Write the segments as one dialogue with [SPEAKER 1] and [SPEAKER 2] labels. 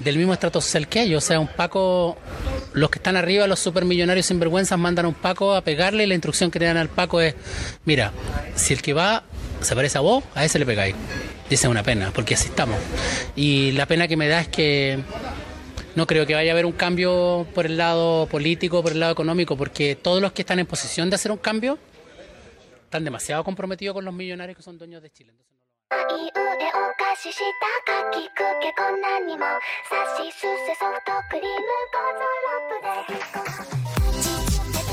[SPEAKER 1] del mismo estrato social que ellos. O sea, un Paco, los que están arriba, los supermillonarios sinvergüenzas, mandan a un Paco a pegarle y la instrucción que le dan al Paco es, mira, si el que va se parece a vos, a ese le pegáis. Y esa es una pena, porque así estamos. Y la pena que me da es que no creo que vaya a haber un cambio por el lado político, por el lado económico, porque todos los que están en posición de hacer un cambio están demasiado comprometidos con los millonarios que son dueños de Chile. いい腕を貸ししたかきくけこんなにもさしすせソフトクリームゴゾロップで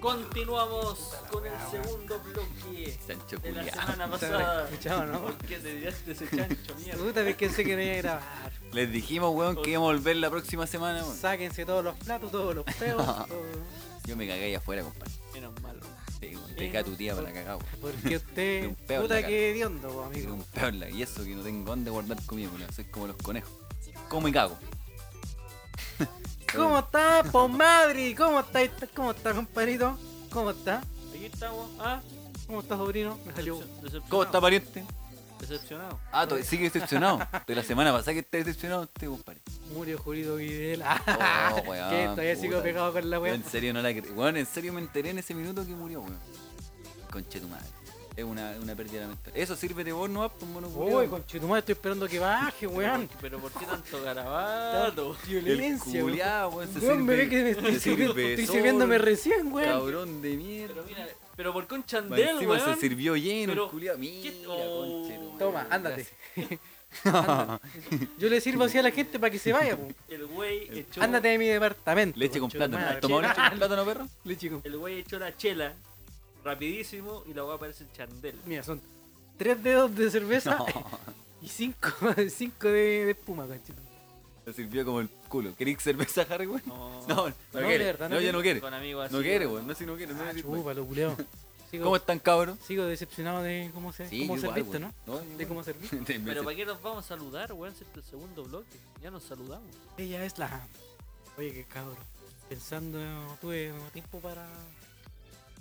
[SPEAKER 2] Continuamos con el segundo bloque
[SPEAKER 3] Sancho
[SPEAKER 2] de la
[SPEAKER 3] culiao.
[SPEAKER 2] semana
[SPEAKER 4] Puta, no lo
[SPEAKER 2] pasada.
[SPEAKER 4] he escuchado, ¿no?
[SPEAKER 2] ¿Por qué te tiraste ese chancho, mierda?
[SPEAKER 4] Puta, pensé que no iba a grabar.
[SPEAKER 3] Les dijimos, weón, que íbamos a volver la próxima semana, weón.
[SPEAKER 4] Sáquense todos los platos, todos los peos. todo.
[SPEAKER 3] Yo me cagué ahí afuera, compadre.
[SPEAKER 2] Menos malo.
[SPEAKER 3] Sí, weón, Te cae tu tía para cagar, weón.
[SPEAKER 4] Porque
[SPEAKER 3] De
[SPEAKER 4] usted.
[SPEAKER 3] un peo en la
[SPEAKER 4] Puta
[SPEAKER 3] cara.
[SPEAKER 4] que hediondo, po,
[SPEAKER 3] Tengo
[SPEAKER 4] amigo.
[SPEAKER 3] un peor lag, y eso que no tengo dónde guardar comida, weón. Soy como los conejos. Como y cago.
[SPEAKER 4] ¿Cómo está, pomadre? ¿Cómo está? este, ¿Cómo está, compadrito? ¿Cómo está?
[SPEAKER 2] Aquí estamos, ¿ah?
[SPEAKER 4] ¿Cómo está, sobrino? Me salió.
[SPEAKER 2] Decep- decepcionado.
[SPEAKER 3] ¿Cómo está, pariente?
[SPEAKER 2] Decepcionado.
[SPEAKER 3] Ah, to- sigue decepcionado. De la semana pasada que está decepcionado este, compadre.
[SPEAKER 4] Murió Julito Videl.
[SPEAKER 3] Oh, weón,
[SPEAKER 4] que todavía sigo
[SPEAKER 3] puta.
[SPEAKER 4] pegado con la
[SPEAKER 3] Yo
[SPEAKER 4] wea.
[SPEAKER 3] en serio no la cre- Weón, en serio me enteré en ese minuto que murió, weón. Conche tu madre. Es una, una pérdida lamentable. Eso sirve de vos, no vas, pues mono
[SPEAKER 4] Uy,
[SPEAKER 3] culiao.
[SPEAKER 4] conchetumadre, estoy esperando que baje, weón.
[SPEAKER 2] Pero ¿por qué tanto garabato?
[SPEAKER 3] El
[SPEAKER 4] Violencia, weón.
[SPEAKER 3] culiao, weón. se
[SPEAKER 4] Weón, me
[SPEAKER 3] sirve-
[SPEAKER 4] ve que me estoy
[SPEAKER 3] se sirve
[SPEAKER 4] sirviendo, estoy
[SPEAKER 3] solo,
[SPEAKER 4] sirviéndome recién, weón.
[SPEAKER 3] Cabrón de mierda.
[SPEAKER 2] Pero mira, pero por qué un
[SPEAKER 3] Más
[SPEAKER 2] chandel,
[SPEAKER 3] encima
[SPEAKER 2] weón.
[SPEAKER 3] se sirvió lleno el
[SPEAKER 2] Pero,
[SPEAKER 3] culiao.
[SPEAKER 2] ¿qué-
[SPEAKER 3] Mira,
[SPEAKER 2] oh.
[SPEAKER 3] conche tu madre.
[SPEAKER 4] Toma, ándate. Yo le sirvo así a la gente para que se vaya, po.
[SPEAKER 2] El güey echó.
[SPEAKER 4] Ándate de mi departamento.
[SPEAKER 3] Leche con
[SPEAKER 4] conchetumare.
[SPEAKER 3] plátano. ¿Has tomado leche con plátano, perro?
[SPEAKER 4] Leche con
[SPEAKER 2] El güey echó la chela. Rapidísimo y la weá parece un chandel.
[SPEAKER 4] Mira, son tres dedos de cerveza
[SPEAKER 3] No.
[SPEAKER 4] y cinco, cinco de, de espuma, conchito.
[SPEAKER 3] Se sirvió como el culo. ¿Querís cerveza, Harry, weón?
[SPEAKER 2] No.
[SPEAKER 3] No, no
[SPEAKER 4] de
[SPEAKER 3] quiere.
[SPEAKER 4] verdad, no
[SPEAKER 3] No, ya
[SPEAKER 4] quiere.
[SPEAKER 3] no quiere.
[SPEAKER 2] Con amigos así.
[SPEAKER 3] No quiere, weón. No, si no quiere. no
[SPEAKER 4] Ah,
[SPEAKER 3] quiere.
[SPEAKER 4] chupa, lo culeo. Sigo,
[SPEAKER 3] ¿Cómo están, cabros?
[SPEAKER 4] sigo decepcionado de cómo, se,
[SPEAKER 3] Sí,
[SPEAKER 4] cómo
[SPEAKER 3] yo igual,
[SPEAKER 4] serviste,
[SPEAKER 3] weón.
[SPEAKER 4] ¿no?
[SPEAKER 3] yo
[SPEAKER 4] De
[SPEAKER 3] igual.
[SPEAKER 4] cómo serviste.
[SPEAKER 3] De- me
[SPEAKER 2] Pero ¿para qué nos vamos a saludar, weón? Si este es el segundo bloque. Ya nos saludamos.
[SPEAKER 4] Ella es la... Oye, qué cabrón. Pensando, tuve tiempo para,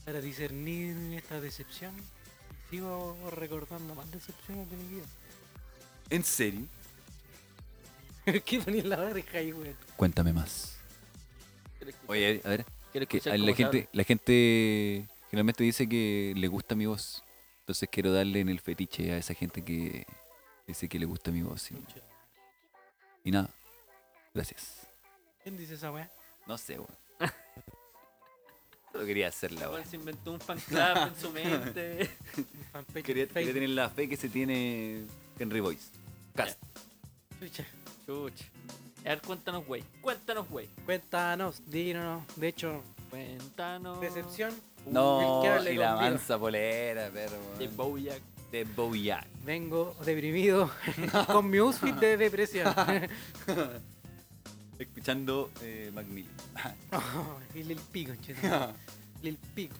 [SPEAKER 4] para discernir esta decepción. Y sigo recordando más decepciones de mi vida.
[SPEAKER 3] ¿En serio?
[SPEAKER 4] ¿Qué poní la oreja ahí, weón?
[SPEAKER 3] Cuéntame más. Oye, a ver,
[SPEAKER 2] Quiero
[SPEAKER 3] que
[SPEAKER 2] escuchar
[SPEAKER 3] a la
[SPEAKER 2] cómo se
[SPEAKER 3] gente, la gente generalmente dice que le gusta mi voz. Entonces quiero darle en el fetiche a esa gente que dice que le gusta mi voz. Y, y nada, gracias.
[SPEAKER 4] ¿Quién dice esa weá?
[SPEAKER 3] No sé, weón. Solo quería hacerla,
[SPEAKER 2] habla.
[SPEAKER 3] weón.
[SPEAKER 2] Weón se inventó un fan club en su mente.
[SPEAKER 4] Mi fanpage en
[SPEAKER 3] Quería, quería
[SPEAKER 4] Facebook.
[SPEAKER 3] tener la fe que se tiene Henry Boyce. Cast.
[SPEAKER 4] Chucha.
[SPEAKER 2] Chucha. A ver, cuéntanos, güey. Cuéntanos, güey.
[SPEAKER 4] Cuéntanos, dinos. De hecho,
[SPEAKER 2] Cuéntanos.
[SPEAKER 4] decepción.
[SPEAKER 3] No,
[SPEAKER 4] Uy, que hable
[SPEAKER 3] y la
[SPEAKER 4] conmigo.
[SPEAKER 3] mansa polera, perro,
[SPEAKER 2] De
[SPEAKER 3] weón.
[SPEAKER 2] Bojack.
[SPEAKER 3] De Bojack.
[SPEAKER 4] Vengo deprimido con mi outfit de depresión.
[SPEAKER 3] Escuchando eh, Macmillan.
[SPEAKER 4] Oh, y Lil Pico, cheto. Lil Pico.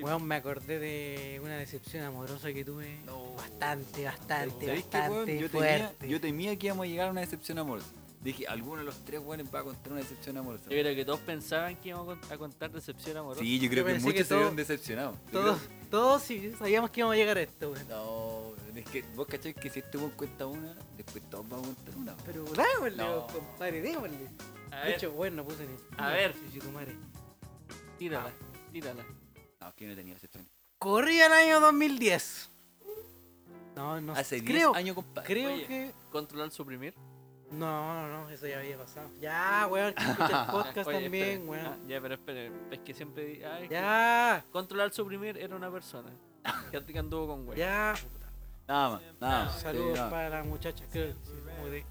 [SPEAKER 4] Weón, me acordé de una decepción amorosa que tuve.
[SPEAKER 3] No.
[SPEAKER 4] Bastante, bastante,
[SPEAKER 3] ¿Sabéis qué, weón?
[SPEAKER 4] bastante
[SPEAKER 3] Yo temía,
[SPEAKER 4] fuerte.
[SPEAKER 3] yo temía que íbamos a llegar a una decepción amorosa. Dije, alguno de los tres weones va a contar una decepción amorosa.
[SPEAKER 2] Yo creo que todos pensaban que íbamos a cont- a contar decepción amorosa.
[SPEAKER 3] Sí, yo
[SPEAKER 4] Yo
[SPEAKER 3] creo que
[SPEAKER 4] pensé
[SPEAKER 3] muchos
[SPEAKER 4] que
[SPEAKER 3] se
[SPEAKER 4] todo-
[SPEAKER 3] vieron decepcionados. Yo
[SPEAKER 4] Todos,
[SPEAKER 3] creo-
[SPEAKER 4] todos sí sabíamos que íbamos a llegar a esto, weón.
[SPEAKER 3] No, es que vos cacháis que si este weón cuenta una, después todos vamos a contar una. weón.
[SPEAKER 4] Pero démosle,
[SPEAKER 3] No.
[SPEAKER 4] weón, compadre, démosle.
[SPEAKER 2] A
[SPEAKER 4] de
[SPEAKER 2] ver,
[SPEAKER 4] hecho, bueno, puse ni.
[SPEAKER 2] A ver.
[SPEAKER 4] conchetumare.
[SPEAKER 2] tírala, tírala.
[SPEAKER 3] No, que yo no tenía decepción.
[SPEAKER 4] Corría el año 2010. No, no
[SPEAKER 3] Hace
[SPEAKER 4] sé.
[SPEAKER 3] 10
[SPEAKER 4] Creo,
[SPEAKER 3] años, compadre.
[SPEAKER 4] creo
[SPEAKER 2] Oye.
[SPEAKER 4] que.
[SPEAKER 2] Controlar, suprimir.
[SPEAKER 4] No, no, no, eso ya había pasado. Ya, weón, que escucha el podcast
[SPEAKER 2] Oye,
[SPEAKER 4] también,
[SPEAKER 2] esperen.
[SPEAKER 4] weón.
[SPEAKER 2] Ah, ya, pero esperen. Es que siempre. di- ah, es que
[SPEAKER 4] Ya,
[SPEAKER 2] Controlar, suprimir era una persona. Que que anduvo con güey.
[SPEAKER 4] ya.
[SPEAKER 3] Nada más, nada
[SPEAKER 2] Ah,
[SPEAKER 3] más.
[SPEAKER 4] Saludos
[SPEAKER 3] Sí, nada más.
[SPEAKER 4] para la muchacha, creo. que sí, como de-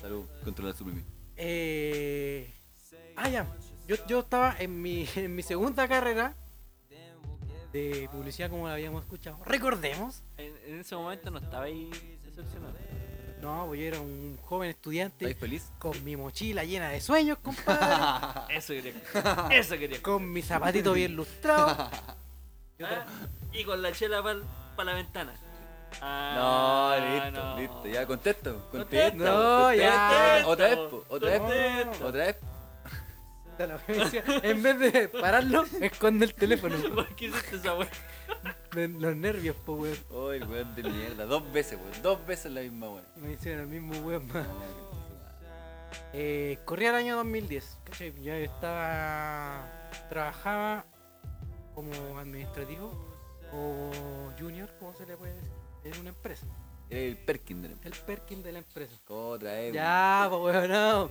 [SPEAKER 3] Salud, controla suprimir.
[SPEAKER 4] Eh, ah, ya. Yo, yo estaba en mi, en mi segunda carrera de publicidad, como la habíamos escuchado. Recordemos.
[SPEAKER 2] En, en ese momento no estaba ahí decepcionado.
[SPEAKER 4] No, pues yo era un joven
[SPEAKER 3] ¿Estáis
[SPEAKER 4] estudiante
[SPEAKER 3] feliz?
[SPEAKER 4] con mi mochila llena de sueños, compadre.
[SPEAKER 2] Eso quería. Eso quería.
[SPEAKER 4] con mi zapatito bien lustrado. Yo
[SPEAKER 2] Ah, Y con la chela para la ventana.
[SPEAKER 3] No,
[SPEAKER 2] Ah,
[SPEAKER 3] listo,
[SPEAKER 2] no.
[SPEAKER 3] listo. Ya, contesto.
[SPEAKER 2] Contesta,
[SPEAKER 3] Contesto.
[SPEAKER 4] No, ya.
[SPEAKER 3] Otra vez, po, otra vez, po,
[SPEAKER 2] Contesta.
[SPEAKER 3] otra vez.
[SPEAKER 4] puta la wea, me decía, en vez de pararlo, esconde el teléfono.
[SPEAKER 2] ¿Por qué hiciste esa weá?
[SPEAKER 4] De- Los nervios, po, weón.
[SPEAKER 3] Ay, weón de mierda. Dos veces, weón. Dos veces la misma, weón.
[SPEAKER 4] Me hicieron el mismo weón más. Eh, corría el año 2010, ¿cachai? Yo estaba. Trabajaba como administrativo o junior, como se le puede decir, en una empresa.
[SPEAKER 3] Era el Perkin de la
[SPEAKER 4] El Perkin de la empresa.
[SPEAKER 3] Otra vez,
[SPEAKER 4] Ya, po, weón, no.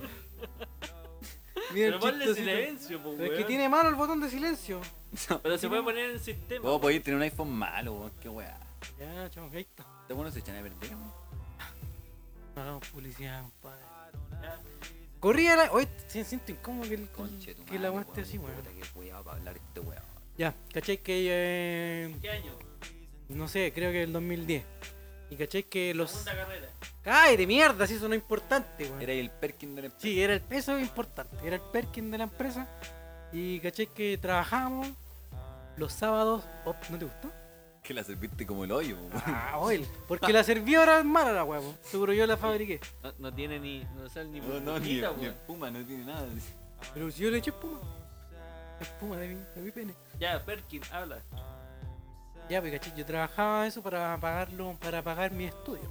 [SPEAKER 4] Mira el
[SPEAKER 2] Pero ponle
[SPEAKER 4] chistosito.
[SPEAKER 2] silencio, po,
[SPEAKER 4] Pero es que
[SPEAKER 2] weón.
[SPEAKER 4] tiene malo el botón de silencio.
[SPEAKER 2] Pero se puede poner en el sistema.
[SPEAKER 3] Vos podés tener un iPhone malo, weón. Qué weá.
[SPEAKER 4] Ya, chavos, ahí está.
[SPEAKER 3] Estos buenos se echan a perder,
[SPEAKER 4] Mm,
[SPEAKER 3] weón.
[SPEAKER 4] No hagamos publicidad, compadre. Corría la. Oye, sí, siento incómodo que, el,
[SPEAKER 3] Conche tu
[SPEAKER 4] que la
[SPEAKER 3] madre,
[SPEAKER 4] weón esté así,
[SPEAKER 3] weón.
[SPEAKER 4] weón.
[SPEAKER 3] Puta, qué cuidado para hablar este weón.
[SPEAKER 4] Ya, ¿cachai? Que. eh,
[SPEAKER 2] ¿Qué año?
[SPEAKER 4] no sé, creo que el 2010. Y ¿cachai? Que los.
[SPEAKER 2] Segunda carrera.
[SPEAKER 4] ¡Ay, de mierda! Sí, eso no es importante, weón.
[SPEAKER 3] Era el Perkin de la
[SPEAKER 4] Sí, era el peso importante, era el perkin de la empresa. Y caché que trabajábamos los sábados. Oh, ¿No te gustó?
[SPEAKER 3] Que la serviste como el hoyo, weón.
[SPEAKER 4] Ah, oil. Porque la servidora es mala la huevo. Seguro yo la fabriqué.
[SPEAKER 2] No, no tiene ni. No sale ni
[SPEAKER 3] No, no, ni,
[SPEAKER 2] burbujita,
[SPEAKER 3] ni
[SPEAKER 2] weón.
[SPEAKER 3] espuma, no tiene nada.
[SPEAKER 4] Pero si yo le eché espuma. Espuma de mi, de mi pene.
[SPEAKER 2] Ya, Perkin, habla.
[SPEAKER 4] Ya, pues caché, yo trabajaba eso para pagarlo, para pagar mi estudio.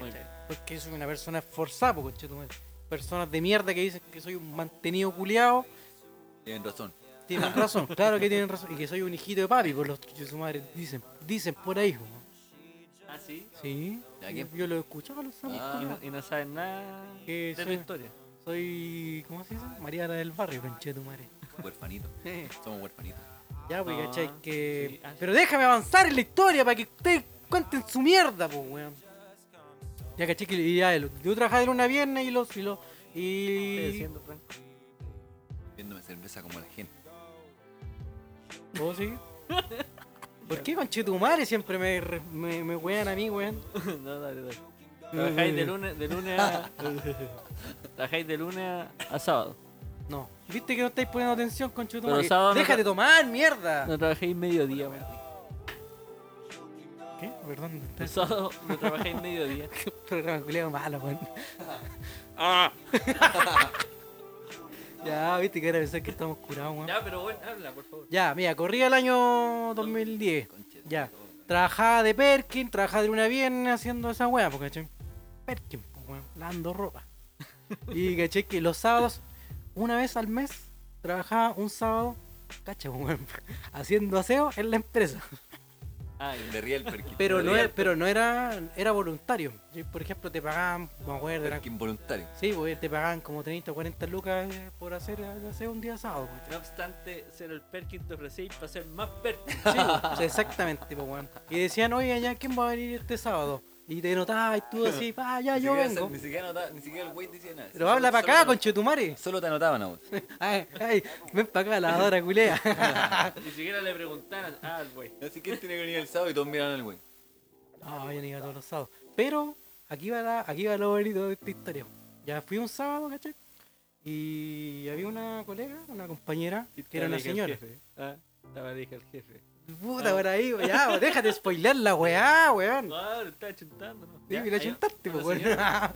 [SPEAKER 2] Muy
[SPEAKER 4] ¿cachai?
[SPEAKER 2] bien.
[SPEAKER 4] Porque soy una persona esforzada, pues, conchetumadre. Personas de mierda que dicen que soy un mantenido culiado.
[SPEAKER 3] Tienen razón.
[SPEAKER 4] Tienen razón, claro que tienen razón. Y que soy un hijito de papi, por los que su madre dicen. Dicen por ahí, po.
[SPEAKER 2] Ah, sí.
[SPEAKER 4] Sí.
[SPEAKER 3] Ya,
[SPEAKER 4] yo-
[SPEAKER 3] ¿quién?
[SPEAKER 4] Yo lo escuchaba los sábados.
[SPEAKER 3] Ah.
[SPEAKER 2] Y no, y no sabes nada
[SPEAKER 4] Que
[SPEAKER 2] de tu
[SPEAKER 4] soy-
[SPEAKER 2] historia.
[SPEAKER 4] Soy. ¿Cómo se dice? Mariana del barrio, conchetumare.
[SPEAKER 3] Huerfanito. Somos huerfanitos.
[SPEAKER 4] Ya, pues,
[SPEAKER 2] Ah,
[SPEAKER 4] ¿cachai? Que.
[SPEAKER 2] sí, ah, sí.
[SPEAKER 4] Pero déjame avanzar en la historia para que ustedes cuenten su mierda, pues, weón. Ya, ¿cachai? Que y ya, el- yo trabajaba en una viernes y los. Y los
[SPEAKER 2] Estoy
[SPEAKER 4] y...
[SPEAKER 2] diciendo, Franco.
[SPEAKER 3] Viéndome cerveza como la gente.
[SPEAKER 4] ¿Vos sí? ¿Por qué conchetumare siempre me, re- me, me wean a mí, weón?
[SPEAKER 2] No, dale, dale. Trabajáis de lunes, de lunes a. Trabajáis de lunes a, a sábado.
[SPEAKER 4] No. ¿Viste que no estáis poniendo atención, conchetumare?
[SPEAKER 2] Pero sábado no
[SPEAKER 4] Déjate
[SPEAKER 2] tra-
[SPEAKER 4] tomar, mierda.
[SPEAKER 2] No trabajáis mediodía, weón.
[SPEAKER 4] ¿Qué? Perdón,
[SPEAKER 2] El sábado no trabajáis mediodía.
[SPEAKER 4] programa culiado malo, weón. Ah. Ya, viste que era pensar que estamos curados, weón.
[SPEAKER 2] Ya, pero bueno, habla, por favor.
[SPEAKER 4] Ya, mira, corría el año 2010. Ya. Trabajaba de Perkin, trabajaba de una viernes haciendo esa weá, porque caché. Perkin, po, weón, lavando ropa. Y caché que los sábados, una vez al mes, trabajaba un sábado, caché, po, weón, haciendo aseo en la empresa.
[SPEAKER 2] Ah, ya.
[SPEAKER 3] De Real Perkin.
[SPEAKER 4] Pero
[SPEAKER 3] De
[SPEAKER 4] no,
[SPEAKER 3] Real
[SPEAKER 4] era, pero no era, era voluntario. Yo, por ejemplo, te pagaban, me acuerdo, eran
[SPEAKER 3] Perkin voluntario.
[SPEAKER 4] Sí, pues te pagaban como 30 o 40 lucas eh, por hacer, hacer un día sábado. pues.
[SPEAKER 2] No obstante, ser el Perkin te ofrecéis para ser más Perkin.
[SPEAKER 4] Sí, pues, exactamente, pues, weón. Y decían, oye, ya, ¿quién va a venir este sábado? Y te notabas y tú así, ah, ya,
[SPEAKER 3] Ni
[SPEAKER 4] yo
[SPEAKER 3] siquiera-
[SPEAKER 4] vengo.
[SPEAKER 3] Ni siquiera, anotaba- ni siquiera el güey decía nada.
[SPEAKER 4] Pero habla para acá,
[SPEAKER 3] con
[SPEAKER 4] conchetumare.
[SPEAKER 3] Solo te anotaban a vos.
[SPEAKER 4] Ay, ay, ven para acá, lavadora culea.
[SPEAKER 2] Ni siquiera le preguntaran al güey.
[SPEAKER 3] Así que él tiene que venir el sábado y todos miran al güey.
[SPEAKER 4] No, yo no iba todos los sábados. Pero aquí va, la, aquí va lo bonito de esta historia. Ya fui un sábado, ¿cachai? Y había una colega, una compañera, que era una señora.
[SPEAKER 2] Ah, estaba dije al jefe.
[SPEAKER 3] Ah.
[SPEAKER 4] Puta, por ahí, ya, pues, déjate spoiler la weá, weón.
[SPEAKER 2] Ah, le estaba chuntando, ¿no?
[SPEAKER 4] Sí,
[SPEAKER 2] Ya,
[SPEAKER 4] mira,
[SPEAKER 2] ahí va.
[SPEAKER 4] chuntaste,
[SPEAKER 2] Una
[SPEAKER 4] pues, bueno.
[SPEAKER 2] señora.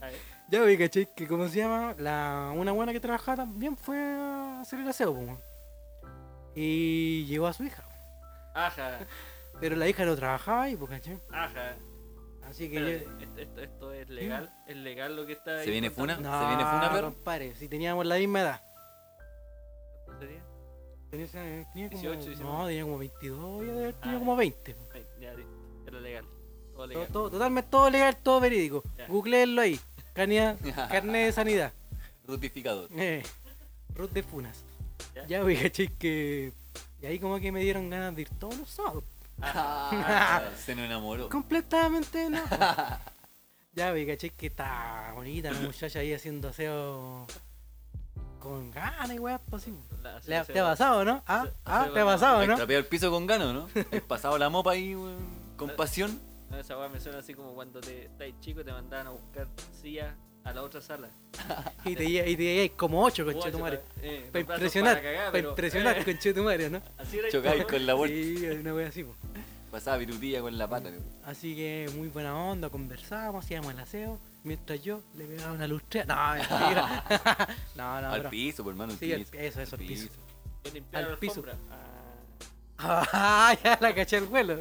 [SPEAKER 2] Ya, ahí.
[SPEAKER 4] Ya vi, caché, que como se llama, la, una buena que trabajaba también fue a hacer el aseo, po, weón. Y llegó a su hija.
[SPEAKER 2] Ajá,
[SPEAKER 4] Pero la hija no trabajaba ahí, pues, caché.
[SPEAKER 2] ajá.
[SPEAKER 4] Así que
[SPEAKER 2] Espérate, esto,
[SPEAKER 4] yo-
[SPEAKER 2] esto, esto es legal, es legal lo que está ahí.
[SPEAKER 3] ¿Se viene
[SPEAKER 2] contando?
[SPEAKER 3] funa? ¿Se viene funa, perro?
[SPEAKER 4] compadre, si teníamos la misma edad.
[SPEAKER 2] ¿Sería?
[SPEAKER 4] Tenía, esa- eh, tenía como,
[SPEAKER 2] 18, 19.
[SPEAKER 4] No, tenía como 22, ya de haber tenido
[SPEAKER 2] Ah.
[SPEAKER 4] como 20. po.
[SPEAKER 2] Ay, Ya, sí, era legal. Todo
[SPEAKER 4] Todo,
[SPEAKER 2] legal.
[SPEAKER 4] todo- totalmente todo legal, todo verídico.
[SPEAKER 2] Ya.
[SPEAKER 4] Googleenlo ahí. Carne, carne de sanidad.
[SPEAKER 3] Rutificador.
[SPEAKER 4] Eh, Ruth de Funas.
[SPEAKER 2] Ya.
[SPEAKER 4] Ya, vi, caché, que... Y ahí como que me dieron ganas de ir todos los sábados.
[SPEAKER 3] Ah, se nos enamoró.
[SPEAKER 4] Completamente no. ya, vi, caché que está bonita la muchacha ahí haciendo aseo con ganas y weas, pues, así.
[SPEAKER 2] La-
[SPEAKER 4] Le-
[SPEAKER 2] se-
[SPEAKER 4] ¿Te ha pasado, no? Ah, ah, te ha pasado,
[SPEAKER 3] Has
[SPEAKER 4] ¿no?
[SPEAKER 3] trapeado el piso con gano, ¿no? Has pasado la mopa ahí, weón. Con pasión.
[SPEAKER 2] No, esa weá me suena así como cuando te estáis chico te mandaban a buscar silla a la otra sala.
[SPEAKER 4] Y te y te llegáis como ocho, conchetumare.
[SPEAKER 2] Conchetumare. Eh,
[SPEAKER 4] Para
[SPEAKER 2] los brazos
[SPEAKER 4] impresionar,
[SPEAKER 2] para cagar,
[SPEAKER 4] para
[SPEAKER 2] pero-
[SPEAKER 4] impresionar,
[SPEAKER 2] eh,
[SPEAKER 4] conchetumare, ¿no?
[SPEAKER 2] así era
[SPEAKER 3] Chocáis
[SPEAKER 2] todo.
[SPEAKER 3] con la vuelta.
[SPEAKER 4] Sí, una wea así, po.
[SPEAKER 3] Pasaba virutilla con la pata, weón.
[SPEAKER 4] Así que muy buena onda, conversábamos, hacíamos el aseo. mientras yo le pegaba una lustrea. No, mentira. no, no,
[SPEAKER 3] al
[SPEAKER 4] Ah, bro.
[SPEAKER 3] piso, por hermano. al
[SPEAKER 4] Sí, al-
[SPEAKER 3] piso,
[SPEAKER 4] eso, eso, al piso.
[SPEAKER 2] Yo limpiaba
[SPEAKER 4] Al
[SPEAKER 2] la
[SPEAKER 4] piso.
[SPEAKER 2] alfombra. Ah,
[SPEAKER 4] Ah, ya la caché el vuelo.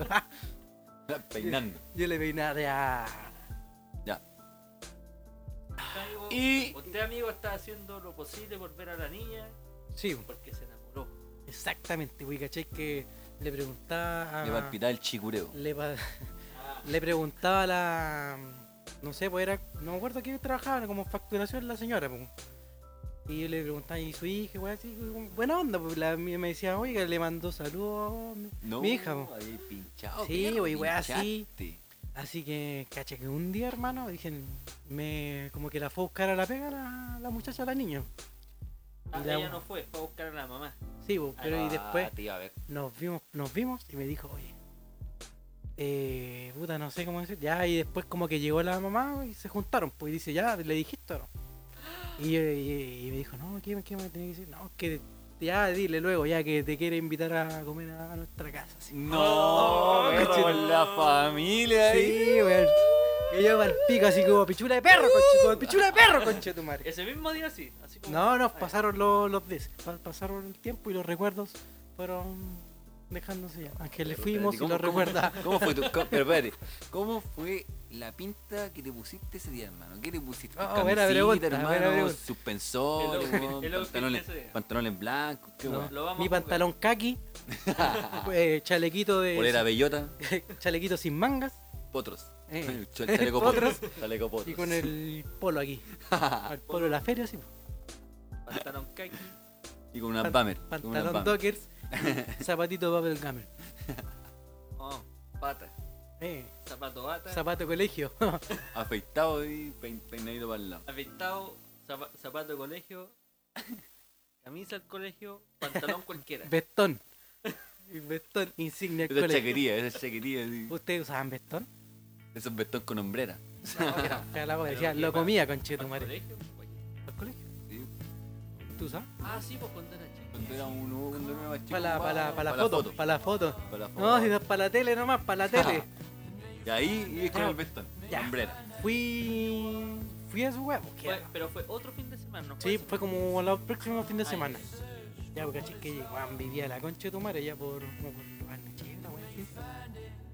[SPEAKER 3] Peinando.
[SPEAKER 4] yo le peinaba ya.
[SPEAKER 3] Ya.
[SPEAKER 2] usted, amigo,
[SPEAKER 4] Y-
[SPEAKER 2] usted, amigo, está haciendo lo posible por ver a la niña
[SPEAKER 4] Sí,
[SPEAKER 2] porque se enamoró.
[SPEAKER 4] exactamente, güey, caché que le preguntaba a...
[SPEAKER 3] Le palpitaba el chicureo.
[SPEAKER 4] le, pa- le preguntaba a la. No sé, pues era. No me acuerdo quién trabajaba, como facturación la señora, pues. Y yo le preguntaba, ¿y su hija? güey, así, como buena onda, pues. La, mía me decía, oiga, le mandó saludos a mi,
[SPEAKER 3] No,
[SPEAKER 4] mi hija, po".
[SPEAKER 3] ahí pinchado.
[SPEAKER 4] Sí,
[SPEAKER 3] perro,
[SPEAKER 4] wey, wey, así.
[SPEAKER 3] pinchaste.
[SPEAKER 4] Así que, caché que un día, hermano, dije, me. Como que la fue a buscar a la pega la, la muchacha, la niña.
[SPEAKER 2] Ah,
[SPEAKER 4] Y la-
[SPEAKER 2] ella no fue, fue a buscar a la mamá.
[SPEAKER 4] Sí, pues, pero y
[SPEAKER 3] Ah,
[SPEAKER 4] después.
[SPEAKER 3] te iba a ver.
[SPEAKER 4] nos vimos, nos vimos y me dijo, oye, eh, puta, no sé cómo decir. Ya, y después como que llegó la mamá y se juntaron, pues y dice, ya, le dijiste o no. Y, yo- y- y me dijo, no, ¿qué, qué me tenía que decir? No, que ya, dile luego, ya que te quiere invitar a comer a nuestra casa. así. Oh,
[SPEAKER 3] No,
[SPEAKER 4] coche.
[SPEAKER 3] con Oh, la familia ahí.
[SPEAKER 4] Sí, weón. Y yo al pico así como pichula de perro, conche, como pichula de perro, conche tu madre.
[SPEAKER 2] Ese mismo día sí, así como.
[SPEAKER 4] No, nos
[SPEAKER 2] Ah,
[SPEAKER 4] pasaron los, los días, pa- pasaron el tiempo y los recuerdos fueron dejándose ya. Aunque le
[SPEAKER 3] Pero
[SPEAKER 4] fuimos
[SPEAKER 3] espérate,
[SPEAKER 4] y
[SPEAKER 3] ¿cómo-
[SPEAKER 4] lo
[SPEAKER 3] cómo-
[SPEAKER 4] recuerda.
[SPEAKER 3] ¿Cómo fue tu.? co- Pero espérate, ¿cómo fue la pinta que te pusiste ese día, hermano? ¿Qué te pusiste?
[SPEAKER 4] Ah, buena pregunta, buena
[SPEAKER 3] hermano,
[SPEAKER 4] pregunta.
[SPEAKER 3] suspensor,
[SPEAKER 2] El outfit-
[SPEAKER 3] weón,
[SPEAKER 2] el outfit
[SPEAKER 3] pantalones,
[SPEAKER 2] ese día.
[SPEAKER 3] pantalones blancos, qué
[SPEAKER 4] No.
[SPEAKER 3] weón.
[SPEAKER 2] Lo vamos
[SPEAKER 4] Mi
[SPEAKER 2] a jugar.
[SPEAKER 4] pantalón kaki, eh, chalequito
[SPEAKER 3] Polera
[SPEAKER 4] de
[SPEAKER 3] bellota,
[SPEAKER 4] chalequito sin mangas
[SPEAKER 3] potros.
[SPEAKER 4] eh,
[SPEAKER 3] Ch- Chaleco
[SPEAKER 4] Potros.
[SPEAKER 3] potros. Chaleco potros.
[SPEAKER 4] y con el polo aquí.
[SPEAKER 3] Ah,
[SPEAKER 4] el polo de la feria, sí. pues.
[SPEAKER 2] Pantalón kaki.
[SPEAKER 3] Y con una
[SPEAKER 4] Pan-
[SPEAKER 3] bummer. con una
[SPEAKER 4] Pantalón
[SPEAKER 3] bummer.
[SPEAKER 4] dockers, zapatito bubble gamer.
[SPEAKER 2] Oh, pata.
[SPEAKER 4] Eh,
[SPEAKER 2] Zapato bata.
[SPEAKER 4] zapato colegio.
[SPEAKER 3] Afeitado y pein- peinadito para el lado.
[SPEAKER 2] Afectado. zapa- zapato de colegio. Camisa al colegio. Pantalón cualquiera.
[SPEAKER 4] vestón. Y Vestón insignia del
[SPEAKER 3] Esa
[SPEAKER 4] colegio.
[SPEAKER 3] chaquería, esa chaquería. así.
[SPEAKER 4] ¿Ustedes usaban vestón?
[SPEAKER 3] Esos vestón con hombrera.
[SPEAKER 4] No, que era fea la
[SPEAKER 2] Pero
[SPEAKER 4] cosa, decía,
[SPEAKER 2] que
[SPEAKER 4] lo
[SPEAKER 2] para-
[SPEAKER 4] comía
[SPEAKER 2] ¿Al
[SPEAKER 4] conchito madre.
[SPEAKER 2] colegio? Oye.
[SPEAKER 4] ¿Al colegio?
[SPEAKER 3] Sí.
[SPEAKER 4] ¿Tú sabes?
[SPEAKER 2] Ah, sí, pues cuando era chico.
[SPEAKER 3] Cuando era un uno, cuando era más chico.
[SPEAKER 4] Para la, pa' la, pa' la foto, para la foto.
[SPEAKER 3] pa' la
[SPEAKER 4] No,
[SPEAKER 3] foto.
[SPEAKER 4] si es para la tele nomás, para la tele.
[SPEAKER 3] Y ahí y es con el vestón.
[SPEAKER 4] Ya.
[SPEAKER 3] Hombrera.
[SPEAKER 4] Fui. Fui a su huevo. ¿qué
[SPEAKER 2] Fue-
[SPEAKER 4] era?
[SPEAKER 2] pero fue otro fin de semana, ¿no?
[SPEAKER 4] Sí,
[SPEAKER 2] ese?
[SPEAKER 4] fue como los próximos fin de
[SPEAKER 2] Ah,
[SPEAKER 4] semana. Ya, porque caché que weón, vivía la concha de tu madre ya por. como por Barnechea, weón, así.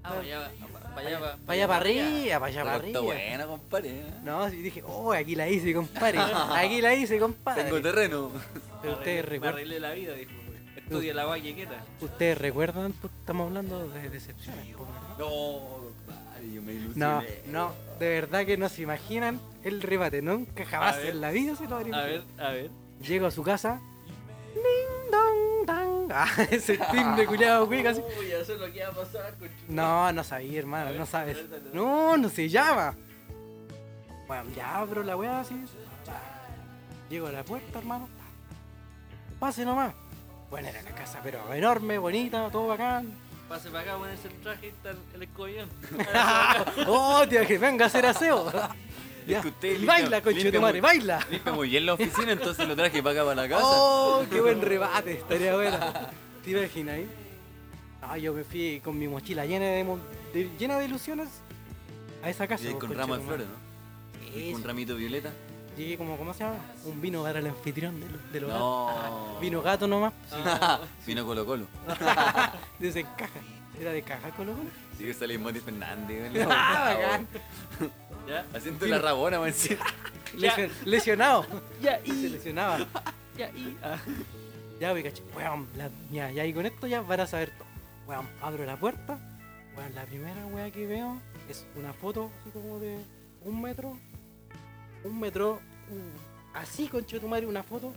[SPEAKER 2] Ah, para allá, para allá, para
[SPEAKER 4] Para allá para arriba, para allá para
[SPEAKER 3] Está
[SPEAKER 4] arriba.
[SPEAKER 3] buena, compadre. ¿eh?
[SPEAKER 4] No, sí, dije, oh, aquí la hice, compadre. Aquí la hice,
[SPEAKER 3] Tengo
[SPEAKER 4] compadre.
[SPEAKER 3] terreno.
[SPEAKER 4] Pero
[SPEAKER 2] Me
[SPEAKER 4] ustedes recuerdan,
[SPEAKER 2] arreglé la vida, dijo. güey. Estudia la vaquequeta.
[SPEAKER 4] ustedes recuerdan, pues, estamos hablando de decepciones, po, ¿no?
[SPEAKER 3] No, compadre, yo me
[SPEAKER 4] No,
[SPEAKER 3] ilusioné.
[SPEAKER 4] no, de verdad que no se imaginan el rebate, nunca jamás
[SPEAKER 2] ver.
[SPEAKER 4] en la vida se lo habría
[SPEAKER 2] A
[SPEAKER 4] imaginado.
[SPEAKER 2] ver, a ver.
[SPEAKER 4] Llego a su casa. Ding dong dang. Ah, ese timbre culiado cuica así.
[SPEAKER 2] Uy, ya sé lo que iba a pasar, conchudo.
[SPEAKER 4] No, no sabía, hermano,
[SPEAKER 2] ver,
[SPEAKER 4] no sabes.
[SPEAKER 2] a ver, dale, dale.
[SPEAKER 4] No, no se llama. Bueno, ya abro la weá así. Llego a la puerta, hermano. Pase nomás. Bueno, era una casa, pero enorme, bonita, todo bacán.
[SPEAKER 2] Pase para acá, ponerse el traje y está el- el escobillón.
[SPEAKER 4] ¡Oh, tío, que venga a hacer aseo!
[SPEAKER 3] Es
[SPEAKER 4] Ya.
[SPEAKER 3] que usted limpia-
[SPEAKER 4] baila, coche
[SPEAKER 3] limpia
[SPEAKER 4] tu madre,
[SPEAKER 3] muy-
[SPEAKER 4] baila.
[SPEAKER 3] Limpia muy bien la oficina, entonces lo traje para acá, para la casa.
[SPEAKER 4] ¡Oh, qué buen rebate! Estaría buena. ¿Te imaginas ahí? Ah, yo me fui con mi mochila llena de, mon- de- llena de ilusiones a esa casa.
[SPEAKER 3] y ahí
[SPEAKER 4] pues,
[SPEAKER 3] con
[SPEAKER 4] conche
[SPEAKER 3] ramos de
[SPEAKER 4] tu
[SPEAKER 3] flores,
[SPEAKER 4] madre.
[SPEAKER 3] ¿no?
[SPEAKER 4] Sí,
[SPEAKER 3] Con
[SPEAKER 4] sí.
[SPEAKER 3] ramito violeta.
[SPEAKER 4] Llegué como, ¿cómo se llama? Un vino para el anfitrión del, del hogar.
[SPEAKER 3] No.
[SPEAKER 4] Vino gato nomás,
[SPEAKER 3] Vino Colo Colo.
[SPEAKER 4] desde caja. ¿Era de caja Colo Colo?
[SPEAKER 3] Sí, que sale Mati Fernández. ¿no?
[SPEAKER 4] Ah, bacán.
[SPEAKER 2] Ya,
[SPEAKER 3] Haciendo la rabona, man. sí.
[SPEAKER 4] Lesio- lesionado.
[SPEAKER 2] ya,
[SPEAKER 4] Se
[SPEAKER 2] y.
[SPEAKER 4] lesionaba.
[SPEAKER 2] Ya, y. ah,
[SPEAKER 4] Ya, wey, caché. Weón, la- ya, ya, y con esto ya van a saber todo. Weón, abro la puerta. Weón, la primera weá que veo es una foto así como de un metro. Un metro. un- así, conche tu madre, una foto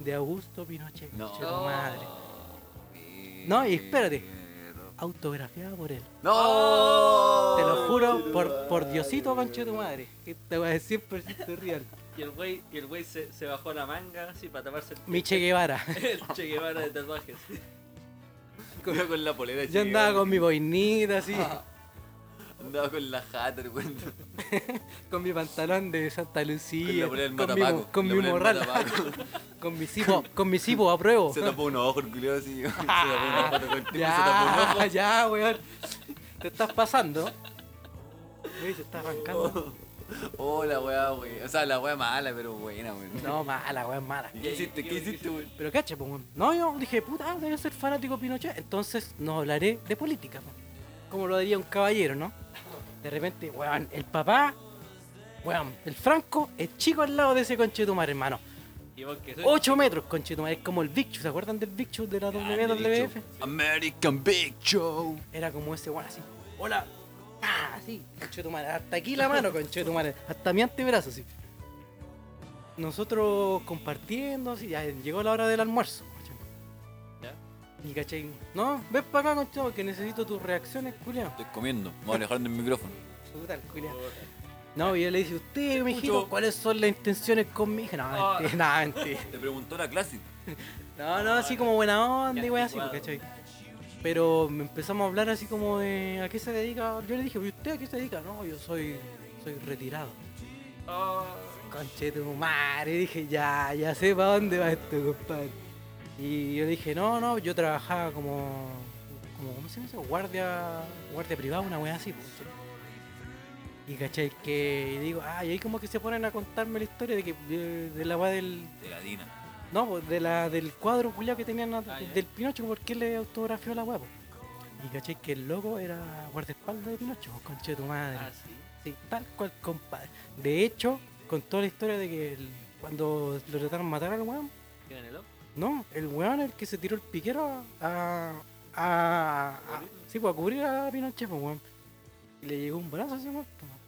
[SPEAKER 4] de Augusto Pinochet,
[SPEAKER 3] No.
[SPEAKER 4] conche tu madre. No, y espérate. Autografiada por él.
[SPEAKER 3] No.
[SPEAKER 4] Te lo juro, por, por Diosito, conche tu madre. Que te voy a decir, pero es real.
[SPEAKER 2] Y el güey, y el güey se, se bajó la manga así para taparse el,
[SPEAKER 4] Miche Guevara.
[SPEAKER 2] el Che Guevara de tatuajes.
[SPEAKER 3] Iba con la polera.
[SPEAKER 4] Yo
[SPEAKER 3] chica,
[SPEAKER 4] andaba con
[SPEAKER 3] güey.
[SPEAKER 4] mi boinita, así.
[SPEAKER 3] Andaba con la jata, güey. Con
[SPEAKER 4] con mi pantalón de Santa Lucía,
[SPEAKER 3] la polera del
[SPEAKER 4] con mi,
[SPEAKER 3] matapaco.
[SPEAKER 4] con
[SPEAKER 3] la
[SPEAKER 4] mi
[SPEAKER 3] polera del
[SPEAKER 4] morral,
[SPEAKER 3] matapaco.
[SPEAKER 4] con mi cibo, con mi cibo, apruebo.
[SPEAKER 3] Se tapó unos ojos, el culiao, así. Se tapó una pata con el tipo, se tapó un
[SPEAKER 4] Oh. Ah, Ya,
[SPEAKER 3] ojo.
[SPEAKER 4] ya, weón. Te estás pasando. Uy, te estás arrancando.
[SPEAKER 3] Oh, la weá, wey. O sea, la weá mala, pero buena, wey.
[SPEAKER 4] No, mala, weón, mala.
[SPEAKER 3] ¿Y ¿Qué hiciste? ¿Qué hiciste, wey?
[SPEAKER 4] Pero cacha, pues, weón. No, yo dije, puta, debe ser fanático de Pinochet. Entonces no hablaré de política, po. Como lo diría un caballero, ¿no? De repente, weón, el papá, weón, el Franco, es chico al lado de ese conchetumar, hermano.
[SPEAKER 2] Y vos que soy. Ah,
[SPEAKER 4] 8 metros, conchetumar. Es como el Big Show. ¿Se acuerdan del Big Show de la WWF?
[SPEAKER 3] Ah, American Big Show.
[SPEAKER 4] Era como ese weón así. Hola. Ah, así, conchetumare. Hasta aquí la mano, conchetumare. Hasta mi antebrazo, sí. Nosotros compartiendo, así, ya llegó la hora del almuerzo. cachai.
[SPEAKER 2] ¿Ya?
[SPEAKER 4] Y cachai, no, ven para acá, conchetumare, que necesito tus reacciones, culiao.
[SPEAKER 3] Estoy comiendo. Vamos a alejar del micrófono.
[SPEAKER 4] Puta, el culiao. No, y yo le dije, usted, mijito,
[SPEAKER 3] Escucho.
[SPEAKER 4] ¿cuáles son las intenciones con mi hija? No,
[SPEAKER 2] Ah.
[SPEAKER 4] mentira, no, mentira.
[SPEAKER 3] Te preguntó la clase.
[SPEAKER 4] No, no, así como buena onda y
[SPEAKER 2] Ya,
[SPEAKER 4] wey así,
[SPEAKER 2] igual.
[SPEAKER 4] ¿cachai? Pero me empezamos a hablar así como de a qué se dedica. Yo le dije, ¿y usted a qué se dedica? No, yo soy, soy retirado.
[SPEAKER 2] Oh,
[SPEAKER 4] Conche tu madre, dije, ya, ya sé para dónde va esto, compadre. Y yo le dije, no, no, yo trabajaba como, como ¿cómo se dice? Guardia, guardia privada, una wea así. pues, ¿cachai? Y cachai, que y digo, ah, y ahí como que se ponen a contarme la historia de que de, de la wea del,
[SPEAKER 3] De la Dina.
[SPEAKER 4] no, pues, de la, del cuadro culiao que tenían a-
[SPEAKER 2] Ah, ya.
[SPEAKER 4] del Pinocho, porque él le autografió la huevo. Y caché que el loco era guardaespaldas de Pinocho, pues, conche tu madre.
[SPEAKER 2] ah, sí.
[SPEAKER 4] Sí, tal cual, compadre. De hecho, con toda la historia de que el- cuando lo trataron de matar al weón,
[SPEAKER 2] ¿Tienen el ojo?
[SPEAKER 4] no, el weón es el que se tiró el piquero a. a. a, sí, pues, a cubrir a Pinochet, pues, weón. Y le llegó un brazo a ese weón, pues, weón.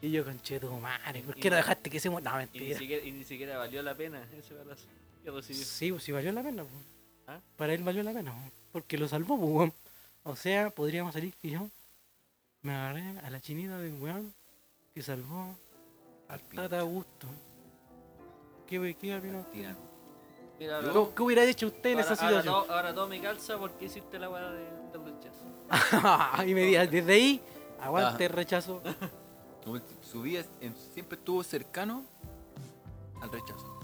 [SPEAKER 4] Y yo, conche tu madre, ¿por qué no dejaste que se muera? No,
[SPEAKER 2] Y ni,
[SPEAKER 4] mentira.
[SPEAKER 2] siquiera, y ni siquiera valió la pena ese balazo que recibió.
[SPEAKER 4] Sí, pues, sí valió la pena. pues.
[SPEAKER 2] ¿Ah?
[SPEAKER 4] Para él valió la pena, pues, porque lo salvó, pues, weón. O sea, podríamos salir que yo me agarré a la chinita de un weón que salvó al Tata Augusto. ¿Qué, hue- qué, opinó?
[SPEAKER 3] Dina.
[SPEAKER 2] Mira, ahora,
[SPEAKER 4] ¿Cómo- ¿Qué hubiera hecho usted en
[SPEAKER 2] ahora,
[SPEAKER 4] esa
[SPEAKER 2] ahora,
[SPEAKER 4] situación?
[SPEAKER 2] todo- ahora todo me calza porque hiciste la weá de, del rechazo.
[SPEAKER 4] y me diga, desde ahí, aguante el rechazo.
[SPEAKER 3] Como Su vida es- en- siempre estuvo cercano al rechazo.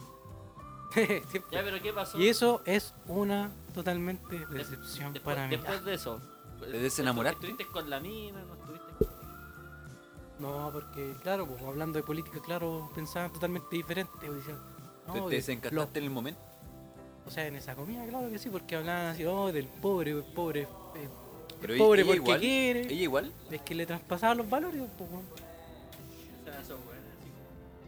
[SPEAKER 4] Siempre.
[SPEAKER 2] Ya, pero ¿qué pasó?
[SPEAKER 4] y eso es una totalmente decepción
[SPEAKER 2] después,
[SPEAKER 4] para mí.
[SPEAKER 2] Después de eso.
[SPEAKER 3] ¿Te desenamoraste?
[SPEAKER 2] ¿Estuviste con la mina? ¿No estuviste con...
[SPEAKER 4] Ah, No, porque, claro, pues, hablando de política, claro, pensaban totalmente diferente. pues, decían, no,
[SPEAKER 3] Te-
[SPEAKER 4] que
[SPEAKER 3] te desencantaste en el momento.
[SPEAKER 4] los- o sea, en esa comida, claro que sí, porque hablaban así, oh, del pobre, el pobre, eh,
[SPEAKER 3] Pero
[SPEAKER 4] el
[SPEAKER 3] ella-
[SPEAKER 4] pobre
[SPEAKER 3] ella
[SPEAKER 4] porque
[SPEAKER 3] igual-
[SPEAKER 4] quiere.
[SPEAKER 3] Ella igual.
[SPEAKER 4] Es que le traspasaban los valores, pues, weón.
[SPEAKER 2] O sea, esos weones así.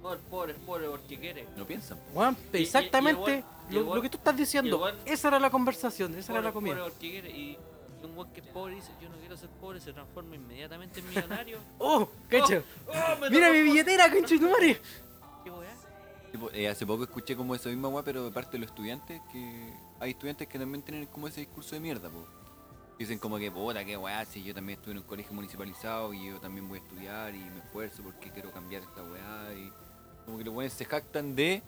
[SPEAKER 2] Oh, el pobre, el pobre porque quiere.
[SPEAKER 3] No piensan.
[SPEAKER 4] Weón,
[SPEAKER 2] y- y el
[SPEAKER 4] exactamente
[SPEAKER 2] weón- y el
[SPEAKER 4] lo,
[SPEAKER 2] weón-
[SPEAKER 4] lo que tú estás diciendo.
[SPEAKER 2] weón-
[SPEAKER 4] esa era la conversación, esa
[SPEAKER 2] Pobre,
[SPEAKER 4] era la comida.
[SPEAKER 2] Pobre porque quiere. Y un weón que es pobre dice, yo no quiero ser pobre, se transforma inmediatamente en millonario.
[SPEAKER 4] ¡Oh! ¡Cacho!
[SPEAKER 2] Oh, me
[SPEAKER 4] ¡Mira
[SPEAKER 2] tocó-
[SPEAKER 4] mi billetera, conchetumare!
[SPEAKER 2] ¿Qué weá?
[SPEAKER 3] Tipo, eh, hace poco escuché como esa misma weá, pero de parte de los estudiantes, que hay estudiantes que también tienen como ese discurso de mierda, po. Dicen como que, puta, qué weá, si yo también estuve en un colegio municipalizado y yo también voy a estudiar y me esfuerzo porque quiero cambiar esta weá. Y como que los weones se jactan de,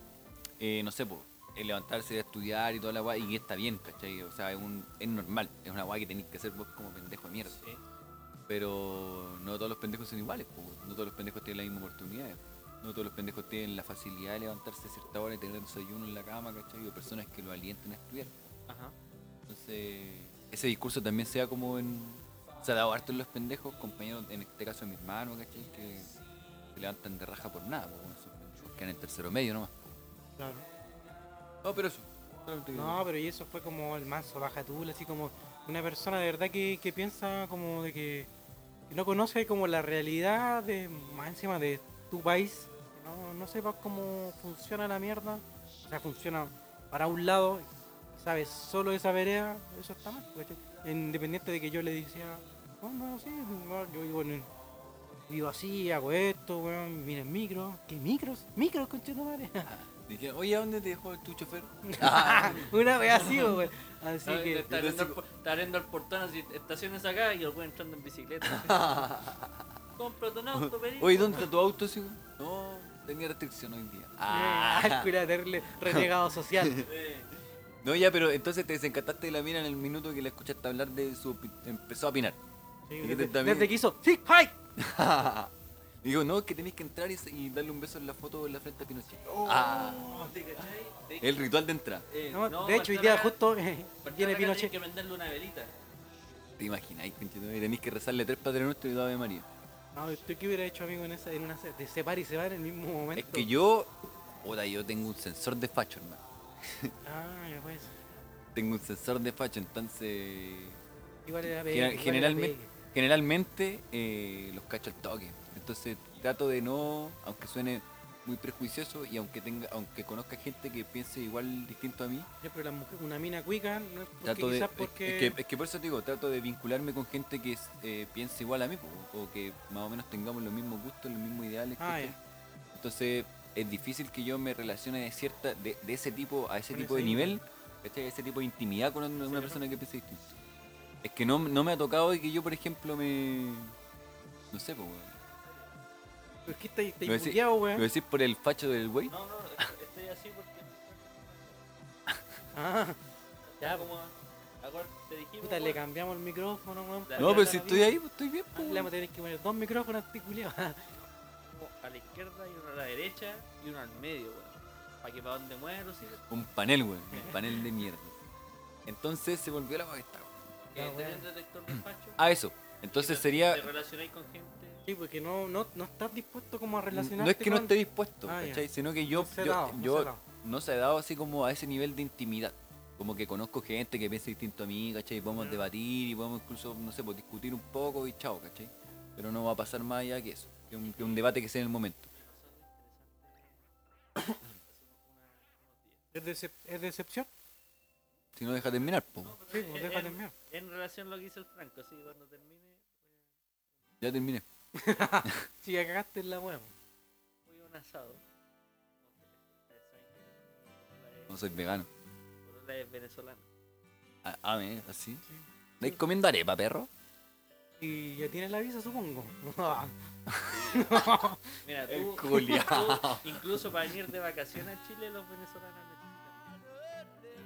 [SPEAKER 3] eh, no sé, po, el levantarse de estudiar y toda la weá, y está bien, ¿cachai? O sea, es, un, es normal, es una weá que tenéis que hacer vos como pendejo de mierda.
[SPEAKER 2] Sí.
[SPEAKER 3] Pero no todos los pendejos son iguales, po. no todos los pendejos tienen las mismas oportunidades. No todos los pendejos tienen la facilidad de levantarse a cierta hora y tener desayuno en la cama, ¿cachai? O personas que lo alienten a estudiar.
[SPEAKER 2] Ajá.
[SPEAKER 3] Entonces, ese discurso también sea como en. Se ha dado harto en los pendejos, compañeros, en este caso de mis hermanos, ¿cachai? Que se levantan de raja por nada, po, esos pendejos quedan en el tercero medio nomás.
[SPEAKER 4] Claro.
[SPEAKER 3] No, pero eso.
[SPEAKER 4] No, pero y eso fue como el manso baja tula, así como una persona de verdad que, que piensa como de que, que no conoce como la realidad de más encima de tu país, que no, no sepa cómo funciona la mierda, o sea, funciona para un lado, sabes solo esa vereda, eso está mal, ¿cachai? independiente de que yo le decía, no, no, sí, no, yo vivo en el- vivo así, hago esto, weón, mira el micro, ¿qué micros? Micros, conchetumare.
[SPEAKER 3] Dije, oye, ¿a dónde te dejó tu chofer? Ah.
[SPEAKER 4] Una wea así, weón. Así
[SPEAKER 2] Ah,
[SPEAKER 4] que.
[SPEAKER 2] Está abriendo, el, por- está abriendo el portón así, estaciones acá y el weón entrando en bicicleta. Compra tu auto, perico.
[SPEAKER 3] Oye, ¿dónde está tu auto, sí? No, tenía restricción hoy en día.
[SPEAKER 4] Ah, culiao, terrible renegado social.
[SPEAKER 2] Eh,
[SPEAKER 3] No, ya, pero entonces te desencantaste de la mina en el minuto que la escuchaste hablar de su... opi- Empezó a opinar.
[SPEAKER 4] Sí,
[SPEAKER 3] Y que
[SPEAKER 4] desde,
[SPEAKER 3] te- también-
[SPEAKER 4] desde que hizo ¡Sí, hi!
[SPEAKER 3] Digo, no, que tenés que entrar y, se- y darle un beso en la foto en la frente a Pinochet. Ah,
[SPEAKER 2] ¿te cachai? De-
[SPEAKER 3] El ritual de entrada.
[SPEAKER 2] eh,
[SPEAKER 4] No,
[SPEAKER 2] no,
[SPEAKER 4] de hecho, hoy
[SPEAKER 2] para
[SPEAKER 4] día
[SPEAKER 2] entrar acá-
[SPEAKER 4] justo
[SPEAKER 2] para entrar
[SPEAKER 4] tiene
[SPEAKER 2] acá tenés
[SPEAKER 4] Pinochet.
[SPEAKER 2] que venderle una velita.
[SPEAKER 3] ¿Te imagináis, conchetumare? Tenés que rezarle tres Padre Nuestro y dos Ave María.
[SPEAKER 4] No, ¿tú qué hubiera hecho, amigo, en esa, en una se- de se par y se va en el mismo momento?
[SPEAKER 3] Es que yo. Puta, yo tengo un sensor de facho, hermano.
[SPEAKER 4] Ah, ya pues.
[SPEAKER 3] Tengo un sensor de facho, entonces.
[SPEAKER 4] Igual era
[SPEAKER 3] Genera-
[SPEAKER 4] pegue, igual era
[SPEAKER 3] generalmente,
[SPEAKER 4] pegue.
[SPEAKER 3] generalmente eh, los cacho al toque. Entonces trato de no, aunque suene muy prejuicioso y aunque tenga, aunque conozca gente que piense igual distinto a mí,
[SPEAKER 4] Ya, pero la mujer- una mina cuica, no es porque
[SPEAKER 3] trato de,
[SPEAKER 4] quizás
[SPEAKER 3] es-
[SPEAKER 4] porque...
[SPEAKER 3] Es, que, es que por eso te digo, trato de vincularme con gente que es- eh, piense igual a mí, po, o que más o menos tengamos los mismos gustos, los mismos ideales.
[SPEAKER 4] Ah,
[SPEAKER 3] ¿cachai?
[SPEAKER 4] ya.
[SPEAKER 3] Entonces es difícil que yo me relacione de cierta, de, de ese tipo, a ese
[SPEAKER 4] Con
[SPEAKER 3] tipo
[SPEAKER 4] ese
[SPEAKER 3] de nivel, ¿cachai? ese tipo de intimidad con una, una persona que piense distinto. Es que no, no me ha tocado y que yo, por ejemplo, me... No sé, po, weón.
[SPEAKER 4] Pero es que estáis
[SPEAKER 3] Lo
[SPEAKER 4] estáis
[SPEAKER 3] decí-
[SPEAKER 4] buqueado,
[SPEAKER 3] ¿Lo
[SPEAKER 4] weón.
[SPEAKER 3] decís por el facho del güey?
[SPEAKER 2] No, no, es- estoy así porque.
[SPEAKER 4] Ah,
[SPEAKER 2] Ya, como. Acuérdate, te dijimos.
[SPEAKER 4] puta, le
[SPEAKER 2] weón.
[SPEAKER 4] cambiamos el micrófono, weón.
[SPEAKER 2] La-
[SPEAKER 3] No,
[SPEAKER 2] ya
[SPEAKER 3] pero
[SPEAKER 2] la
[SPEAKER 3] si
[SPEAKER 2] vi.
[SPEAKER 3] estoy ahí, pues, estoy bien, po,
[SPEAKER 4] Le
[SPEAKER 3] weón.
[SPEAKER 4] vamos a este tener que poner dos micrófonos articulados.
[SPEAKER 2] Uno a la izquierda y uno a la derecha y uno al medio, weón. Para que para donde muevas los hijos.
[SPEAKER 3] Un panel, weón. Un panel de mierda. Entonces se volvió la paveta, weón.
[SPEAKER 2] Que
[SPEAKER 4] Ya,
[SPEAKER 2] tenés
[SPEAKER 4] weón.
[SPEAKER 2] detector de facho.
[SPEAKER 3] Ah, eso. Entonces
[SPEAKER 2] te-
[SPEAKER 3] sería...
[SPEAKER 2] Te relacionáis con gente.
[SPEAKER 4] Sí, porque no, no, no estás dispuesto como a relacionarte
[SPEAKER 3] No es que no
[SPEAKER 4] con-
[SPEAKER 3] esté dispuesto,
[SPEAKER 4] Ah, ya.
[SPEAKER 3] ¿cachai? Sino que yo,
[SPEAKER 4] No se ha
[SPEAKER 3] yo,
[SPEAKER 4] dado, no
[SPEAKER 3] yo-
[SPEAKER 4] se ha dado.
[SPEAKER 3] no se ha dado así como a ese nivel de intimidad. Como que conozco gente que piensa distinto a mí, ¿cachai? Y podemos debatir y podemos incluso, no sé, pues discutir un poco y chao, ¿cachai? Pero no va a pasar más allá que eso, que un, que un debate que sea en el momento.
[SPEAKER 4] ¿Es, decep- es decepción?
[SPEAKER 3] Si no, deja terminar, po.
[SPEAKER 4] Sí,
[SPEAKER 2] Eh,
[SPEAKER 4] pues déjate
[SPEAKER 2] en-
[SPEAKER 4] miedo.
[SPEAKER 2] En relación a lo que hizo el Franco, así que cuando termine,
[SPEAKER 3] Ya terminé.
[SPEAKER 4] Si ya cagaste en la pues. weón.
[SPEAKER 2] voy a un asado.
[SPEAKER 3] No soy vegano.
[SPEAKER 2] Por otra es venezolana.
[SPEAKER 3] A, a ver, así. ¿Estáis comiendo arepa, perro?
[SPEAKER 4] Y ya tienes la visa, supongo.
[SPEAKER 2] Mira,
[SPEAKER 3] El
[SPEAKER 2] tú,
[SPEAKER 3] culiao.
[SPEAKER 2] tú, incluso para venir de vacaciones a Chile, los venezolanos necesitan.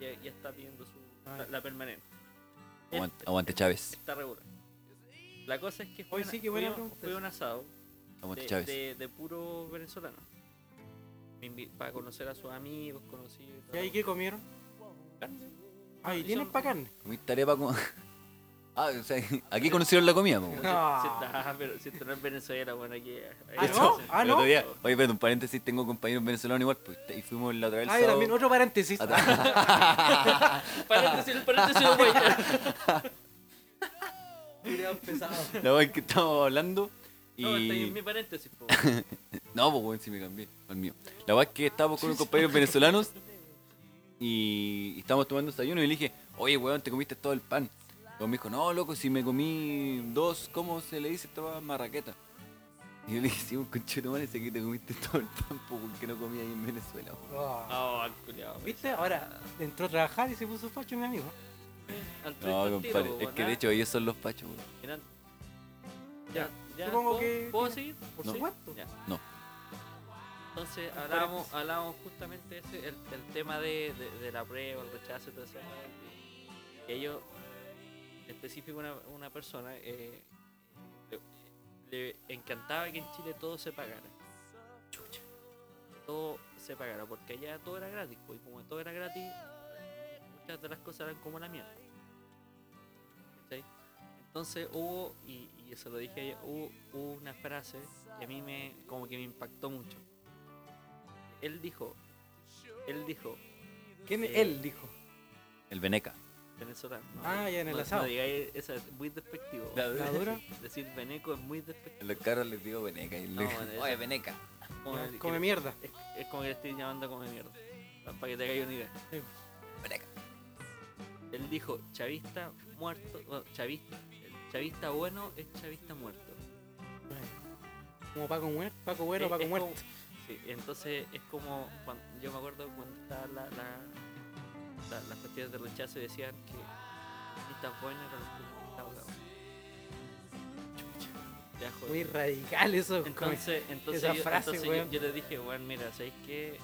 [SPEAKER 2] Ya, ya está pidiendo su, la, la permanente.
[SPEAKER 4] Eh.
[SPEAKER 3] Aguante, aguante Chávez.
[SPEAKER 2] Está regular. La cosa es que
[SPEAKER 4] Hoy
[SPEAKER 2] una-
[SPEAKER 4] sí que buena
[SPEAKER 2] fui a-
[SPEAKER 4] pregunta.
[SPEAKER 2] fui a un asado
[SPEAKER 3] Aguante
[SPEAKER 2] de,
[SPEAKER 3] Chávez.
[SPEAKER 2] de, de puro venezolano. Me invi- Para conocer a sus amigos, conocidos.
[SPEAKER 4] ¿Y ahí
[SPEAKER 2] que
[SPEAKER 4] qué comieron? Ah, ¿y tienen pa' carne?
[SPEAKER 3] ¿Comiste arepa con...? Ah, o sea, aquí conocieron la comida, po. weón.
[SPEAKER 2] Si
[SPEAKER 4] Ah,
[SPEAKER 2] está, pero si esto no es Venezuela, bueno, aquí. ahí
[SPEAKER 4] ¿Ah,
[SPEAKER 2] se
[SPEAKER 4] no?
[SPEAKER 2] hace.
[SPEAKER 4] ¿Ah,
[SPEAKER 3] El
[SPEAKER 4] no?
[SPEAKER 3] otro día- oye, pero un paréntesis, tengo compañeros venezolanos igual, pues, y fuimos la otra vez. el
[SPEAKER 4] Ah, y también
[SPEAKER 3] sábado
[SPEAKER 4] otro paréntesis.
[SPEAKER 3] a tra-
[SPEAKER 2] Paréntesis, paréntesis, no pues, voy a-
[SPEAKER 3] la vez que estábamos hablando. Y...
[SPEAKER 2] No, está ahí en mi paréntesis, po.
[SPEAKER 3] No, pues bueno, si me cambié, al mío. La verdad es que estábamos con unos compañeros venezolanos y, y estábamos tomando desayuno y le dije, oye, weón, te comiste todo el pan. Luego me dijo, no, loco, si me comí dos, ¿cómo se le dice esta marraqueta? Y yo le dije, sí, un conchero mal ese que te comiste todo el pan, po, porque no comí ahí en Venezuela. po".
[SPEAKER 4] Ah,
[SPEAKER 2] No, al culiao, wey.
[SPEAKER 4] ¿Viste? Ahora entró a trabajar y se puso facho, mi amigo.
[SPEAKER 2] Al tren
[SPEAKER 3] No,
[SPEAKER 2] contigo, ¿eh?
[SPEAKER 3] compadre,
[SPEAKER 2] po,
[SPEAKER 3] es que de
[SPEAKER 2] ¿no?
[SPEAKER 3] hecho ellos son los pachos, weón.
[SPEAKER 2] Eran- Ya, ya.
[SPEAKER 4] Supongo
[SPEAKER 2] ¿puedo,
[SPEAKER 4] que-
[SPEAKER 2] ¿Puedo seguir?
[SPEAKER 4] Por
[SPEAKER 3] No.
[SPEAKER 4] supuesto.
[SPEAKER 2] Ya.
[SPEAKER 3] No.
[SPEAKER 2] Entonces hablábamos, hablábamos justamente ese, el, el tema de, de, de la prueba, el rechazo y todo eso. ¿no? Que ellos, en específico una, una persona, eh, le, le encantaba que en Chile todo se pagara. Todo se pagara, porque allá todo era gratis, pues, y como todo era gratis, muchas de las cosas eran como la mierda. ¿Cachai? Entonces hubo, y, y eso lo dije a ella, hubo, hubo una frase que a mí me, como que me impactó mucho. Él dijo, él dijo,
[SPEAKER 4] ¿Quién
[SPEAKER 2] Eh.
[SPEAKER 4] él dijo?
[SPEAKER 3] El Veneca.
[SPEAKER 2] venezolano. no,
[SPEAKER 4] Ah, ya en el
[SPEAKER 2] no-
[SPEAKER 4] asado.
[SPEAKER 2] No digáis, eso es muy despectivo.
[SPEAKER 4] ¿La dura?
[SPEAKER 2] Decir veneco es muy despectivo.
[SPEAKER 3] Los carros les digo Veneca. y le-
[SPEAKER 2] No, bueno, eso-
[SPEAKER 3] Oye, Veneca.
[SPEAKER 2] Como el-
[SPEAKER 4] Come
[SPEAKER 2] el-
[SPEAKER 4] mierda.
[SPEAKER 2] es, es como que le estoy llamando como mierda. pa- Para que te hagáis una idea.
[SPEAKER 3] Veneca.
[SPEAKER 2] Él dijo, chavista muerto, bueno, chavista, el chavista bueno es chavista muerto.
[SPEAKER 4] Como Paco Muerto, Paco Bueno,
[SPEAKER 2] Es-
[SPEAKER 4] Paco
[SPEAKER 2] Eh, es
[SPEAKER 4] Muerto.
[SPEAKER 2] como- sí, entonces es como, cuan- yo me acuerdo cuando estaban la, la- la- las cuestiones de rechazo y decían que estas buenas eran las que estaban ahogadas. Ya, joder.
[SPEAKER 4] Muy radical eso.
[SPEAKER 2] Entonces, entonces,
[SPEAKER 4] esa
[SPEAKER 2] yo,
[SPEAKER 4] frase,
[SPEAKER 2] entonces yo-
[SPEAKER 4] weón.
[SPEAKER 2] yo le dije, weón, mira, ¿sabéis qué?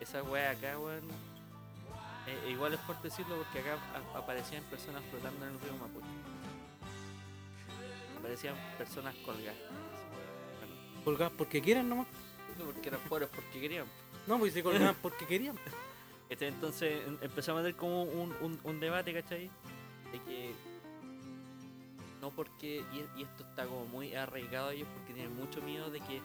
[SPEAKER 2] Esa weá acá, weón, eh, eh, igual es por decirlo porque acá a- aparecían personas flotando en el río Mapuche. Aparecían personas colgadas.
[SPEAKER 4] Como colgadas porque quieran nomás.
[SPEAKER 2] No Porque eran pobres, porque querían.
[SPEAKER 4] No, pues se colgaban porque querían. pues,
[SPEAKER 2] Este, entonces em- empezamos a tener como un, un- un debate, ¿cachai? De que no porque, y, y esto está como muy arraigado a ellos porque tienen mucho miedo de que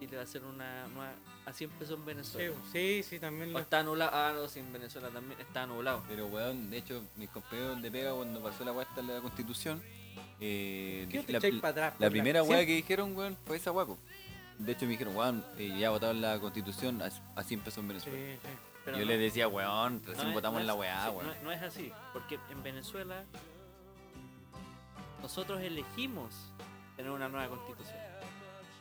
[SPEAKER 2] Chile va a ser una nueva, así empezó en
[SPEAKER 4] Sí, pues.
[SPEAKER 2] Venezuela.
[SPEAKER 4] sí, sí, también
[SPEAKER 2] O
[SPEAKER 4] lo...
[SPEAKER 2] está anulado, ah no, sí, en Venezuela también está anulado.
[SPEAKER 3] Pero, weón, de hecho, mis compañeros de pega cuando pasó la weá esta de la constitución, eh,
[SPEAKER 4] ¿Qué
[SPEAKER 3] dij-
[SPEAKER 4] te
[SPEAKER 3] la,
[SPEAKER 4] echáis
[SPEAKER 3] la-
[SPEAKER 4] para atrás? pues,
[SPEAKER 3] la
[SPEAKER 4] Porque
[SPEAKER 3] primera weá
[SPEAKER 4] siempre-
[SPEAKER 3] que dijeron, weón, fue esa weá. po. De hecho, me dijeron, weón, eh, ya votaron la constitución, as- así empezó en Venezuela.
[SPEAKER 4] Sí, sí.
[SPEAKER 2] Pero
[SPEAKER 3] Yo
[SPEAKER 2] no-
[SPEAKER 3] les decía, weón,
[SPEAKER 2] no
[SPEAKER 3] recién
[SPEAKER 2] es-
[SPEAKER 3] votamos
[SPEAKER 2] no
[SPEAKER 3] la
[SPEAKER 2] es-
[SPEAKER 3] weá,
[SPEAKER 2] sí,
[SPEAKER 3] weón.
[SPEAKER 2] No, no es así, porque en Venezuela nosotros elegimos tener una nueva constitución.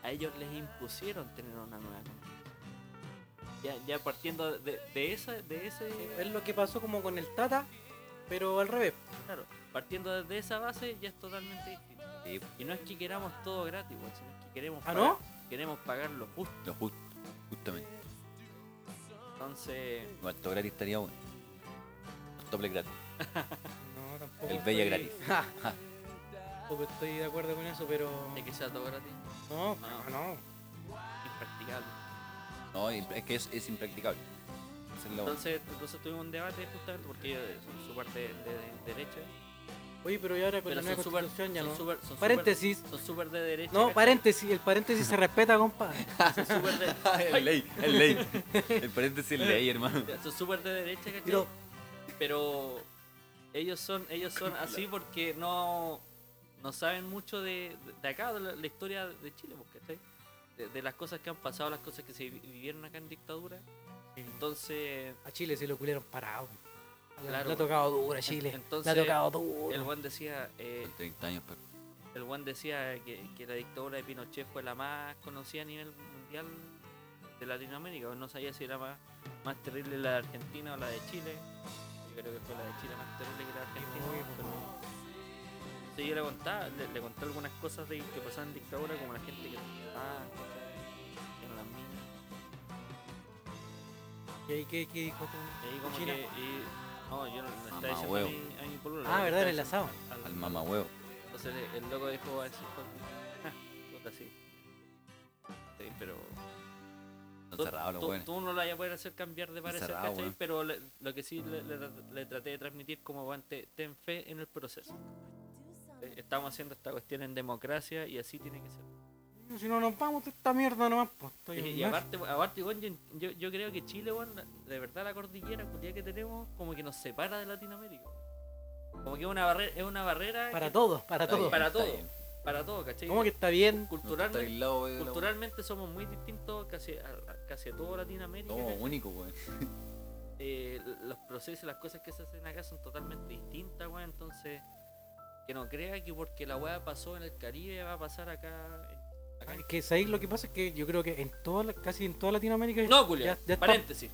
[SPEAKER 2] A ellos les impusieron tener una nueva constitución. Ya, ya partiendo de, de esa, de ese,
[SPEAKER 4] Es lo que pasó como con el Tata, pero al revés.
[SPEAKER 2] claro, partiendo de esa base ya es totalmente distinto.
[SPEAKER 3] Sí,
[SPEAKER 2] Y no es que queramos todo gratis, weón, sino es que queremos
[SPEAKER 4] ¿Ah,
[SPEAKER 2] pagar,
[SPEAKER 4] no?
[SPEAKER 2] queremos pagar lo justo.
[SPEAKER 3] lo justo, justamente.
[SPEAKER 2] Entonces,
[SPEAKER 3] Cuanto gratis estaría, weón. Los toples gratis.
[SPEAKER 4] No, tampoco.
[SPEAKER 3] El Bella
[SPEAKER 4] estoy-
[SPEAKER 3] gratis.
[SPEAKER 4] Tampoco estoy de acuerdo con eso, pero...
[SPEAKER 2] de que sea todo gratis,
[SPEAKER 4] No,
[SPEAKER 2] No.
[SPEAKER 4] no, no.
[SPEAKER 2] impracticable.
[SPEAKER 3] No, y- es que es, es impracticable. Esa es la weá.
[SPEAKER 2] Entonces, entonces tuvimos un debate justamente porque ellos son su parte de, de- derecha.
[SPEAKER 4] Oye, pero y ahora con
[SPEAKER 2] Pero
[SPEAKER 4] la nueva
[SPEAKER 2] son súper-
[SPEAKER 4] constitución ya
[SPEAKER 2] son
[SPEAKER 4] no.
[SPEAKER 2] súper- son súper-
[SPEAKER 4] Paréntesis.
[SPEAKER 2] Son súper de derecha.
[SPEAKER 4] No,
[SPEAKER 2] ¿cachai?
[SPEAKER 4] paréntesis. El paréntesis se respeta, compadre.
[SPEAKER 2] Son súper de,
[SPEAKER 3] es ley, es ley. El paréntesis es ley, hermano.
[SPEAKER 2] son súper de derecha, ¿cachai?
[SPEAKER 4] Tiro.
[SPEAKER 2] Pero ellos son, ellos son así porque no, no saben mucho de, de acá, de la, la historia de Chile, pues, ¿cachai? De, de las cosas que han pasado, las cosas que se vi- vivieron acá en dictadura. Entonces,
[SPEAKER 4] A Chile se lo culieron parado.
[SPEAKER 2] Claro,
[SPEAKER 4] Le ha tocado duro a Chile.
[SPEAKER 2] Entonces,
[SPEAKER 4] le ha tocado
[SPEAKER 2] el
[SPEAKER 4] duro.
[SPEAKER 2] Juan decía... eh,
[SPEAKER 3] Con 30 años, pero.
[SPEAKER 2] El Juan decía que, que la dictadura de Pinochet fue la más conocida a nivel mundial de Latinoamérica. No sabía si era más, más terrible la de Argentina o la de Chile. Yo creo que fue la de Chile más terrible que la de
[SPEAKER 4] Oye,
[SPEAKER 2] Argentina.
[SPEAKER 4] pues,
[SPEAKER 2] Entonces yo le contaba, le, le conté algunas cosas de, que pasaban en dictadura, como la gente que ah, que en las minas.
[SPEAKER 4] ¿Y ahí qué, qué dijo tú?
[SPEAKER 2] Y ahí como
[SPEAKER 4] China.
[SPEAKER 2] que. y- no, yo no le estaba
[SPEAKER 3] Mamá
[SPEAKER 2] diciendo
[SPEAKER 3] huevo.
[SPEAKER 2] a mi, a mi polola,
[SPEAKER 4] Ah,
[SPEAKER 2] le
[SPEAKER 4] ¿verdad?
[SPEAKER 2] estaba
[SPEAKER 4] El
[SPEAKER 2] diciendo al-
[SPEAKER 3] Al mamahuevo.
[SPEAKER 2] Entonces el, el loco dijo "Ah, así, ja, puta, sí. Sí, pero.
[SPEAKER 3] Están cerrados los
[SPEAKER 2] tú,
[SPEAKER 3] weones.
[SPEAKER 2] tú no la vas a poder hacer cambiar de parecer,
[SPEAKER 3] cerrados,
[SPEAKER 2] ¿cachai?
[SPEAKER 3] weón.
[SPEAKER 2] Pero le- lo que sí le, le- le traté de transmitir como weón, te- ten fe en el proceso. Eh, Estamos haciendo esta cuestión en democracia y así tiene que ser.
[SPEAKER 4] Si no nos vamos de esta mierda nomás, pues estoy
[SPEAKER 2] Y, y aparte, aparte weón, yo, yo, yo creo que Chile, weón, la- de verdad la cordillera culiá que tenemos como que nos separa de Latinoamérica. Como que es una barrera, es una barrera
[SPEAKER 4] Para
[SPEAKER 2] que-
[SPEAKER 4] todos, para
[SPEAKER 3] Está
[SPEAKER 4] todos.
[SPEAKER 3] bien,
[SPEAKER 2] Para
[SPEAKER 3] está
[SPEAKER 2] todo.
[SPEAKER 3] bien.
[SPEAKER 2] para todo, ¿cachai?
[SPEAKER 4] ¿Cómo que está bien?
[SPEAKER 3] Está
[SPEAKER 2] Culturalmente,
[SPEAKER 3] aislado, weón, la weá.
[SPEAKER 2] culturalmente somos muy distintos casi a, a- casi a todo Latinoamérica.
[SPEAKER 3] Somos
[SPEAKER 2] ¿cachai?
[SPEAKER 3] únicos, weón.
[SPEAKER 2] eh, los procesos y las cosas que se hacen acá son totalmente distintas, weón. Entonces, que no crea que porque la weá pasó en el Caribe va a pasar acá. acá en-
[SPEAKER 4] Que ahí lo que pasa es que yo creo que en toda, la- casi en toda Latinoamérica
[SPEAKER 2] No, Julio,
[SPEAKER 4] ya- ya está- Ah,
[SPEAKER 2] paréntesis.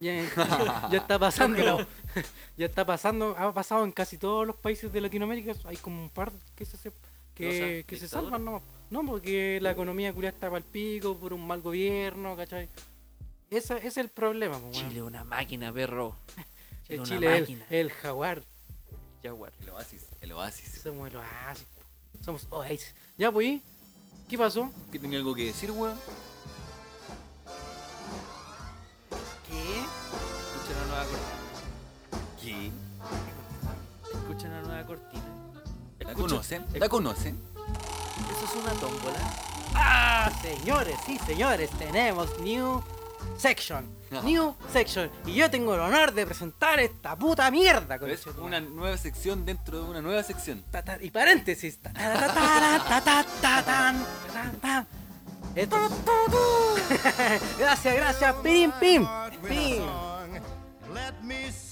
[SPEAKER 4] ya, ya está pasando, ya está pasando, ha pasado en casi todos los países de Latinoamérica, hay como un par que se se-
[SPEAKER 2] No seas
[SPEAKER 4] que, que se
[SPEAKER 2] dictador.
[SPEAKER 4] salvan nomás. No, porque la economía culia está para el pico por un mal gobierno, ¿cachai? Esa, ese es el problema, pues, weón.
[SPEAKER 2] Chile, una máquina, perro.
[SPEAKER 4] El
[SPEAKER 2] una
[SPEAKER 4] Chile es el,
[SPEAKER 2] máquina.
[SPEAKER 4] el jaguar.
[SPEAKER 2] Jaguar.
[SPEAKER 3] El oasis, el oasis.
[SPEAKER 4] Somos el oasis. Somos oasis. Ya, pues, ¿y? ¿qué pasó?
[SPEAKER 3] ¿Qué tenía algo que decir, weón?
[SPEAKER 4] ¿Qué?
[SPEAKER 2] Escucha una nueva cortina.
[SPEAKER 3] ¿Qué?
[SPEAKER 2] Escucha una nueva cortina.
[SPEAKER 3] ¿La
[SPEAKER 2] Escucha-
[SPEAKER 3] conocen? ¿La conocen?
[SPEAKER 2] Eso es una tómbola.
[SPEAKER 4] Señores, sí, señores, tenemos New Section.
[SPEAKER 3] Ajá.
[SPEAKER 4] New Section. Y yo tengo el honor de presentar esta puta mierda.
[SPEAKER 3] Es
[SPEAKER 4] conchetumare.
[SPEAKER 3] una nueva sección dentro de una nueva sección.
[SPEAKER 4] Ta, ta, y paréntesis. Ta, ta, ta, ta, ta, ta, ta, tan, ta, ta. Esto es- gracias, gracias, pim, pim, pim.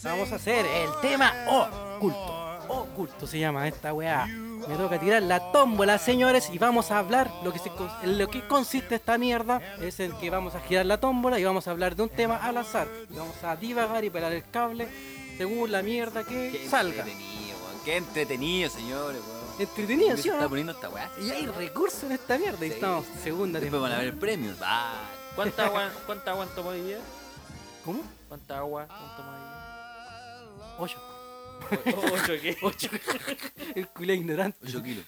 [SPEAKER 4] Vamos a hacer el tema oculto. Oculto se llama esta weá. Me toca tirar la tómbola, señores, y vamos a hablar. Lo que, se cons- en lo que consiste esta mierda es en que vamos a girar la tómbola y vamos a hablar de un tema al azar. Y vamos a divagar y pelar el cable según la mierda que salga.
[SPEAKER 3] entretenido, weón. Qué entretenido, señores, weón.
[SPEAKER 4] Entretenido,
[SPEAKER 3] ¿Qué
[SPEAKER 4] ¿sí
[SPEAKER 3] se
[SPEAKER 4] o
[SPEAKER 3] está
[SPEAKER 4] no?
[SPEAKER 3] poniendo esta weá?
[SPEAKER 4] Y hay recursos en esta mierda. Y
[SPEAKER 3] Sí.
[SPEAKER 4] estamos segunda
[SPEAKER 3] Después van
[SPEAKER 4] temporada.
[SPEAKER 3] a haber premios. Va.
[SPEAKER 2] ¿Cuánta agua, cuánta agua han tomado hoy día?
[SPEAKER 4] ¿Cómo?
[SPEAKER 2] ¿Cuánta agua han tomado hoy
[SPEAKER 4] Ocho.
[SPEAKER 2] día? O- ¿Ocho qué?
[SPEAKER 4] Ah. Ocho. El culé ignorante.
[SPEAKER 3] 8 kilos.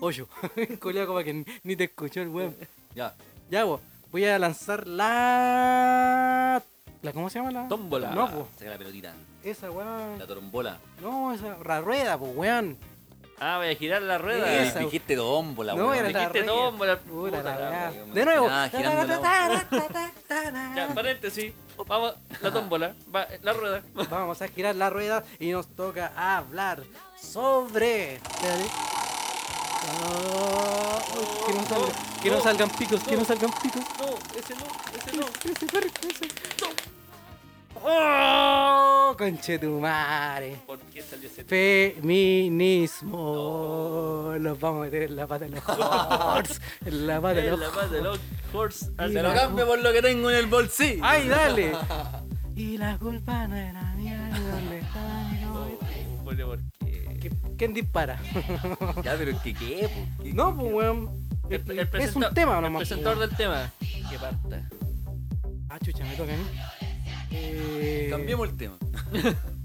[SPEAKER 4] Ocho. El culé como que ni te escuchó el weón.
[SPEAKER 3] Ya.
[SPEAKER 4] Ya, vos. Voy a lanzar la La, ¿Cómo se llama la?
[SPEAKER 2] Tómbola.
[SPEAKER 4] No, pues. po.
[SPEAKER 3] Saca la pelotita.
[SPEAKER 4] Esa weá.
[SPEAKER 3] La torombola.
[SPEAKER 4] No, esa. La rueda, pues weón.
[SPEAKER 2] Ah, voy a girar la rueda.
[SPEAKER 4] Esa.
[SPEAKER 3] Eh, Dijiste tombola,
[SPEAKER 4] No,
[SPEAKER 3] weón.
[SPEAKER 4] era la
[SPEAKER 2] Dijiste
[SPEAKER 4] rueda.
[SPEAKER 2] tómbola.
[SPEAKER 4] Puta
[SPEAKER 2] Puta
[SPEAKER 4] la
[SPEAKER 2] la
[SPEAKER 4] weá.
[SPEAKER 3] weá, weón.
[SPEAKER 4] De nuevo.
[SPEAKER 3] Ah, girando la
[SPEAKER 2] Ya, paréntesis. Vamos, la tómbola. Va, la rueda.
[SPEAKER 4] Vamos a girar la rueda y nos toca hablar sobre. Ah, uy, que no salgan, que no salgan picos, que no salgan picos.
[SPEAKER 2] No, ese no, ese no.
[SPEAKER 4] Ese perro, ese. ¡Oh! Conchetumare.
[SPEAKER 2] ¿Por qué salió ese
[SPEAKER 4] Feminismo. Los vamos a meter en la pata de los horse. En la pata de
[SPEAKER 2] En
[SPEAKER 4] los
[SPEAKER 2] la paz de los horse.
[SPEAKER 4] Y
[SPEAKER 2] Se
[SPEAKER 4] la-
[SPEAKER 2] lo cambio por lo que tengo en el bolsillo.
[SPEAKER 4] ¡Ay, dale! y la culpa no era mía, ni dónde estaba, ni cómo estaba.
[SPEAKER 2] Bueno, ¿por qué?
[SPEAKER 4] ¿Qui- ¿Quién dispara?
[SPEAKER 3] Ya, pero ¿qué qué, po? ¿Qué-
[SPEAKER 4] no, pues, weón.
[SPEAKER 2] El- el
[SPEAKER 4] es
[SPEAKER 2] presenta-
[SPEAKER 4] un tema
[SPEAKER 2] El
[SPEAKER 4] nomás.
[SPEAKER 2] presentador
[SPEAKER 4] pues,
[SPEAKER 2] del tema. Que parta.
[SPEAKER 4] weón. Ah, chucha, me toca a mí. Eh,
[SPEAKER 3] Cambiemos el tema.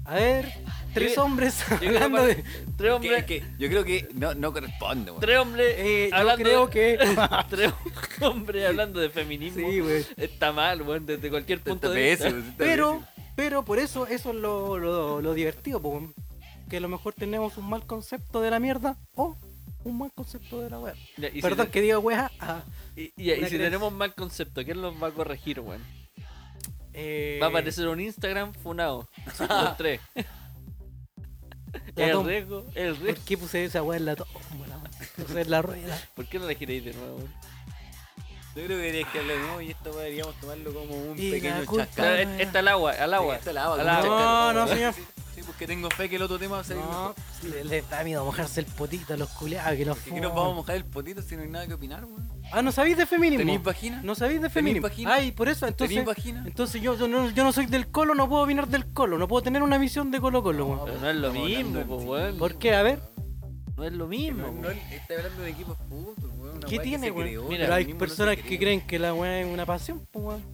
[SPEAKER 4] A ver, tres
[SPEAKER 2] Llegué-
[SPEAKER 4] hombres
[SPEAKER 2] Llegué a la
[SPEAKER 4] hablando
[SPEAKER 2] parte-
[SPEAKER 4] de.
[SPEAKER 2] Tres
[SPEAKER 3] Que-
[SPEAKER 2] hombres.
[SPEAKER 3] que yo creo que no, no corresponde, weón.
[SPEAKER 2] Tres hombres.
[SPEAKER 4] Eh, yo
[SPEAKER 2] hablando
[SPEAKER 4] creo
[SPEAKER 2] de-
[SPEAKER 4] que.
[SPEAKER 2] Tres hombres hablando de feminismo.
[SPEAKER 4] sí, weón.
[SPEAKER 2] Está mal, weón, desde cualquier punto de
[SPEAKER 3] TPS,
[SPEAKER 2] vista.
[SPEAKER 3] weón, TPS.
[SPEAKER 4] Pero, pero por eso, eso es lo, lo, lo divertido, po, weón. Que a lo mejor tenemos un mal concepto de la mierda o un mal concepto de la wea.
[SPEAKER 2] Ya, y si
[SPEAKER 4] Perdón
[SPEAKER 2] te-
[SPEAKER 4] que diga wea. ah,
[SPEAKER 2] y- y- y si
[SPEAKER 4] una creencia.
[SPEAKER 2] tenemos mal concepto, ¿quién los va a corregir, weón?
[SPEAKER 4] eh,
[SPEAKER 2] Va a aparecer un Instagram funado. Los tres.
[SPEAKER 4] La
[SPEAKER 2] El
[SPEAKER 4] tom-
[SPEAKER 2] riesgo, el
[SPEAKER 4] ¿Por
[SPEAKER 2] riesgo.
[SPEAKER 4] qué puse esa wea en la tómbola? weón? Puse en la rueda.
[SPEAKER 2] ¿Por qué no la giréis de nuevo? weón?
[SPEAKER 3] Yo creo que deberías que hablar, no, y esto deberíamos tomarlo como un
[SPEAKER 4] Y la
[SPEAKER 3] pequeño
[SPEAKER 4] culpa-
[SPEAKER 2] Claro,
[SPEAKER 3] chascarro.
[SPEAKER 2] es- Está al agua, al agua.
[SPEAKER 3] Está al agua,
[SPEAKER 2] Al
[SPEAKER 3] como
[SPEAKER 2] agua.
[SPEAKER 3] un
[SPEAKER 4] No, no,
[SPEAKER 3] chascarro,
[SPEAKER 4] señor.
[SPEAKER 3] Sí, sí, porque tengo fe que el otro tema va a salir
[SPEAKER 4] No,
[SPEAKER 3] mejor.
[SPEAKER 4] le, le da miedo mojarse el potito a los culiados que los
[SPEAKER 3] Que aquí nos
[SPEAKER 4] fuman.
[SPEAKER 3] vamos a mojar el potito si no hay nada que opinar, weón.
[SPEAKER 4] Ah, ¿no sabéis de feminismo?
[SPEAKER 3] ¿Tenéis vagina?
[SPEAKER 4] ¿No sabéis de
[SPEAKER 3] ¿Tenéis
[SPEAKER 4] feminismo?
[SPEAKER 3] vagina?
[SPEAKER 4] Ay, por eso, entonces...
[SPEAKER 3] ¿Tenéis vagina?
[SPEAKER 4] Entonces yo, yo, no, yo no soy del colo, no puedo opinar del colo, no puedo tener una visión de colo colo, weón.
[SPEAKER 3] Ah,
[SPEAKER 2] Pero no es lo
[SPEAKER 3] Estamos hablando
[SPEAKER 2] mismo,
[SPEAKER 3] de-
[SPEAKER 2] po, weón.
[SPEAKER 4] ¿Por qué? A ver.
[SPEAKER 2] No es lo mismo.
[SPEAKER 3] No, no,
[SPEAKER 2] weón.
[SPEAKER 3] está hablando de equipos de fútbol, weón. una
[SPEAKER 4] ¿Qué
[SPEAKER 3] weá que
[SPEAKER 4] tiene,
[SPEAKER 3] se
[SPEAKER 4] weón?
[SPEAKER 3] creó,
[SPEAKER 2] Mira,
[SPEAKER 3] el
[SPEAKER 4] Pero hay
[SPEAKER 3] feminismo no se
[SPEAKER 4] personas que
[SPEAKER 3] creó.
[SPEAKER 4] creen que la weá es una pasión, pues, weón.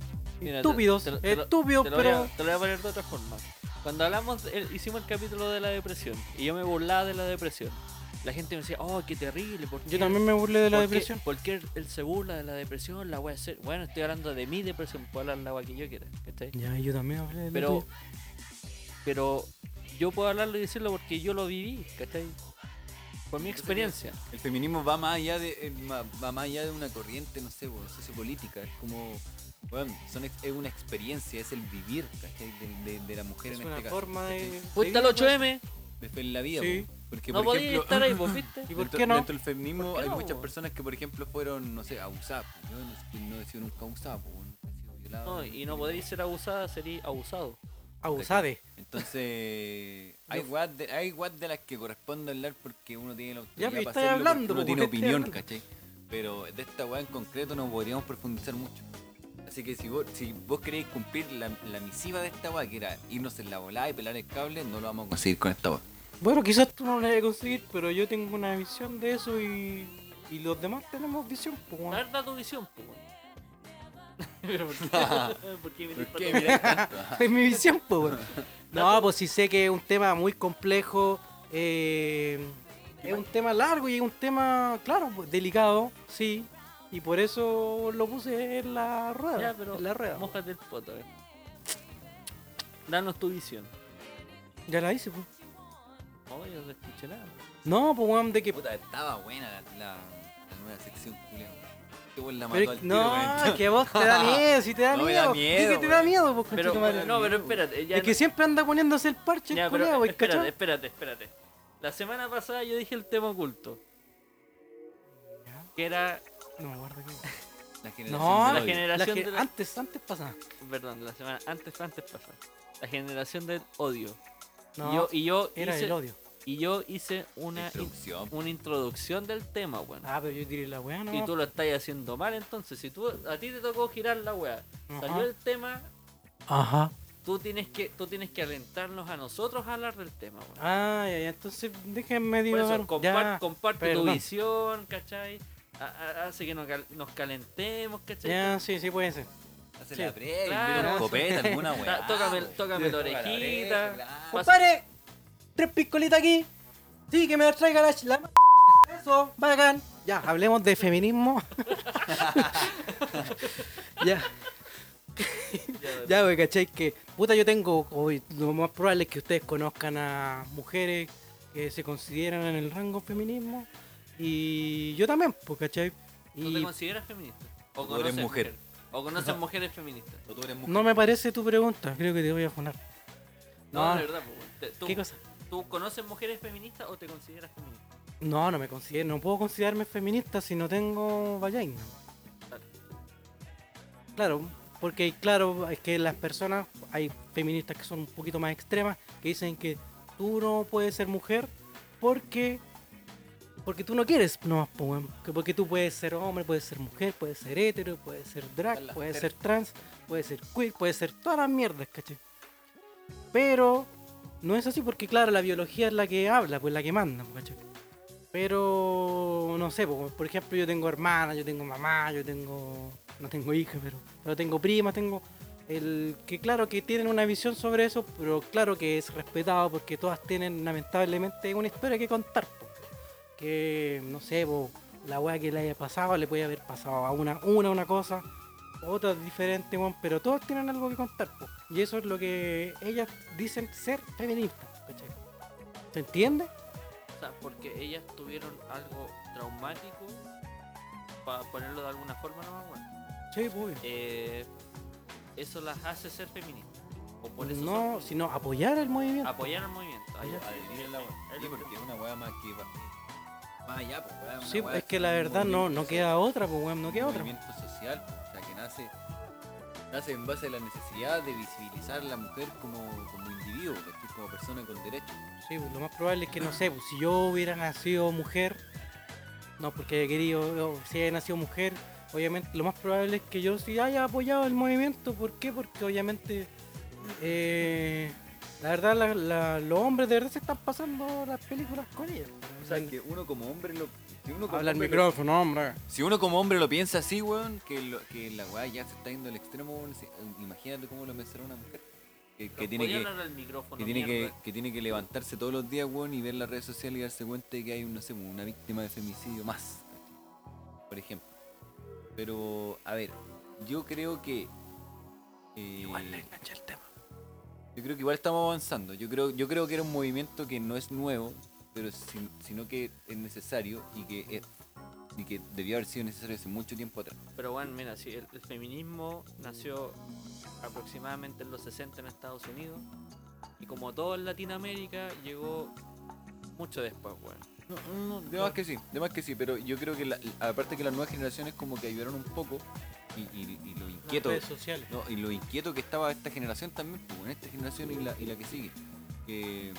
[SPEAKER 2] Mira, te-
[SPEAKER 4] Estúpidos,
[SPEAKER 2] te lo- te lo-
[SPEAKER 4] estúpidos,
[SPEAKER 2] te lo voy a-
[SPEAKER 4] pero.
[SPEAKER 2] Te lo voy a poner de otra forma. Cuando hablamos, eh, hicimos el capítulo de la depresión y yo me burlaba de la depresión. La gente me decía, oh, qué terrible. ¿por qué?
[SPEAKER 4] Yo también me burlé de la
[SPEAKER 2] ¿Por qué-
[SPEAKER 4] depresión.
[SPEAKER 2] ¿Por qué él se burla de la depresión? La voy a hacer. Bueno, estoy hablando de mi depresión, puedo hablar la agua que yo quiera. ¿cachai?
[SPEAKER 4] Ya, yo también hablé de la
[SPEAKER 2] Pero,
[SPEAKER 4] tuya.
[SPEAKER 2] pero yo puedo hablarlo y decirlo porque yo lo viví, ¿cachai? Por mi experiencia.
[SPEAKER 3] El feminismo va más allá de eh, ma- va más allá de una corriente, no sé, weón, sociopolítica. Es como, weón, son ex- es una experiencia, es el vivir, ¿cachai? De, de- de la mujer
[SPEAKER 4] Es
[SPEAKER 3] en
[SPEAKER 4] una
[SPEAKER 3] este
[SPEAKER 4] forma
[SPEAKER 3] caso. ¿cachai?
[SPEAKER 4] de.
[SPEAKER 2] Fuiste
[SPEAKER 4] de
[SPEAKER 2] al
[SPEAKER 4] vida,
[SPEAKER 2] 8M,
[SPEAKER 3] de fe en la vida.
[SPEAKER 4] Sí.
[SPEAKER 3] po. Porque,
[SPEAKER 2] no
[SPEAKER 3] por
[SPEAKER 2] podías
[SPEAKER 3] ejemplo,
[SPEAKER 2] estar ahí, vos viste.
[SPEAKER 4] ¿Y por
[SPEAKER 3] dentro-
[SPEAKER 4] qué no?
[SPEAKER 3] Dentro del feminismo
[SPEAKER 2] ¿Por qué
[SPEAKER 3] hay
[SPEAKER 2] no,
[SPEAKER 3] muchas
[SPEAKER 2] po?
[SPEAKER 3] personas que, por ejemplo, fueron, no sé, abusadas. po. Yo no, no he sido nunca abusado, po, nunca he sido violado.
[SPEAKER 2] No, y no podéis ser abusada, sería abusado.
[SPEAKER 4] Abusade.
[SPEAKER 3] Entonces, hay weas de, hay weas de las que corresponde hablar porque uno tiene la
[SPEAKER 4] Ya, pero
[SPEAKER 3] autoridad para
[SPEAKER 4] estáis
[SPEAKER 3] hacerlo,
[SPEAKER 4] hablando,
[SPEAKER 3] porque
[SPEAKER 4] po,
[SPEAKER 3] uno tiene
[SPEAKER 4] porque
[SPEAKER 3] opinión,
[SPEAKER 4] estáis
[SPEAKER 3] ¿cachai? Pero de esta wea en concreto no podríamos profundizar mucho. Así que si vos, si vos queréis cumplir la, la misiva de esta wea, que era irnos en la volada y pelar el cable, no lo vamos a conseguir con esta wea.
[SPEAKER 4] Bueno, quizás tú no lo vayas a conseguir, pero yo tengo una visión de eso y. Y los demás tenemos visión, pues,
[SPEAKER 2] La
[SPEAKER 4] weón.
[SPEAKER 2] verdad, tu visión, pues. Pero ¿por qué? ¿Por qué venís
[SPEAKER 3] ¿Por
[SPEAKER 2] para todo?
[SPEAKER 3] qué? Mirá tanto.
[SPEAKER 4] Es mi visión, pues, weón. No, pues sí sé que es un tema muy complejo. eh, es un tema largo y es un tema, claro, pues, delicado, sí. Y por eso lo puse en la rueda.
[SPEAKER 2] Ya, pero
[SPEAKER 4] en la rueda.
[SPEAKER 2] Mójate el poto, a ver. Danos tu visión.
[SPEAKER 4] Ya la hice, pues.
[SPEAKER 2] No, yo no escuché nada.
[SPEAKER 4] No, pues, weón, de que.
[SPEAKER 3] Puta, estaba buena la, la, la nueva sección, culiao. Qué buen la mató
[SPEAKER 4] pero-
[SPEAKER 3] al tiro,
[SPEAKER 4] no,
[SPEAKER 3] weón.
[SPEAKER 4] es que a vos te da miedo, si te da
[SPEAKER 3] No me
[SPEAKER 4] miedo.
[SPEAKER 3] da
[SPEAKER 4] di
[SPEAKER 3] miedo,
[SPEAKER 4] que te
[SPEAKER 3] weón.
[SPEAKER 4] da miedo, pues,
[SPEAKER 2] Pero,
[SPEAKER 4] conchetumare.
[SPEAKER 2] no, pero espérate. Ya
[SPEAKER 4] Es que
[SPEAKER 2] no-
[SPEAKER 4] siempre anda poniéndose el parche,
[SPEAKER 2] ya,
[SPEAKER 4] el
[SPEAKER 2] pero
[SPEAKER 4] culiao, weón,
[SPEAKER 2] espérate,
[SPEAKER 4] ¿cachai?
[SPEAKER 2] espérate, espérate. La semana pasada yo dije el tema oculto.
[SPEAKER 4] Ya.
[SPEAKER 2] Que era.
[SPEAKER 4] No me acuerdo qué.
[SPEAKER 3] La generación
[SPEAKER 4] No,
[SPEAKER 3] del
[SPEAKER 4] la
[SPEAKER 3] odio.
[SPEAKER 2] generación
[SPEAKER 4] la ge-
[SPEAKER 2] de la-
[SPEAKER 4] antes, antes pasaba.
[SPEAKER 2] Perdón, la semana antes, antes pasada. La generación del odio.
[SPEAKER 4] No,
[SPEAKER 2] y yo, y yo
[SPEAKER 4] era
[SPEAKER 2] hice,
[SPEAKER 4] el odio.
[SPEAKER 2] Y yo hice una, in-
[SPEAKER 3] Introducción.
[SPEAKER 2] una introducción del tema, weón.
[SPEAKER 4] Ah, pero yo diré la weá, no.
[SPEAKER 2] Y tú lo estás haciendo mal entonces. Si tú a ti te tocó girar la weá,
[SPEAKER 4] Ajá.
[SPEAKER 2] salió el tema,
[SPEAKER 4] Ajá.
[SPEAKER 2] tú tienes que, tú tienes que alentarnos a nosotros a hablar del tema, weón.
[SPEAKER 4] Ah, ya, ya, entonces déjenme
[SPEAKER 2] Por
[SPEAKER 4] divagar.
[SPEAKER 2] eso, compar-
[SPEAKER 4] ya,
[SPEAKER 2] comparte tu
[SPEAKER 4] perdón.
[SPEAKER 2] visión, ¿cachai? A- a- hace que nos, cal- nos calentemos, ¿cachai?
[SPEAKER 4] ya, sí, sí puede ser.
[SPEAKER 3] Hace
[SPEAKER 4] Sí,
[SPEAKER 3] la previa,
[SPEAKER 2] claro.
[SPEAKER 3] invita un copete, alguna
[SPEAKER 2] Ta-
[SPEAKER 3] weá.
[SPEAKER 2] tócame,
[SPEAKER 3] weón.
[SPEAKER 2] tócame la
[SPEAKER 3] Toca la
[SPEAKER 2] orejita.
[SPEAKER 3] oreja, claro.
[SPEAKER 2] Pas-
[SPEAKER 4] Compadre, tres piscolitas aquí. Sí, que me las traiga la, ch- la m- Eso, bacán. Ya, hablemos de feminismo. ya.
[SPEAKER 2] Ya,
[SPEAKER 4] Ya, güey, ¿cachai? Que, puta, yo tengo, hoy, lo más probable es que ustedes conozcan a mujeres que se consideran en el rango feminismo. Y yo también, pues, ¿cachai?
[SPEAKER 2] ¿Tú te
[SPEAKER 4] Y
[SPEAKER 2] consideras feminista? ¿O
[SPEAKER 3] No, eres
[SPEAKER 2] conoces
[SPEAKER 3] mujer.
[SPEAKER 2] mujeres? ¿O conoces mujeres feministas?
[SPEAKER 3] No, tú eres mujer.
[SPEAKER 4] no me parece tu pregunta, creo que te voy a funar.
[SPEAKER 2] No,
[SPEAKER 4] No.
[SPEAKER 2] de verdad. po, weón. Te- ¿Tú,
[SPEAKER 4] ¿Qué cosa?
[SPEAKER 2] ¿Tú conoces mujeres feministas o te consideras feminista?
[SPEAKER 4] No, no me considero, no puedo considerarme feminista si no tengo vagina. Claro, porque claro, es que las personas, hay feministas que son un poquito más extremas, que dicen que tú no puedes ser mujer porque porque tú no quieres, no, po, weón. Que porque tú puedes ser hombre, puedes ser mujer, puedes ser hetero, puedes ser drag,
[SPEAKER 3] Están las
[SPEAKER 4] puedes
[SPEAKER 3] ter-
[SPEAKER 4] ser trans, puedes ser queer, puedes ser todas las mierdas, caché. Pero no es así porque claro, la biología es la que habla, pues la que manda, po, ¿cachai? Pero no sé, po, por ejemplo, yo tengo hermana, yo tengo mamá, yo tengo. No tengo hija, pero. Pero tengo primas, tengo. El que claro que tienen una visión sobre eso, pero claro que es respetado porque todas tienen lamentablemente una historia que contar. po. Que no sé, po, la weá que le haya pasado le puede haber pasado a una una, una cosa, otra diferente, weón, pero todas tienen algo que contar. po. Y eso es lo que ellas dicen ser feministas. ¿cachai? ¿Se entiende?
[SPEAKER 2] O sea, porque ellas tuvieron algo traumático, para ponerlo de alguna forma nomás, weón.
[SPEAKER 4] Sí, pues.
[SPEAKER 2] Eh, eso las hace ser feministas. O por eso
[SPEAKER 4] No,
[SPEAKER 2] son-
[SPEAKER 4] sino apoyar el movimiento.
[SPEAKER 3] Ah,
[SPEAKER 2] apoyar el movimiento. Ahí-
[SPEAKER 4] Ya.
[SPEAKER 2] ahí- ahí-
[SPEAKER 3] Sí, porque es una weá más que va. Más allá, pues, weá, una
[SPEAKER 4] Sí,
[SPEAKER 3] weá
[SPEAKER 4] es que la
[SPEAKER 3] un
[SPEAKER 4] verdad no, no
[SPEAKER 3] movimiento
[SPEAKER 4] queda otra, pues weón, no
[SPEAKER 3] social,
[SPEAKER 4] queda
[SPEAKER 3] un
[SPEAKER 4] otra.
[SPEAKER 3] movimiento social, pues, o sea, que nace, nace en base a la necesidad de visibilizar a la mujer como, como individuo, ¿cachai? como persona con derechos.
[SPEAKER 4] Sí, pues, lo más probable es que no sé, pues, si yo hubiera nacido mujer, no porque he querido, yo, si he nacido mujer, obviamente lo más probable es que yo sí haya apoyado el movimiento. ¿Por qué? Porque obviamente eh, la verdad la- la- los hombres de verdad se están pasando las películas con ellas.
[SPEAKER 3] O sea, que uno como hombre lo. que uno como
[SPEAKER 4] Habla el
[SPEAKER 3] hombre lo-
[SPEAKER 4] micrófono, hombre.
[SPEAKER 3] Si uno como hombre lo piensa así, weón, que, lo- que la weá ya se está yendo al extremo, weón, si- imagínate cómo lo pensará una mujer. Que, que
[SPEAKER 2] Pero
[SPEAKER 3] tiene
[SPEAKER 2] podía
[SPEAKER 3] que,
[SPEAKER 2] hablar al micrófono,
[SPEAKER 3] que tiene que,
[SPEAKER 2] mierda.
[SPEAKER 3] que tiene que levantarse todos los días, weón, y ver las redes sociales y darse cuenta de que hay, no sé, una víctima de femicidio más, ¿cachai? por ejemplo. Pero, a ver, yo creo que... eh,
[SPEAKER 4] Igual le enganché el tema.
[SPEAKER 3] yo creo que igual estamos avanzando. Yo creo, yo creo que era un movimiento que no es nuevo, pero sin- sino que es necesario y que es- y que debió haber sido necesario hace mucho tiempo atrás.
[SPEAKER 2] Pero bueno, mira, si el, el feminismo nació aproximadamente en los 60 en Estados Unidos y como todo en Latinoamérica llegó mucho después, weón.
[SPEAKER 3] No, no, no, de más que sí, de más que sí, pero yo creo que la- aparte que las nuevas generaciones como que ayudaron un poco y, y- y lo
[SPEAKER 4] Las
[SPEAKER 3] inquieto,
[SPEAKER 4] redes sociales.
[SPEAKER 3] no, y lo inquieto que estaba esta generación también, pues, en esta generación y la, y la que sigue. Que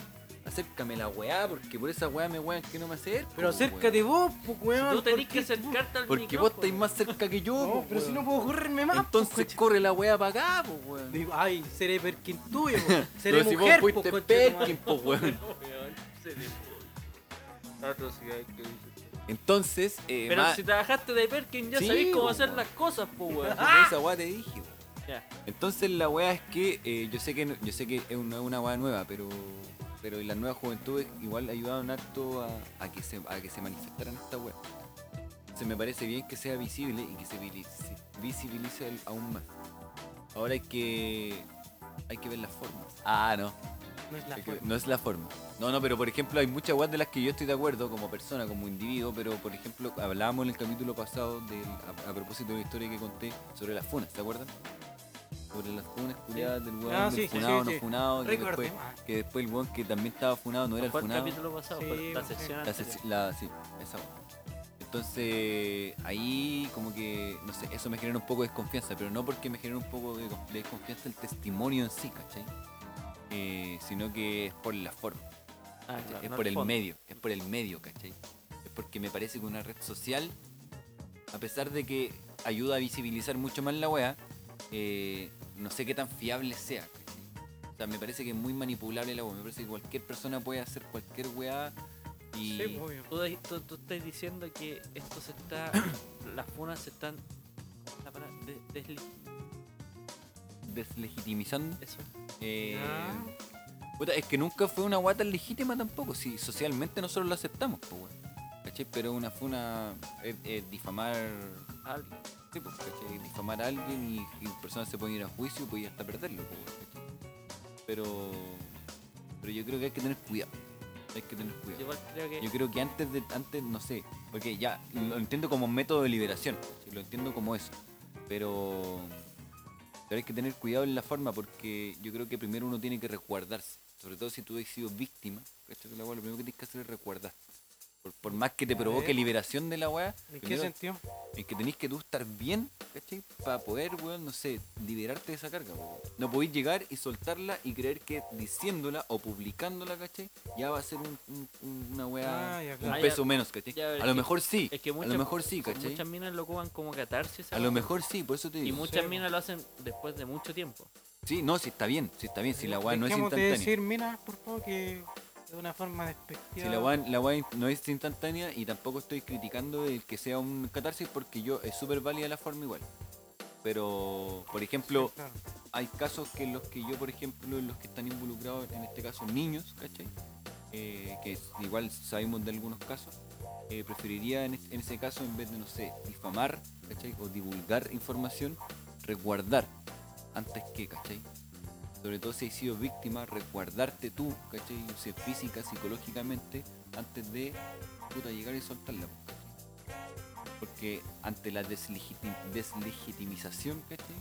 [SPEAKER 3] acércame la weá, porque por esa weá me wean que no me acerco.
[SPEAKER 4] Pero
[SPEAKER 3] pues, weón.
[SPEAKER 4] acércate pues. vos, pues weón.
[SPEAKER 2] Tú tenés
[SPEAKER 4] ¿por qué
[SPEAKER 2] que acercarte al
[SPEAKER 3] Porque vos
[SPEAKER 2] micrófono.
[SPEAKER 3] estáis más cerca que yo,
[SPEAKER 4] No,
[SPEAKER 3] pues,
[SPEAKER 4] pero si
[SPEAKER 3] weón.
[SPEAKER 4] no puedo correrme más.
[SPEAKER 3] Entonces
[SPEAKER 4] pues,
[SPEAKER 3] corre la weá para acá, pues, weón.
[SPEAKER 4] coche. Digo, Ay, seré Perkin tuyo. po. Seré
[SPEAKER 3] Pero si vos
[SPEAKER 4] mujer, po,
[SPEAKER 3] fuiste
[SPEAKER 4] coche,
[SPEAKER 3] Perkin,
[SPEAKER 4] tu madre.
[SPEAKER 3] pues, weón.
[SPEAKER 2] Weón, se le fue.
[SPEAKER 4] Ah,
[SPEAKER 2] Atrocidad que dices.
[SPEAKER 3] Entonces, eh,
[SPEAKER 2] Pero
[SPEAKER 3] ma-
[SPEAKER 2] si trabajaste de Perkin ya
[SPEAKER 3] Sí,
[SPEAKER 2] sabés cómo
[SPEAKER 3] po,
[SPEAKER 2] hacer
[SPEAKER 3] weón.
[SPEAKER 2] las cosas, pues, weón.
[SPEAKER 3] por
[SPEAKER 4] Ah.
[SPEAKER 3] esa weá te dije, pues. weón.
[SPEAKER 2] Ya.
[SPEAKER 3] Entonces la weá es que eh, yo sé que no- yo sé que es una, una weá nueva, pero pero las nuevas juventudes igual ayudaron harto a, a que se a que se manifestaran esta weá. Se me parece bien que sea visible y que se vili- se visibilice el- aún más. Ahora hay que hay que ver las formas. Ah, no.
[SPEAKER 4] No es la
[SPEAKER 3] Hay que-
[SPEAKER 4] forma.
[SPEAKER 3] no es la forma. No, no, pero por ejemplo hay muchas weas de las que yo estoy de acuerdo como persona, como individuo, pero por ejemplo hablábamos en el capítulo pasado del- a, a propósito de una historia que conté sobre las funas, ¿te acuerdan? Sobre las funas culiadas del weón,
[SPEAKER 4] Ah,
[SPEAKER 3] del
[SPEAKER 4] sí, sí,
[SPEAKER 3] funado,
[SPEAKER 4] sí,
[SPEAKER 3] no
[SPEAKER 4] sí.
[SPEAKER 3] funado, que
[SPEAKER 4] Recuerdo,
[SPEAKER 3] después,
[SPEAKER 4] ah.
[SPEAKER 3] que después el weón que también estaba funado no era el
[SPEAKER 2] ¿Cuál
[SPEAKER 3] funado.
[SPEAKER 2] capítulo pasado?
[SPEAKER 4] Sí,
[SPEAKER 2] Fue la
[SPEAKER 4] sí.
[SPEAKER 2] sección
[SPEAKER 3] La,
[SPEAKER 2] anterior.
[SPEAKER 3] sec- la- sí, esa wea. Entonces ahí como que, no sé, eso me genera un poco de desconfianza, pero no porque me genera un poco de, de desconfianza el testimonio en sí, ¿cachai? Eh, sino que es por la forma.
[SPEAKER 2] Ah,
[SPEAKER 3] ¿cachai?
[SPEAKER 2] claro,
[SPEAKER 3] es
[SPEAKER 2] no
[SPEAKER 3] por el
[SPEAKER 2] fondo.
[SPEAKER 3] medio, es por el medio, ¿cachai? Es porque me parece que una red social, a pesar de que ayuda a visibilizar mucho más la wea, eh, no sé qué tan fiable sea, ¿cachai? O sea, me parece que es muy manipulable la wea, me parece que cualquier persona puede hacer cualquier wea y...
[SPEAKER 4] Sí, po, obvio.
[SPEAKER 2] Tú, de- tú- tú estás diciendo que esto se está. las funas se están. la para- de- desli-
[SPEAKER 3] deslegitimizando.
[SPEAKER 2] eso.
[SPEAKER 3] eh,
[SPEAKER 4] Ya.
[SPEAKER 3] puta, es que nunca fue una guata legítima tampoco, si socialmente nosotros lo aceptamos, pues, weón. ¿Cachai? Pero una fue una. difamar
[SPEAKER 2] a alguien.
[SPEAKER 3] Sí, pues, ¿cachai? Difamar a alguien y, y personas se pueden ir a juicio y hasta perderlo, pues, ¿cachai? Pero, pero yo creo que hay que tener cuidado. Hay que tener
[SPEAKER 2] Yo
[SPEAKER 3] cuidado.
[SPEAKER 2] igual creo que.
[SPEAKER 3] Yo creo que antes de, antes, no sé, porque ya lo entiendo como método de liberación, ¿cachai? lo entiendo como eso, pero, pero hay que tener cuidado en la forma porque yo creo que primero uno tiene que resguardarse, sobre todo si tú has sido víctima, ¿cachai? La weá, lo primero que tienes que hacer es resguardarte. Por, por más que te provoque liberación de la weá,
[SPEAKER 4] ¿En qué
[SPEAKER 3] primero-
[SPEAKER 4] sentido?
[SPEAKER 3] en que tenéis que tú estar bien, ¿cachai? Para poder, weón, no sé, liberarte de esa carga, weón. No podéis llegar y soltarla y creer que diciéndola o publicándola, ¿cachai? Ya va a ser un, un- un- una weá,
[SPEAKER 4] Ah, ya,
[SPEAKER 3] un
[SPEAKER 4] claro.
[SPEAKER 2] Ah,
[SPEAKER 3] peso
[SPEAKER 2] ya.
[SPEAKER 3] menos, ¿cachai?
[SPEAKER 2] Ya, pero
[SPEAKER 3] a lo
[SPEAKER 2] es que-
[SPEAKER 3] mejor sí,
[SPEAKER 2] Es que
[SPEAKER 3] a
[SPEAKER 2] muchas,
[SPEAKER 3] lo mejor sí, ¿cachai?
[SPEAKER 2] muchas minas lo ocupan como catarsis.
[SPEAKER 3] A lo mejor sí, por eso te
[SPEAKER 2] Y
[SPEAKER 3] digo.
[SPEAKER 2] muchas
[SPEAKER 4] Sí,
[SPEAKER 2] minas lo hacen después de mucho tiempo.
[SPEAKER 3] Sí, no, si está bien, si está bien, si la weá no es
[SPEAKER 4] Dejemos de
[SPEAKER 3] instantánea.
[SPEAKER 4] decir, mira, por favor, que de una forma despectiva.
[SPEAKER 3] Si la weá, la weá no es instantánea y tampoco estoy criticando el que sea un catarsis porque yo es súper válida la forma igual. Pero, por ejemplo,
[SPEAKER 4] Claro.
[SPEAKER 3] hay casos que en los que yo, por ejemplo, en los que están involucrados, en este caso niños, ¿cachai? Eh, que es- igual sabemos de algunos casos, eh, preferiría en, es- en ese caso, en vez de, no sé, difamar, ¿cachai? O divulgar información, resguardar antes que, ¿cachai? Sobre todo si has sido víctima, resguardarte tú, ¿cachai? No sé, física, psicológicamente, antes de puta, llegar y soltarla. po, ¿cachai? Porque ante la deslegiti- deslegitimización, ¿cachai?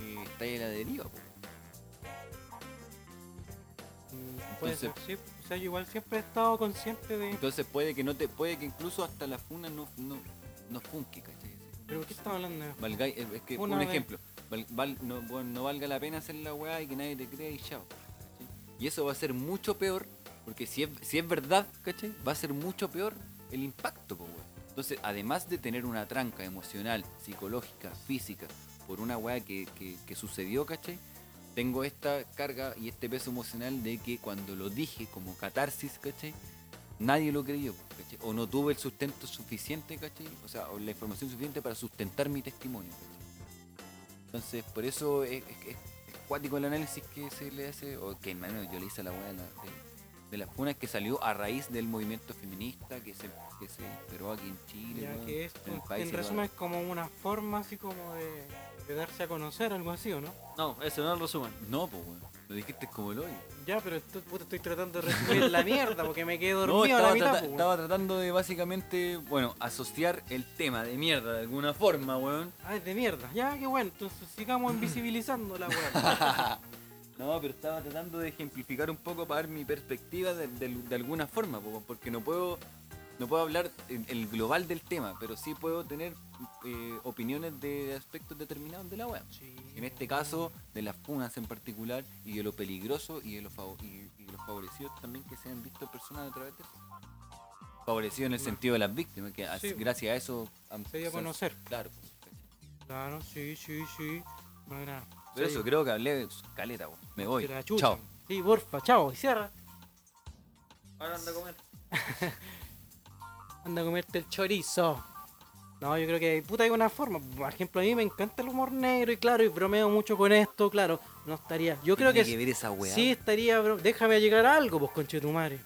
[SPEAKER 3] eh, está ahí a la deriva. po.
[SPEAKER 4] Mm, puede ser,
[SPEAKER 3] Entonces-
[SPEAKER 4] sí. O sea, yo igual siempre he estado consciente de.
[SPEAKER 3] Entonces puede que no te, puede que incluso hasta la funa no, no, no funque, ¿cachai?
[SPEAKER 4] ¿Pero qué estamos hablando? de-
[SPEAKER 3] Valga- eh, es que
[SPEAKER 4] Funa
[SPEAKER 3] un
[SPEAKER 4] de-
[SPEAKER 3] ejemplo, val- val- no, bueno, no valga la pena hacer la weá y que nadie te crea y chao. ¿cachai? Y eso va a ser mucho peor, porque si es, si es verdad, ¿cachai? Va a ser mucho peor el impacto, po, weón. Entonces, además de tener una tranca emocional, psicológica, física, por una weá que, que- que sucedió, ¿cachai? Tengo esta carga y este peso emocional de que cuando lo dije como catarsis, ¿cachai? nadie lo creyó, ¿cachai? o no tuve el sustento suficiente, ¿cachai? o sea, o la información suficiente para sustentar mi testimonio. ¿cachai? Entonces, por eso es, es, es- es cuático el análisis que se le hace, o que hermano yo le hice a la buena de, de las funas que salió a raíz del movimiento feminista que se, que se esperó aquí en Chile.
[SPEAKER 4] Ya
[SPEAKER 3] weón,
[SPEAKER 4] que es,
[SPEAKER 3] en el
[SPEAKER 4] pues,
[SPEAKER 3] país
[SPEAKER 4] en
[SPEAKER 3] se
[SPEAKER 4] resumen, es como una forma así como de, de darse a conocer, algo así, ¿o no?
[SPEAKER 2] No, eso no es el resumen.
[SPEAKER 3] va- No, pues, weón, lo dijiste como el hoyo.
[SPEAKER 4] Ya, pero esto- puta, estoy tratando de resumir la mierda porque me quedé dormido
[SPEAKER 3] No,
[SPEAKER 4] a la
[SPEAKER 3] estaba,
[SPEAKER 4] mitad.
[SPEAKER 3] trata-
[SPEAKER 4] po, weón.
[SPEAKER 3] estaba tratando de básicamente, bueno, asociar el tema de mierda de alguna forma, weón.
[SPEAKER 4] Ah, es de mierda. Ya, qué bueno. Entonces
[SPEAKER 3] Mm.
[SPEAKER 4] sigamos invisibilizando la weá.
[SPEAKER 3] No, pero estaba tratando de ejemplificar un poco para dar mi perspectiva de, de- de alguna forma, po, porque no puedo, no puedo hablar el, el global del tema, pero sí puedo tener eh, opiniones de aspectos determinados de la web.
[SPEAKER 4] Sí,
[SPEAKER 3] En este caso, de las punas en particular, y de lo peligroso y de los y, y de los favorecidos también que se han visto personas a través de eso. Favorecido en el sentido de las víctimas, que as-
[SPEAKER 4] Mm. Sí.
[SPEAKER 3] gracias a eso han-
[SPEAKER 4] Se dio a conocer.
[SPEAKER 3] Claro. po, ¿cachai?
[SPEAKER 4] Claro, sí, sí, sí. Bueno,
[SPEAKER 3] Pero eso creo que hablé caleta, po. me voy. Chao.
[SPEAKER 4] Chao. Sí, porfa, chao. Y cierra.
[SPEAKER 2] Ahora anda a comer.
[SPEAKER 4] Anda a comerte el chorizo. No, yo creo que puta hay una forma. Por ejemplo, a mí me encanta el humor negro y claro, y bromeo mucho con esto, claro. No estaría. Yo creo que,
[SPEAKER 3] Tiene ver esa weá,
[SPEAKER 4] sí estaría. bro- Déjame llegar a algo, pues, conchetumare.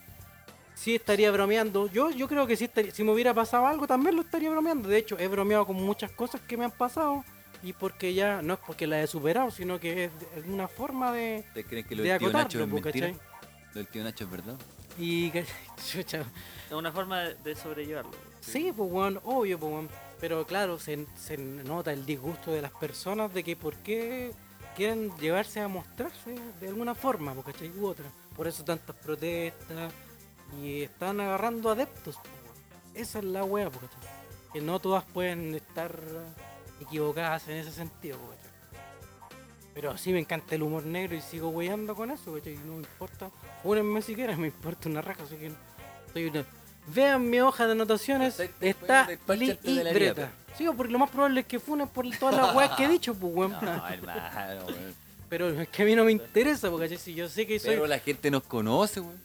[SPEAKER 4] Sí estaría bromeando. Yo, yo creo que sí estaría- si me hubiera pasado algo, también lo estaría bromeando. De hecho, he bromeado con muchas cosas que me han pasado. Y porque ya, no es porque las he superado, sino que es, es una forma de,
[SPEAKER 3] ¿Ustedes creen que lo
[SPEAKER 4] de
[SPEAKER 3] del tío Nacho
[SPEAKER 4] acotarlo,
[SPEAKER 3] es
[SPEAKER 4] pues,
[SPEAKER 3] mentira?
[SPEAKER 4] ¿cachai?
[SPEAKER 3] Lo del tío Nacho es verdad.
[SPEAKER 4] Y que- chucha,
[SPEAKER 2] Es una forma de, de sobrellevarlo.
[SPEAKER 4] Sí, pues weón, obvio, pues weón. Pero claro, se, se nota el disgusto de las personas de que por qué quieren llevarse a mostrarse de alguna forma, pues, ¿cachai? U otra. Por eso tantas protestas y están agarrando adeptos, pues, weón. Esa es la wea, pues, ¿cachai? Que no todas pueden estar equivocadas en ese sentido, pues, ¿cachai? Pero sí me encanta el humor negro y sigo weyando con eso, ¿cachai? No me importa. Únenme si quieren, me importa una raja, así que soy una- Vean mi hoja de anotaciones,
[SPEAKER 3] Perfecto,
[SPEAKER 4] está
[SPEAKER 3] pueden despacharte de la pues. vida,
[SPEAKER 4] libreta. Sí, porque lo más probable es que funen por todas las weas que he dicho, pues weón.
[SPEAKER 3] No, hermano, weón.
[SPEAKER 4] Pero es que a mí no me interesa, porque ¿cachai? si yo sé que soy.
[SPEAKER 3] Pero la gente nos conoce, weón.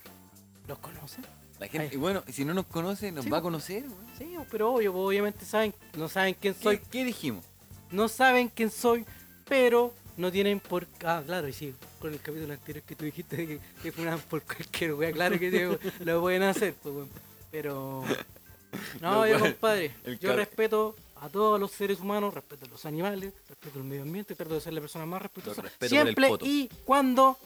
[SPEAKER 4] ¿Los conocen?
[SPEAKER 3] La gente,
[SPEAKER 4] Ay.
[SPEAKER 3] y bueno, y si no nos conoce, nos
[SPEAKER 4] Sí,
[SPEAKER 3] va a
[SPEAKER 4] po.
[SPEAKER 3] conocer, weón.
[SPEAKER 4] Sí, pero obvio, pues, obviamente saben, no saben quién
[SPEAKER 3] ¿Qué,
[SPEAKER 4] soy,
[SPEAKER 3] qué dijimos?
[SPEAKER 4] no saben quién soy, pero no tienen por. Ah, claro, y sí, con el capítulo anterior que tú dijiste de que, que funaban por cualquier wea, claro que digo, lo pueden hacer, pues weón. Pero. No,
[SPEAKER 3] Lo
[SPEAKER 4] yo,
[SPEAKER 3] cual-
[SPEAKER 4] compadre,
[SPEAKER 3] el
[SPEAKER 4] yo
[SPEAKER 3] cap-
[SPEAKER 4] respeto a todos los seres humanos, respeto a los animales, respeto al medio ambiente, trato de ser la persona más respetuosa.
[SPEAKER 3] respeto por el
[SPEAKER 4] Siempre
[SPEAKER 3] poto.
[SPEAKER 4] y cuando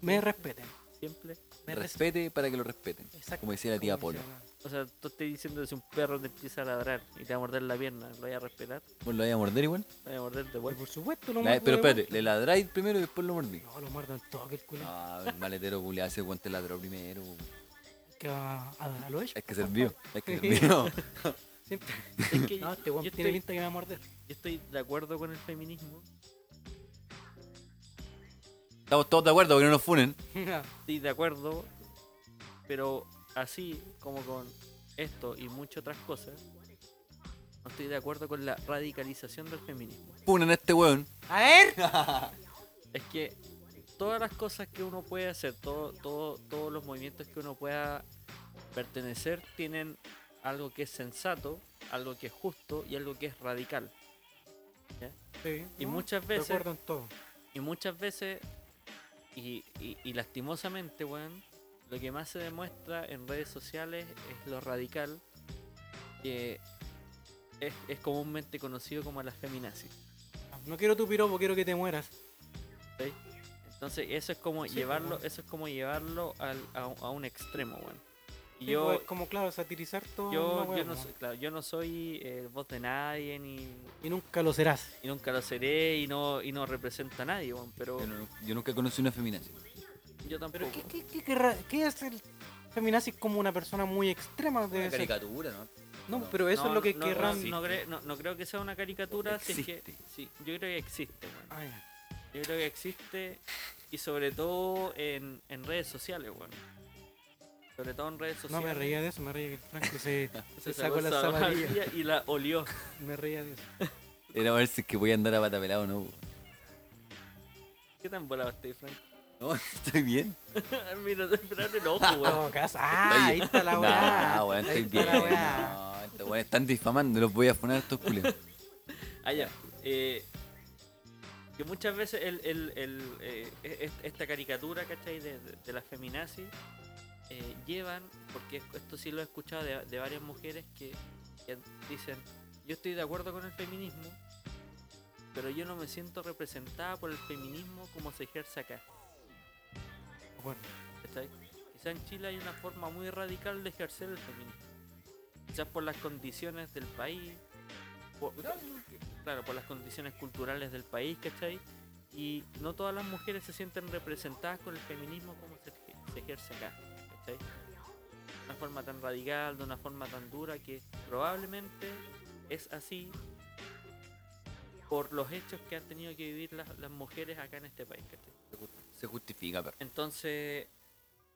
[SPEAKER 4] me respeten.
[SPEAKER 2] Siempre.
[SPEAKER 4] Me respeten.
[SPEAKER 3] Respete para que lo respeten.
[SPEAKER 4] Exacto.
[SPEAKER 3] Como decía la tía
[SPEAKER 4] Como
[SPEAKER 3] Polo.
[SPEAKER 4] decía la-
[SPEAKER 2] O sea, tú estás diciendo que si un perro te empieza a ladrar y te va a morder la pierna, ¿lo vas a respetar?
[SPEAKER 3] ¿Vos lo vais a morder igual?
[SPEAKER 2] ¿Lo vas a morder de
[SPEAKER 4] Pues
[SPEAKER 2] vuelta?
[SPEAKER 4] por supuesto lo
[SPEAKER 3] La-
[SPEAKER 4] muerdo
[SPEAKER 3] pero
[SPEAKER 4] de
[SPEAKER 3] espérate, le ladráis primero y después lo mordí.
[SPEAKER 4] vuelta. No, lo muerdo en todo el culo.
[SPEAKER 3] Ah, el maletero culiado ese guante ladró primero.
[SPEAKER 4] Que a, a, a lo hecho.
[SPEAKER 3] Es que sirvió, es que sirvió.
[SPEAKER 4] Siempre.
[SPEAKER 2] Es que
[SPEAKER 4] No, este
[SPEAKER 2] yo,
[SPEAKER 4] weón
[SPEAKER 2] yo
[SPEAKER 4] tiene
[SPEAKER 2] estoy,
[SPEAKER 4] pinta que me va a morder.
[SPEAKER 2] yo estoy de acuerdo con el feminismo.
[SPEAKER 3] Estamos todos de acuerdo que no nos funen.
[SPEAKER 2] Estoy de acuerdo, pero así como con esto y muchas otras cosas, no estoy de acuerdo con la radicalización del feminismo.
[SPEAKER 3] Funen a este weón.
[SPEAKER 4] a ver.
[SPEAKER 2] Es que todas las cosas que uno puede hacer, todo, todo, todos los movimientos que uno pueda pertenecer, tienen algo que es sensato, algo que es justo y algo que es radical.
[SPEAKER 4] Sí,
[SPEAKER 2] Y
[SPEAKER 4] no,
[SPEAKER 2] muchas
[SPEAKER 4] De
[SPEAKER 2] veces
[SPEAKER 4] acuerdo en todo.
[SPEAKER 2] Y muchas veces, y, y- y lastimosamente, weón, lo que más se demuestra en redes sociales es lo radical que es, es comúnmente conocido como la feminazi.
[SPEAKER 4] No quiero tu piropo, quiero que te mueras.
[SPEAKER 2] ¿cachai? Entonces eso es como
[SPEAKER 4] Sí,
[SPEAKER 2] llevarlo,
[SPEAKER 4] weón.
[SPEAKER 2] eso es como llevarlo al- a, un- a un extremo, weón. Y
[SPEAKER 4] Sí,
[SPEAKER 2] yo,
[SPEAKER 4] pues, como claro, satirizar todo. la
[SPEAKER 2] yo,
[SPEAKER 4] wea,
[SPEAKER 2] yo no
[SPEAKER 4] pues.
[SPEAKER 2] soy, claro, yo no soy eh, voz de nadie ni,
[SPEAKER 4] Y nunca lo serás.
[SPEAKER 2] y nunca lo seré y no, y no representa a nadie, weón, pero
[SPEAKER 4] Oh.
[SPEAKER 3] Yo, no- yo nunca conocí una feminazi.
[SPEAKER 2] yo tampoco.
[SPEAKER 4] Pero ¿qué, qué, qué, querrá- qué es el feminazi como una persona muy extrema? Debe
[SPEAKER 3] Una
[SPEAKER 4] ser.
[SPEAKER 3] caricatura, ¿no?
[SPEAKER 4] No, pero eso
[SPEAKER 2] No,
[SPEAKER 4] es lo que
[SPEAKER 2] no,
[SPEAKER 4] querrán.
[SPEAKER 2] No, no cre- no- no creo que sea una caricatura, si es que-
[SPEAKER 3] Existe.
[SPEAKER 2] sí, yo creo que existe, weón.
[SPEAKER 4] Ay,
[SPEAKER 2] Yo creo que existe y sobre todo en, en redes sociales, weón. Sobre todo en redes
[SPEAKER 4] no
[SPEAKER 2] sociales.
[SPEAKER 4] me reía de eso, me reía que el Franco se, se sacó la
[SPEAKER 2] esa
[SPEAKER 4] zapatilla.
[SPEAKER 2] zapatilla y la olió.
[SPEAKER 4] Me reía de eso.
[SPEAKER 3] Era a ver si es que voy a andar a pata pelada o no. weón.
[SPEAKER 2] ¿Qué tan volado estoy, Frank?
[SPEAKER 3] No, estoy bien.
[SPEAKER 2] Mira, esperar el ojo, weón.
[SPEAKER 4] No, casa. Ah, ahí está la weá.
[SPEAKER 3] Nah, weón, estoy
[SPEAKER 4] Ahí
[SPEAKER 3] bien.
[SPEAKER 4] está la weá.
[SPEAKER 3] No, estos weones están difamando, los voy a funar a estos culiados.
[SPEAKER 2] Allá. Eh, que muchas veces el, el- el, eh, es- esta caricatura, ¿cachai? De, de, de las feminazis eh, llevan, porque es- esto sí lo he escuchado de, de varias mujeres que, que dicen, yo estoy de acuerdo con el feminismo, pero yo no me siento representada por el feminismo como se ejerce acá.
[SPEAKER 4] Bueno,
[SPEAKER 2] ¿cachai? Quizá en Chile hay una forma muy radical de ejercer el feminismo. Quizás por las condiciones del país. por- claro, por las condiciones culturales del país, ¿cachai? Y no todas las mujeres se sienten representadas con el feminismo como se, ej- se ejerce acá, ¿cachai? De una forma tan radical, de una forma tan dura que probablemente es así por los hechos que han tenido que vivir las, las mujeres acá en este país, ¿cachai?
[SPEAKER 3] Se justifica, pero.
[SPEAKER 2] Entonces,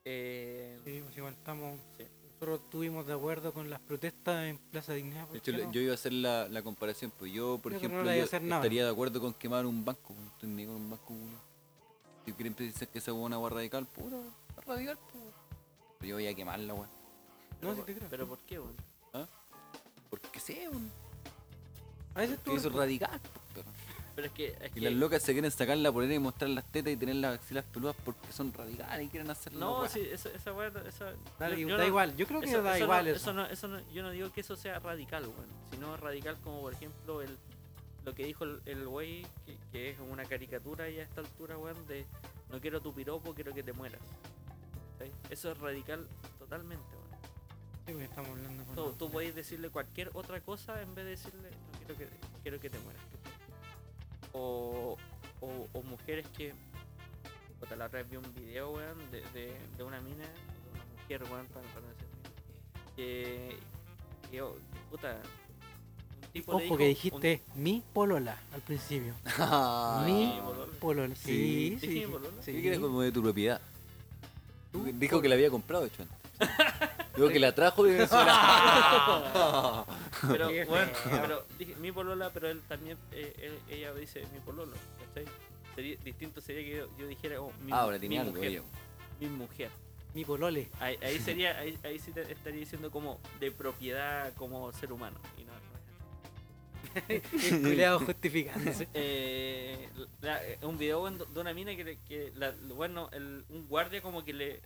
[SPEAKER 2] eh,
[SPEAKER 4] sí, pues igual estamos.
[SPEAKER 2] Sí.
[SPEAKER 4] Nosotros estuvimos de acuerdo con las protestas en Plaza Dignidad.
[SPEAKER 3] De
[SPEAKER 4] ¿por
[SPEAKER 3] hecho,
[SPEAKER 4] qué
[SPEAKER 3] le-
[SPEAKER 4] no?
[SPEAKER 3] yo iba a hacer la, la comparación, pues yo, por
[SPEAKER 4] Yo creo que
[SPEAKER 3] ejemplo,
[SPEAKER 4] no le voy a
[SPEAKER 3] yo
[SPEAKER 4] hacer nada.
[SPEAKER 3] estaría de acuerdo con quemar un banco, no estoy ni con un banco, culiao. Si quieren pensar que esa hueá es una hueá radical, pura, radical, pues. Pero yo voy a quemarla, weón.
[SPEAKER 4] No,
[SPEAKER 2] pero,
[SPEAKER 4] sí te
[SPEAKER 2] por-
[SPEAKER 4] creo.
[SPEAKER 2] pero ¿por qué, weón?
[SPEAKER 3] Porque sé, weón.
[SPEAKER 4] A veces tú.
[SPEAKER 3] Que eso es radical, po, perro.
[SPEAKER 2] Pero es que, es
[SPEAKER 3] Y
[SPEAKER 2] que-
[SPEAKER 3] las locas se quieren sacar la polera y mostrar las tetas y tener las axilas peludas porque son radicales y quieren hacer la
[SPEAKER 2] no,
[SPEAKER 3] hueá.
[SPEAKER 2] sí, esa, esa weá, esa,
[SPEAKER 4] Dale,
[SPEAKER 2] yo- yo
[SPEAKER 4] da
[SPEAKER 2] no-
[SPEAKER 4] igual. Yo creo que
[SPEAKER 2] Eso,
[SPEAKER 4] da
[SPEAKER 2] eso
[SPEAKER 4] igual
[SPEAKER 2] no,
[SPEAKER 4] eso.
[SPEAKER 2] eso no- eso no- yo no digo que eso sea radical, weón. Sino radical como por ejemplo el, lo que dijo el- el güey, que, que es una caricatura ya a esta altura, weón, de no quiero tu piropo, quiero que te mueras. ¿Cachai? Eso es radical totalmente, weón.
[SPEAKER 4] Sí, pues, estamos hablando con
[SPEAKER 2] Tú,
[SPEAKER 4] la-
[SPEAKER 2] tú podés decirle cualquier otra cosa en vez de decirle no quiero que, quiero que te mueras. O, o, o mujeres que. puta, la otra vez vi un video, weón, de, de, de una mina, de una mujer, weón, para, para no decir mina, que. que, oh, puta. Un tipo le
[SPEAKER 4] Ojo que
[SPEAKER 2] dijo- un-
[SPEAKER 4] dijiste mi polola al principio.
[SPEAKER 3] Ay,
[SPEAKER 4] mi
[SPEAKER 2] bolola.
[SPEAKER 4] polola. Sí,
[SPEAKER 3] Ah,
[SPEAKER 4] sí.
[SPEAKER 3] Sí.
[SPEAKER 2] ¿Dije
[SPEAKER 4] sí.
[SPEAKER 2] bolola?
[SPEAKER 3] ¿Qué quieres
[SPEAKER 4] Sí.
[SPEAKER 3] como de tu propiedad? Dijo que la había comprado, hecho antes. Dijo que la trajo de
[SPEAKER 2] Ah,
[SPEAKER 3] Ah, Venezuela.
[SPEAKER 2] Pero,
[SPEAKER 4] Qué
[SPEAKER 2] bueno,
[SPEAKER 4] feo.
[SPEAKER 2] pero dije, mi polola, pero él también, eh, él- ella dice mi pololo, ¿cachai? Sería, distinto sería que yo, yo dijera, oh, mi,
[SPEAKER 3] Ahora
[SPEAKER 2] mi
[SPEAKER 3] tenía algo,
[SPEAKER 2] mujer,
[SPEAKER 3] oye.
[SPEAKER 2] mi mujer.
[SPEAKER 4] Mi polole.
[SPEAKER 2] Ahí, ahí sería, ahí, ahí sí te estaría diciendo como de propiedad como ser humano. Y no, no es así.
[SPEAKER 4] El culiao justificándose.
[SPEAKER 2] Eh, la- eh, un video weón, de una mina que, le- que la- bueno, el- un guardia como que le,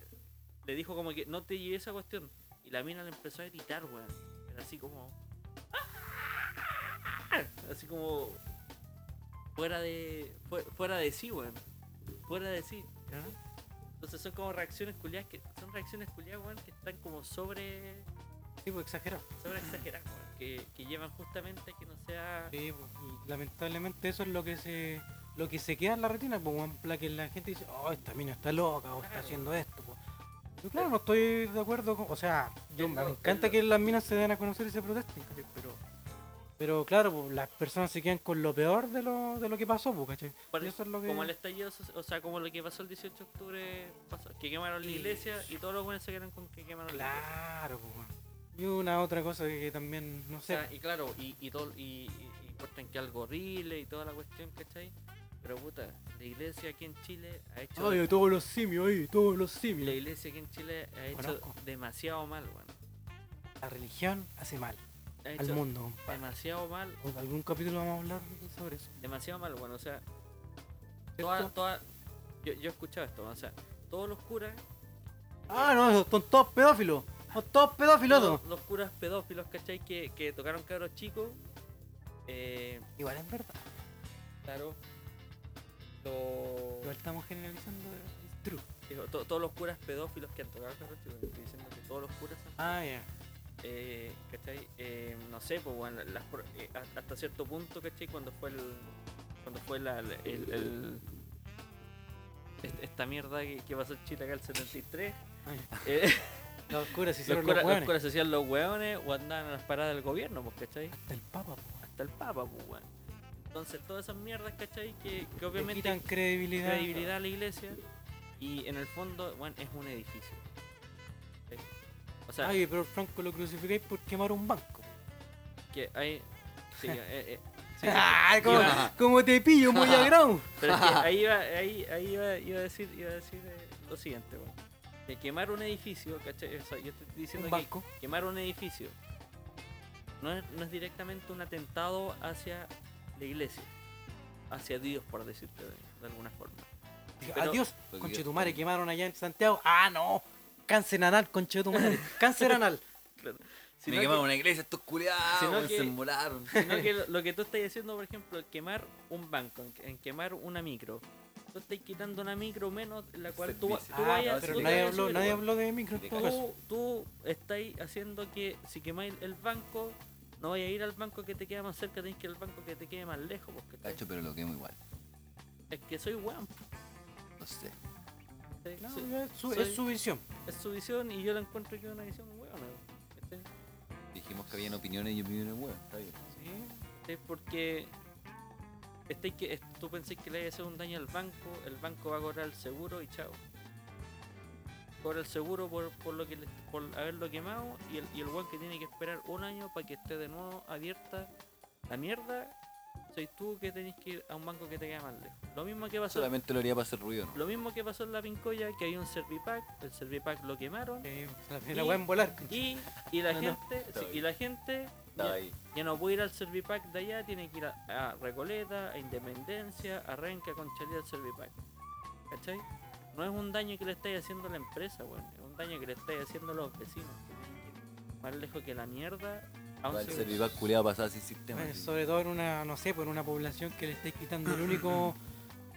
[SPEAKER 2] le dijo como que no te lleves esa cuestión. Y la mina le empezó a gritar, weón. Pero así como... "¡Ah!". weá. Así como. Fuera de. fue- fuera de sí, weón. Fuera de sí.
[SPEAKER 4] ¿Ya?
[SPEAKER 2] Entonces son como reacciones culiadas que. Son reacciones culiadas, weón, que están como sobre.
[SPEAKER 4] Sí, pues exagerado.
[SPEAKER 2] sobre exageradas, weón. Que, que llevan justamente a que no sea.
[SPEAKER 4] Sí, pues, y lamentablemente eso es lo que se lo que se queda en la retina, pues weón, la que la gente dice, oh, esta mina está loca o está
[SPEAKER 2] Claro.
[SPEAKER 4] haciendo esto. Pues. Yo claro, no estoy de acuerdo con, o sea, yo,
[SPEAKER 2] Es
[SPEAKER 4] me
[SPEAKER 2] lo- es
[SPEAKER 4] encanta
[SPEAKER 2] lo-
[SPEAKER 4] que las minas se den a conocer y se protesten, ¿cachai? pero pero claro, pues, las personas se quedan con lo peor de lo, de lo que pasó, pues, ¿cachai?
[SPEAKER 2] Por-
[SPEAKER 4] Y eso es lo que...
[SPEAKER 2] Como el estallido, soci- o sea, como lo que pasó el 18 de octubre, pasó, que quemaron la
[SPEAKER 4] Y-
[SPEAKER 2] iglesia y todos los buenos se quedaron con que quemaron la iglesia.
[SPEAKER 4] Claro, pues, weón. Y una otra cosa que también, no
[SPEAKER 2] O
[SPEAKER 4] sé,
[SPEAKER 2] sea, y claro, y, y, todo, y, y, y portan que algo horrible y toda la cuestión, ¿cachai? Pero puta, la iglesia aquí en Chile ha hecho.
[SPEAKER 4] ay, todos los simios, ay, todos los
[SPEAKER 2] la
[SPEAKER 4] simios.
[SPEAKER 2] iglesia aquí en Chile ha hecho
[SPEAKER 4] Conozco.
[SPEAKER 2] demasiado mal, weón.
[SPEAKER 4] La religión hace mal
[SPEAKER 2] Ha
[SPEAKER 4] al
[SPEAKER 2] hecho
[SPEAKER 4] mundo, compadre.
[SPEAKER 2] demasiado mal,
[SPEAKER 4] En Pues, algún capítulo vamos a hablar sobre eso.
[SPEAKER 2] demasiado mal, weón. O sea,
[SPEAKER 4] ¿Cierto?
[SPEAKER 2] toda, toda, yo, yo he escuchado esto, o sea, todos los curas,
[SPEAKER 4] Ah, no, esos son todos pedófilos. Son todos pedófilos.
[SPEAKER 2] todos
[SPEAKER 4] todos.
[SPEAKER 2] los curas pedófilos, ¿cachai? Que, que tocaron cabros chicos, eh,
[SPEAKER 4] Igual es verdad.
[SPEAKER 2] claro, lo-
[SPEAKER 4] Igual estamos generalizando. It's true.
[SPEAKER 2] digo, to- todos los curas pedófilos que han tocado cabros chicos, estoy diciendo que todos los curas han
[SPEAKER 4] Ah, ya.
[SPEAKER 2] eh, ¿cachai? Eh, no sé, pues bueno, las pro- eh, a- hasta cierto punto, ¿cachai? Cuando fue el. Cuando fue la, el, el- est- esta mierda que, que pasó en Chile acá el 73,
[SPEAKER 4] Ay,
[SPEAKER 2] eh,
[SPEAKER 4] Los curas se
[SPEAKER 2] los,
[SPEAKER 4] hicieron los,
[SPEAKER 2] curas, los
[SPEAKER 4] hueones.
[SPEAKER 2] curas se hacían los hueones o andaban a las paradas del gobierno, pues, ¿cachai?
[SPEAKER 4] Hasta el Papa, po.
[SPEAKER 2] Hasta el Papa, pues, weón. Entonces, todas esas mierdas, ¿cachai? Que, que
[SPEAKER 4] Le
[SPEAKER 2] obviamente
[SPEAKER 4] quitan credibilidad.
[SPEAKER 2] credibilidad a la iglesia y en el fondo, bueno, es un edificio. ¿cachai? O sea,
[SPEAKER 4] Ay, pero Franco lo crucificáis por quemar un banco.
[SPEAKER 2] que hay. Sí, eh, eh, sí.
[SPEAKER 4] Ay, como,
[SPEAKER 2] Iba-
[SPEAKER 4] como te pillo, muy agrado.
[SPEAKER 2] Pero es que ahí, iba, ahí, ahí iba, iba a decir, iba a decir eh, lo siguiente, weón. De quemar un edificio, ¿cachai? O sea, yo te estoy diciendo
[SPEAKER 4] Un
[SPEAKER 2] que
[SPEAKER 4] banco.
[SPEAKER 2] quemar un edificio no es, no es directamente un atentado hacia la iglesia, hacia Dios, por decirte de, de alguna forma.
[SPEAKER 4] Digo,
[SPEAKER 2] pero-
[SPEAKER 4] Adiós.
[SPEAKER 3] Porque-
[SPEAKER 4] Conchetumare, quemaron allá en Santiago. Ah, no. Cáncer anal, conchetumare. Cáncer anal.
[SPEAKER 2] Sino
[SPEAKER 3] me
[SPEAKER 2] que-
[SPEAKER 3] quemaron una iglesia estos culiados,
[SPEAKER 2] Sino
[SPEAKER 3] weón,
[SPEAKER 2] que-
[SPEAKER 3] se embolaron.
[SPEAKER 2] sino que lo, lo que tú estás diciendo, por ejemplo, quemar un banco, en, en quemar una micro. Tú estás quitando una micro menos la cual tú,
[SPEAKER 3] Servicio.
[SPEAKER 2] tú
[SPEAKER 4] Ah,
[SPEAKER 2] vayas-
[SPEAKER 3] no,
[SPEAKER 2] tú
[SPEAKER 4] pero
[SPEAKER 2] te
[SPEAKER 4] nadie
[SPEAKER 2] vayas a
[SPEAKER 4] habló,
[SPEAKER 2] subir,
[SPEAKER 4] nadie
[SPEAKER 2] weón.
[SPEAKER 4] habló de micro en
[SPEAKER 3] De
[SPEAKER 4] todo caso.
[SPEAKER 2] tú, tú estáis haciendo que si quemáis el banco, no vais a ir al banco que te queda más cerca, tenéis que ir al banco que te quede más lejos. Porque
[SPEAKER 3] Cacho, pero lo quemo igual.
[SPEAKER 2] es que soy weón.
[SPEAKER 3] No sé.
[SPEAKER 2] ¿cachai?
[SPEAKER 4] No,
[SPEAKER 2] Soy-
[SPEAKER 4] es su-
[SPEAKER 2] soy-
[SPEAKER 4] es su visión.
[SPEAKER 2] es su visión y yo la encuentro que es una visión weón. ¿cachai?
[SPEAKER 3] Dijimos que habían opiniones y opiniones, weón. Está bien.
[SPEAKER 4] Sí.
[SPEAKER 2] Es porque estáis que, es- tú pensáis que le vais a hacer un daño al banco, el banco va a cobrar el seguro y chao. Cobra el seguro por, por lo que le- por haberlo quemado y el, y el weón que tiene que esperar un año para que esté de nuevo abierta la mierda. Soy tú que tenés que ir a un banco que te queda más lejos. Lo mismo que pasó,
[SPEAKER 3] Solamente lo haría para hacer ruido, ¿no?
[SPEAKER 2] lo mismo que pasó en la Pincoya, que hay un Servipack, el Servipack lo quemaron
[SPEAKER 4] Eh, la, la voy a volar. Eh,
[SPEAKER 2] y, y la
[SPEAKER 4] No, no.
[SPEAKER 2] gente, sí,
[SPEAKER 3] Está bien.
[SPEAKER 2] y la gente
[SPEAKER 3] Estaba ahí.
[SPEAKER 2] ya no puede ir al Servipack de allá, tiene que ir a, a Recoleta, a Independencia, a Renca, con Conchalí al Servipack. ¿Cachai? No es un daño que le estáis haciendo a la empresa, weón. Es un daño que le estáis haciendo a los vecinos. que tienen que ir Más lejos que la mierda. a un
[SPEAKER 3] Para el
[SPEAKER 2] servicio.
[SPEAKER 3] servival culiado pasaba sin sistema.
[SPEAKER 4] Bueno,
[SPEAKER 3] así.
[SPEAKER 4] sobre todo en una, no sé, por una población que le estáis quitando el único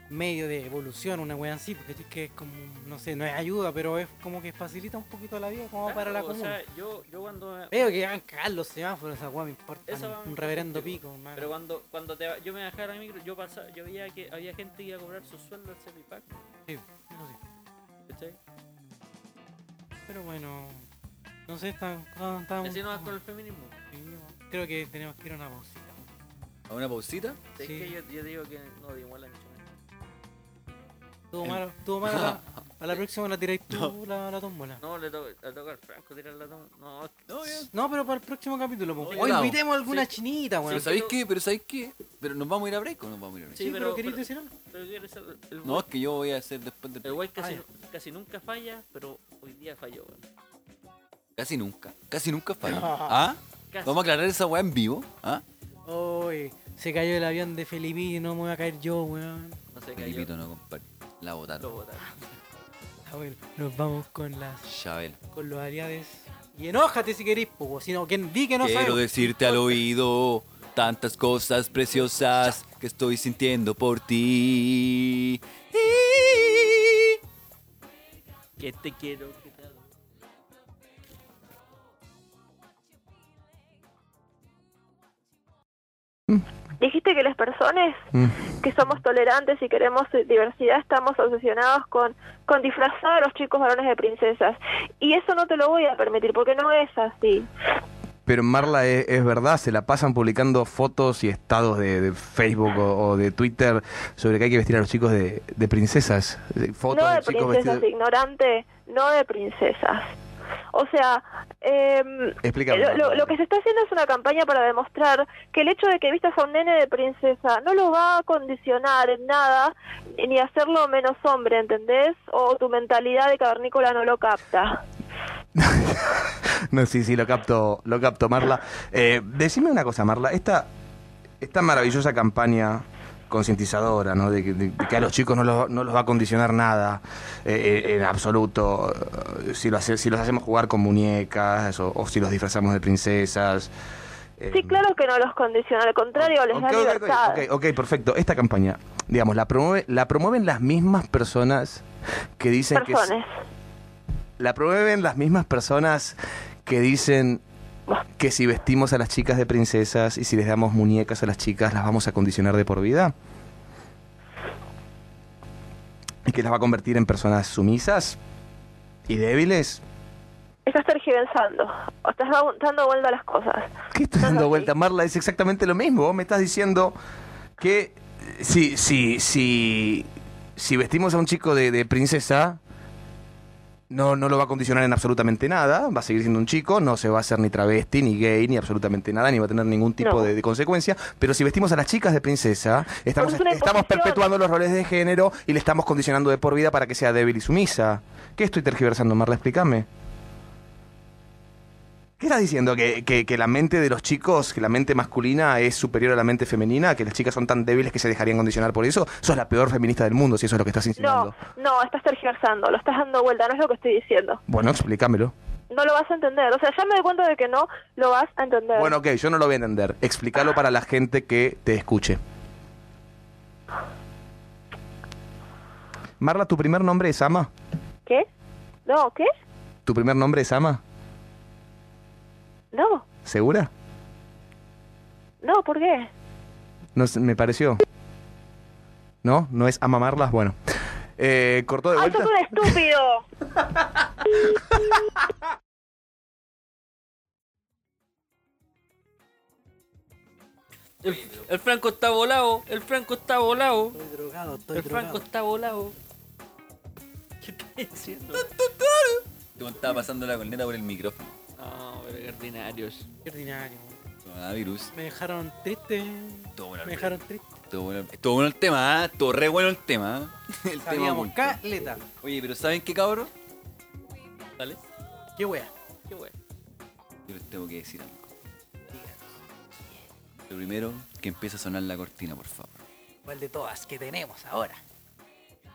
[SPEAKER 4] medio de evolución, una wea así, porque es que es como, no sé, no es ayuda, pero es como que facilita un poquito la vida como
[SPEAKER 2] Claro,
[SPEAKER 4] para la
[SPEAKER 2] o
[SPEAKER 4] comuna. Eh.
[SPEAKER 2] sea, yo, yo cuando me-
[SPEAKER 4] Veo que van a cagar los semáforos, esa wea me importa
[SPEAKER 2] Esa
[SPEAKER 4] un-
[SPEAKER 2] wea me
[SPEAKER 4] un
[SPEAKER 2] importa
[SPEAKER 4] reverendo
[SPEAKER 2] un pico,
[SPEAKER 4] pico, hermano.
[SPEAKER 2] Pero cuando, cuando te, yo me bajaba la micro, yo pasaba, yo veía que había gente que iba a cobrar su sueldo al Servipack.
[SPEAKER 4] Sí, no sé.
[SPEAKER 2] ¿Cachai?
[SPEAKER 4] Pero bueno, no sé, están... están- están-
[SPEAKER 2] Y Así no vas con el feminismo.
[SPEAKER 4] Sí, bueno, Creo que tenemos que ir a una pausa.
[SPEAKER 3] ¿A una pausita?
[SPEAKER 2] Es
[SPEAKER 4] Sí.
[SPEAKER 2] que yo, yo digo que no, de igual la misión.
[SPEAKER 4] Tuvo malo, tuvo malo, la- a la próxima la tiráis tú la, la tómbola.
[SPEAKER 2] No, le toca le toca al Franco tirar la toma. No,
[SPEAKER 3] No, ya.
[SPEAKER 4] No, pero para el próximo capítulo, pues.
[SPEAKER 3] Oye,
[SPEAKER 4] Hoy
[SPEAKER 3] vamos.
[SPEAKER 4] invitemos a alguna
[SPEAKER 2] Sí.
[SPEAKER 4] chinita, weón.
[SPEAKER 3] Pero
[SPEAKER 2] Sí,
[SPEAKER 3] ¿sabéis
[SPEAKER 2] pero-
[SPEAKER 3] qué? Pero ¿sabéis qué? ¿Pero nos vamos a ir a break o no vamos a ir a break?
[SPEAKER 4] Sí,
[SPEAKER 2] Sí,
[SPEAKER 4] pero,
[SPEAKER 2] pero-
[SPEAKER 4] queréis
[SPEAKER 2] pero-
[SPEAKER 4] decir algo.
[SPEAKER 2] pero quiero ser el- el
[SPEAKER 3] No,
[SPEAKER 2] güey-
[SPEAKER 3] es que yo voy a hacer después del
[SPEAKER 2] el güey casi,
[SPEAKER 4] Ah,
[SPEAKER 2] casi nunca falla, pero hoy día falló. güey.
[SPEAKER 3] Casi nunca. Casi nunca fallo. ¿Ah?
[SPEAKER 2] Casi.
[SPEAKER 3] Vamos a aclarar esa weá en vivo. ¿Ah?
[SPEAKER 4] Uy, se cayó el avión de Felipe y no me voy a caer yo, weón.
[SPEAKER 2] No sé qué
[SPEAKER 3] Felipito no, compadre. La
[SPEAKER 2] Lo
[SPEAKER 3] botaron.
[SPEAKER 2] botaron.
[SPEAKER 4] Ah, bueno, nos vamos con las
[SPEAKER 3] Chabel.
[SPEAKER 4] con los aliados. Y enójate si querés, po, si no, quien di que no
[SPEAKER 3] Quiero
[SPEAKER 4] sabe.
[SPEAKER 3] decirte al oído Tantas cosas preciosas que estoy sintiendo por ti.
[SPEAKER 2] Que te quiero, que te adoro.
[SPEAKER 5] Dijiste que las personas
[SPEAKER 6] Mm.
[SPEAKER 5] que somos tolerantes y queremos eh, diversidad estamos obsesionados con, con disfrazar a los chicos varones de princesas. Y eso no te lo voy a permitir porque no es así.
[SPEAKER 6] Pero Marla es, es verdad, se la pasan publicando fotos y estados de, de Facebook o, o de Twitter sobre que hay que vestir a los chicos de, de princesas. Eh, Fotos
[SPEAKER 5] no
[SPEAKER 6] de,
[SPEAKER 5] de
[SPEAKER 6] chicos
[SPEAKER 5] princesas
[SPEAKER 6] vestidos.
[SPEAKER 5] ignorante, no de princesas. O sea, em,
[SPEAKER 6] Explícame.
[SPEAKER 5] lo, lo- lo que se está haciendo es una campaña para demostrar que el hecho de que vistas a un nene de princesa no lo va a condicionar en nada, ni hacerlo menos hombre, ¿entendés? O tu mentalidad de cavernícola no lo capta.
[SPEAKER 6] No, sí, sí, lo capto, lo capto, Marla. Eh, decime una cosa, Marla, esta, esta maravillosa campaña concientizadora, ¿no? De, que- de- de que a los chicos no los, no los va a condicionar nada, eh, eh, en absoluto, eh, si, lo hace- si los hacemos jugar con muñecas o, o si los disfrazamos de princesas. eh,
[SPEAKER 5] Sí, claro que no los condiciona, al contrario, les da
[SPEAKER 6] Ok, ok, ok,
[SPEAKER 5] libertad.
[SPEAKER 6] ok, ok, perfecto. Esta campaña, digamos, la, promueve, la promueven las mismas personas que dicen que...
[SPEAKER 5] Personas.
[SPEAKER 6] La promueven las mismas personas que dicen que si vestimos a las chicas de princesas y si les damos muñecas a las chicas, las vamos a condicionar de por vida. Y que las va a convertir en personas sumisas y débiles.
[SPEAKER 5] Estás tergiversando, o estás da- dando vuelta a las cosas.
[SPEAKER 6] ¿Qué estoy
[SPEAKER 5] No, no,
[SPEAKER 6] dando
[SPEAKER 5] sí.
[SPEAKER 6] vuelta, Marla? Es exactamente lo mismo. Vos me estás diciendo que si, si, si, si vestimos a un chico de, de princesa, no, no lo va a condicionar en absolutamente nada. Va a seguir siendo un chico, no se va a hacer ni travesti, ni gay, ni absolutamente nada, ni va a tener ningún tipo
[SPEAKER 5] No.
[SPEAKER 6] de, de consecuencia. Pero si vestimos a las chicas de princesa, estamos,
[SPEAKER 5] es una
[SPEAKER 6] estamos
[SPEAKER 5] imposición.
[SPEAKER 6] perpetuando los roles de género y le estamos condicionando de por vida para que sea débil y sumisa. ¿Qué estoy tergiversando, Marla? Explícame. ¿Qué estás diciendo? ¿Que, que, que la mente de los chicos, que la mente masculina es superior a la mente femenina? ¿Que las chicas son tan débiles que se dejarían condicionar por eso? Sos la peor feminista del mundo, si eso es lo que estás insinuando.
[SPEAKER 5] No, no, estás tergiversando, lo estás dando vuelta, no es lo que estoy diciendo.
[SPEAKER 6] Bueno, explícamelo.
[SPEAKER 5] No lo vas a entender, o sea, ya me doy cuenta de que no lo vas a entender.
[SPEAKER 6] Bueno, ok, yo no lo voy a entender. Explícalo para la gente que te escuche. Marla, ¿tu primer nombre es Ama?
[SPEAKER 5] ¿Qué? No, ¿qué?
[SPEAKER 6] ¿Tu primer nombre es Ama?
[SPEAKER 5] No,
[SPEAKER 6] ¿Segura?
[SPEAKER 5] no, ¿por qué?
[SPEAKER 6] No sé, me pareció. ¿No? ¿No es Ama Marla? Bueno. Eh, ¿Cortó de
[SPEAKER 5] ¡Ah,
[SPEAKER 6] vuelta?
[SPEAKER 5] sos un estúpido!
[SPEAKER 2] El, el Franco está volado, el Franco está volado,
[SPEAKER 4] Estoy drogado, estoy
[SPEAKER 2] el
[SPEAKER 4] drogado.
[SPEAKER 2] Franco está volado. ¿Qué estás diciendo?
[SPEAKER 3] Te estaba pasando la corneta por el micrófono.
[SPEAKER 2] No, pero qué ordinarios.
[SPEAKER 4] Qué ordinario.
[SPEAKER 3] Coronavirus.
[SPEAKER 4] Me dejaron triste.
[SPEAKER 3] Todo bueno,
[SPEAKER 4] Me dejaron triste.
[SPEAKER 3] todo bueno, todo bueno el tema, ¿eh? todo re bueno el tema. ¿eh? El tema
[SPEAKER 4] Sabíamos
[SPEAKER 3] oculto.
[SPEAKER 4] caleta.
[SPEAKER 3] Oye, pero ¿saben qué cabrón?
[SPEAKER 2] ¿Vale?
[SPEAKER 4] Qué wea.
[SPEAKER 2] Qué bueno.
[SPEAKER 3] Yo les tengo que decir algo. Lo primero, que empiece a sonar la cortina, por favor.
[SPEAKER 4] ¿Cuál de todas que tenemos ahora?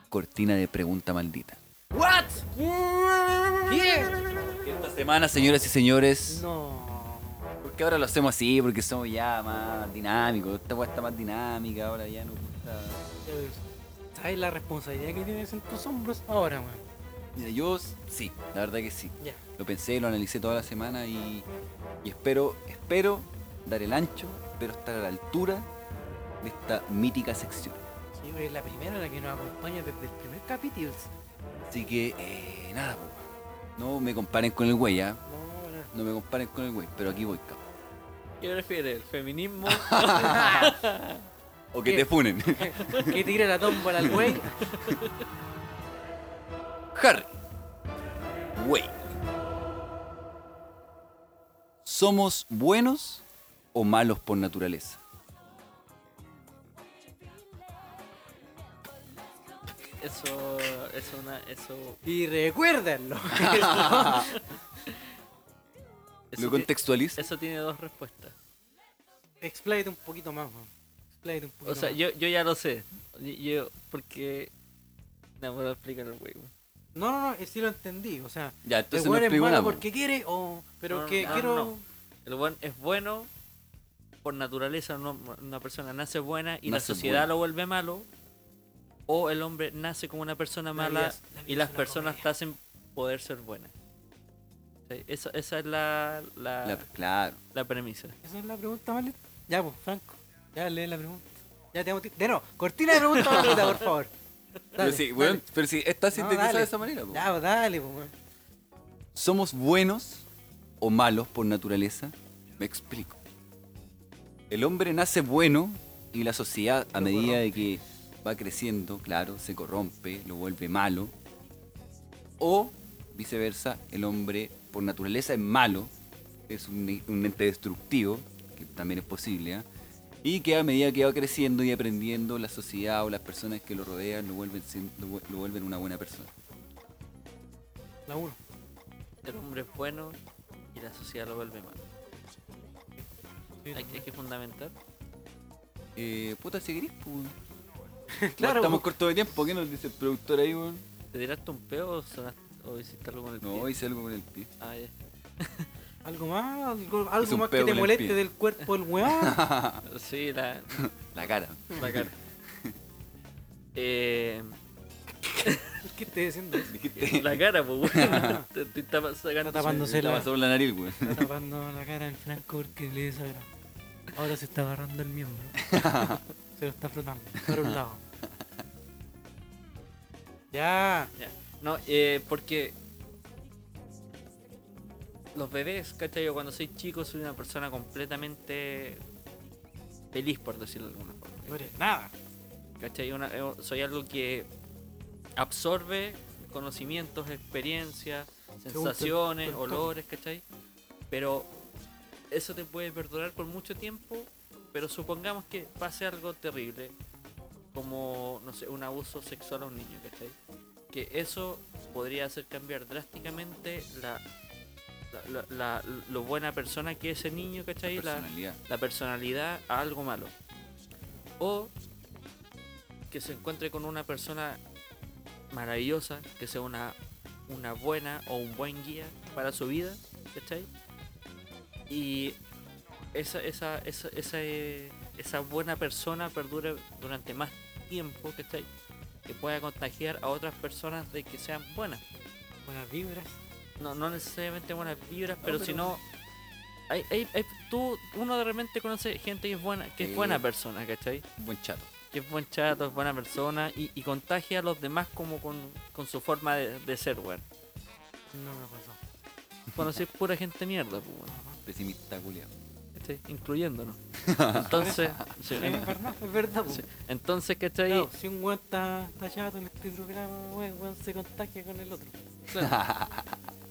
[SPEAKER 3] Cortina de pregunta maldita.
[SPEAKER 4] ¿What? ¿Qué?
[SPEAKER 3] Esta semana, señoras y señores,
[SPEAKER 4] No.
[SPEAKER 3] porque ahora lo hacemos así, porque somos ya más dinámicos. Esta weá está más dinámica, ahora ya nos gusta.
[SPEAKER 4] ¿Sabes la responsabilidad que tienes en tus hombros ahora, weón?
[SPEAKER 3] Mira, yo s- sí, la verdad que sí.
[SPEAKER 4] Ya.
[SPEAKER 3] Lo pensé, lo analicé toda la semana y, y espero, espero dar el ancho, espero estar a la altura de esta mítica sección.
[SPEAKER 4] Sí, güey, es la primera la que nos acompaña desde el primer capítulo.
[SPEAKER 3] Así que, eh, nada, po, weón. no me comparen con el güey, ¿ah?
[SPEAKER 4] No, no.
[SPEAKER 3] No me comparen con el güey, pero aquí voy, cabrón.
[SPEAKER 2] ¿Qué prefieres? ¿El feminismo?
[SPEAKER 3] O que
[SPEAKER 4] ¿Qué?
[SPEAKER 3] te funen.
[SPEAKER 4] que tire la tómbola al güey.
[SPEAKER 3] Harry. Güey. ¿Somos buenos o malos por naturaleza?
[SPEAKER 2] eso es una. Eso.
[SPEAKER 4] Y recuérdenlo.
[SPEAKER 2] Eso,
[SPEAKER 3] ¿Lo
[SPEAKER 2] ti-
[SPEAKER 3] contextualizo?
[SPEAKER 2] eso tiene dos respuestas.
[SPEAKER 4] Explícate un poquito más, weón. Explícate un poquito
[SPEAKER 2] O sea,
[SPEAKER 4] más.
[SPEAKER 2] yo, yo ya lo sé. Yo, yo- porque. No me lo explican el güey. güey.
[SPEAKER 4] No, no, no, eh, sí lo entendí. O sea,
[SPEAKER 3] Ya, entonces
[SPEAKER 4] el
[SPEAKER 3] no
[SPEAKER 4] güey es
[SPEAKER 3] explico
[SPEAKER 4] malo
[SPEAKER 3] nada, po.
[SPEAKER 4] porque quiere o... Pero
[SPEAKER 2] No, no,
[SPEAKER 4] que
[SPEAKER 2] no,
[SPEAKER 4] quiero...
[SPEAKER 2] no. El buen es bueno por naturaleza no- una persona nace buena y
[SPEAKER 3] Nace
[SPEAKER 2] la sociedad
[SPEAKER 3] buena.
[SPEAKER 2] lo vuelve malo, o el hombre nace como una persona mala
[SPEAKER 4] vida es- la vida
[SPEAKER 2] y
[SPEAKER 4] es
[SPEAKER 2] las
[SPEAKER 4] una
[SPEAKER 2] personas
[SPEAKER 4] comedia.
[SPEAKER 2] te hacen poder ser buena. Sí, Esa, esa es la, la,
[SPEAKER 3] La- claro.
[SPEAKER 2] la premisa.
[SPEAKER 4] Esa es la pregunta maleta. Ya, pues, Franco. Ya lee la pregunta. Ya te ti... De no, cortina de pregunta maleta, por favor. Dale,
[SPEAKER 3] pero, si,
[SPEAKER 4] dale.
[SPEAKER 3] weón, pero si está
[SPEAKER 4] No,
[SPEAKER 3] sintetizada
[SPEAKER 4] dale.
[SPEAKER 3] de esa manera. po.
[SPEAKER 4] Ya, pues, dale, pues, weón.
[SPEAKER 3] ¿Somos buenos o malos por naturaleza? Me explico. El hombre nace bueno y la sociedad a medida de que va creciendo, claro, se corrompe, lo vuelve malo. O viceversa, el hombre por naturaleza es malo, es un, un ente destructivo, que también es posible, ¿ah? y que a medida que va creciendo y aprendiendo, la sociedad o las personas que lo rodean lo vuelven, sin- lo vu- lo vuelven una buena persona.
[SPEAKER 4] La uno.
[SPEAKER 2] El hombre es bueno y la sociedad lo vuelve malo.
[SPEAKER 4] Sí,
[SPEAKER 2] Hay, hay que fundamentar.
[SPEAKER 3] Eh, puta, si querés, pues. weón.
[SPEAKER 4] Claro,
[SPEAKER 3] Igual Estamos
[SPEAKER 4] pues.
[SPEAKER 3] cortos de tiempo, ¿qué nos dice el productor ahí, weón?
[SPEAKER 2] ¿Te tiraste un peo o, sonaste- o hiciste algo con el
[SPEAKER 3] No,
[SPEAKER 2] pie?
[SPEAKER 3] hice algo con el pie.
[SPEAKER 2] Ah, ya.
[SPEAKER 4] ¿Algo más? ¿Algo,
[SPEAKER 3] Es
[SPEAKER 4] algo
[SPEAKER 3] un
[SPEAKER 4] más que
[SPEAKER 3] peo
[SPEAKER 4] te
[SPEAKER 3] en el
[SPEAKER 4] moleste
[SPEAKER 3] pie.
[SPEAKER 4] del cuerpo del weón?
[SPEAKER 3] ah.
[SPEAKER 2] Sí, la,
[SPEAKER 3] La cara.
[SPEAKER 2] la cara. Eh,
[SPEAKER 4] ¿Qué estoy diciendo?
[SPEAKER 3] Dijiste.
[SPEAKER 2] la cara, pues, bueno. Te, te está sacando.
[SPEAKER 4] Está tapándose
[SPEAKER 3] La
[SPEAKER 4] la,
[SPEAKER 3] pasó por la nariz, weón.
[SPEAKER 4] está tapando la cara del Franco porque le desagrada. Ahora se está agarrando el miembro. se lo está frotando para un lado. Ya.
[SPEAKER 2] Ya. No, eh, porque los bebés, ¿cachai? Yo cuando soy chico soy una persona completamente feliz, por decirlo de alguna forma.
[SPEAKER 4] No eres nada.
[SPEAKER 2] ¿Cachai? Una- eh, soy algo que absorbe conocimientos, experiencias, sensaciones,
[SPEAKER 4] entorno.
[SPEAKER 2] olores, ¿cachai? Pero eso te puede perdurar por mucho tiempo, pero supongamos que pase algo terrible, como, no sé, un abuso sexual a un niño, ¿cachai? Que eso podría hacer cambiar drásticamente la, la- la- la- lo buena persona que es ese niño, ¿cachai? La-
[SPEAKER 3] Personalidad.
[SPEAKER 2] la personalidad a algo malo. O que se encuentre con una persona maravillosa, que sea una, una buena o un buen guía para su vida, ¿cachai? Y esa, esa, esa, esa, eh, esa buena persona perdure durante más tiempo, ¿cachai? Que pueda contagiar a otras personas de que sean buenas
[SPEAKER 4] Buenas vibras.
[SPEAKER 2] no, no necesariamente buenas vibras, pero, si no hay, hay- hay- tú uno de repente conoce gente que es buena, que
[SPEAKER 3] Sí.
[SPEAKER 2] es buena persona, ¿cachai?
[SPEAKER 3] Un buen chato.
[SPEAKER 2] Que es buen chato, es buena persona y, y contagia a los demás como con, con su forma de, de ser, weón.
[SPEAKER 4] No me pasó.
[SPEAKER 2] Conocer pura gente mierda, pues, weón,
[SPEAKER 3] Pesimista, culiao.
[SPEAKER 2] ¿cachai? Incluyéndonos. Entonces, sí,
[SPEAKER 4] Sí, es verdad, es verdad. po.
[SPEAKER 2] sí. entonces, ¿cachai?
[SPEAKER 4] Claro, si un weón está, está chato en este programa, weón, weón se contagia con el otro.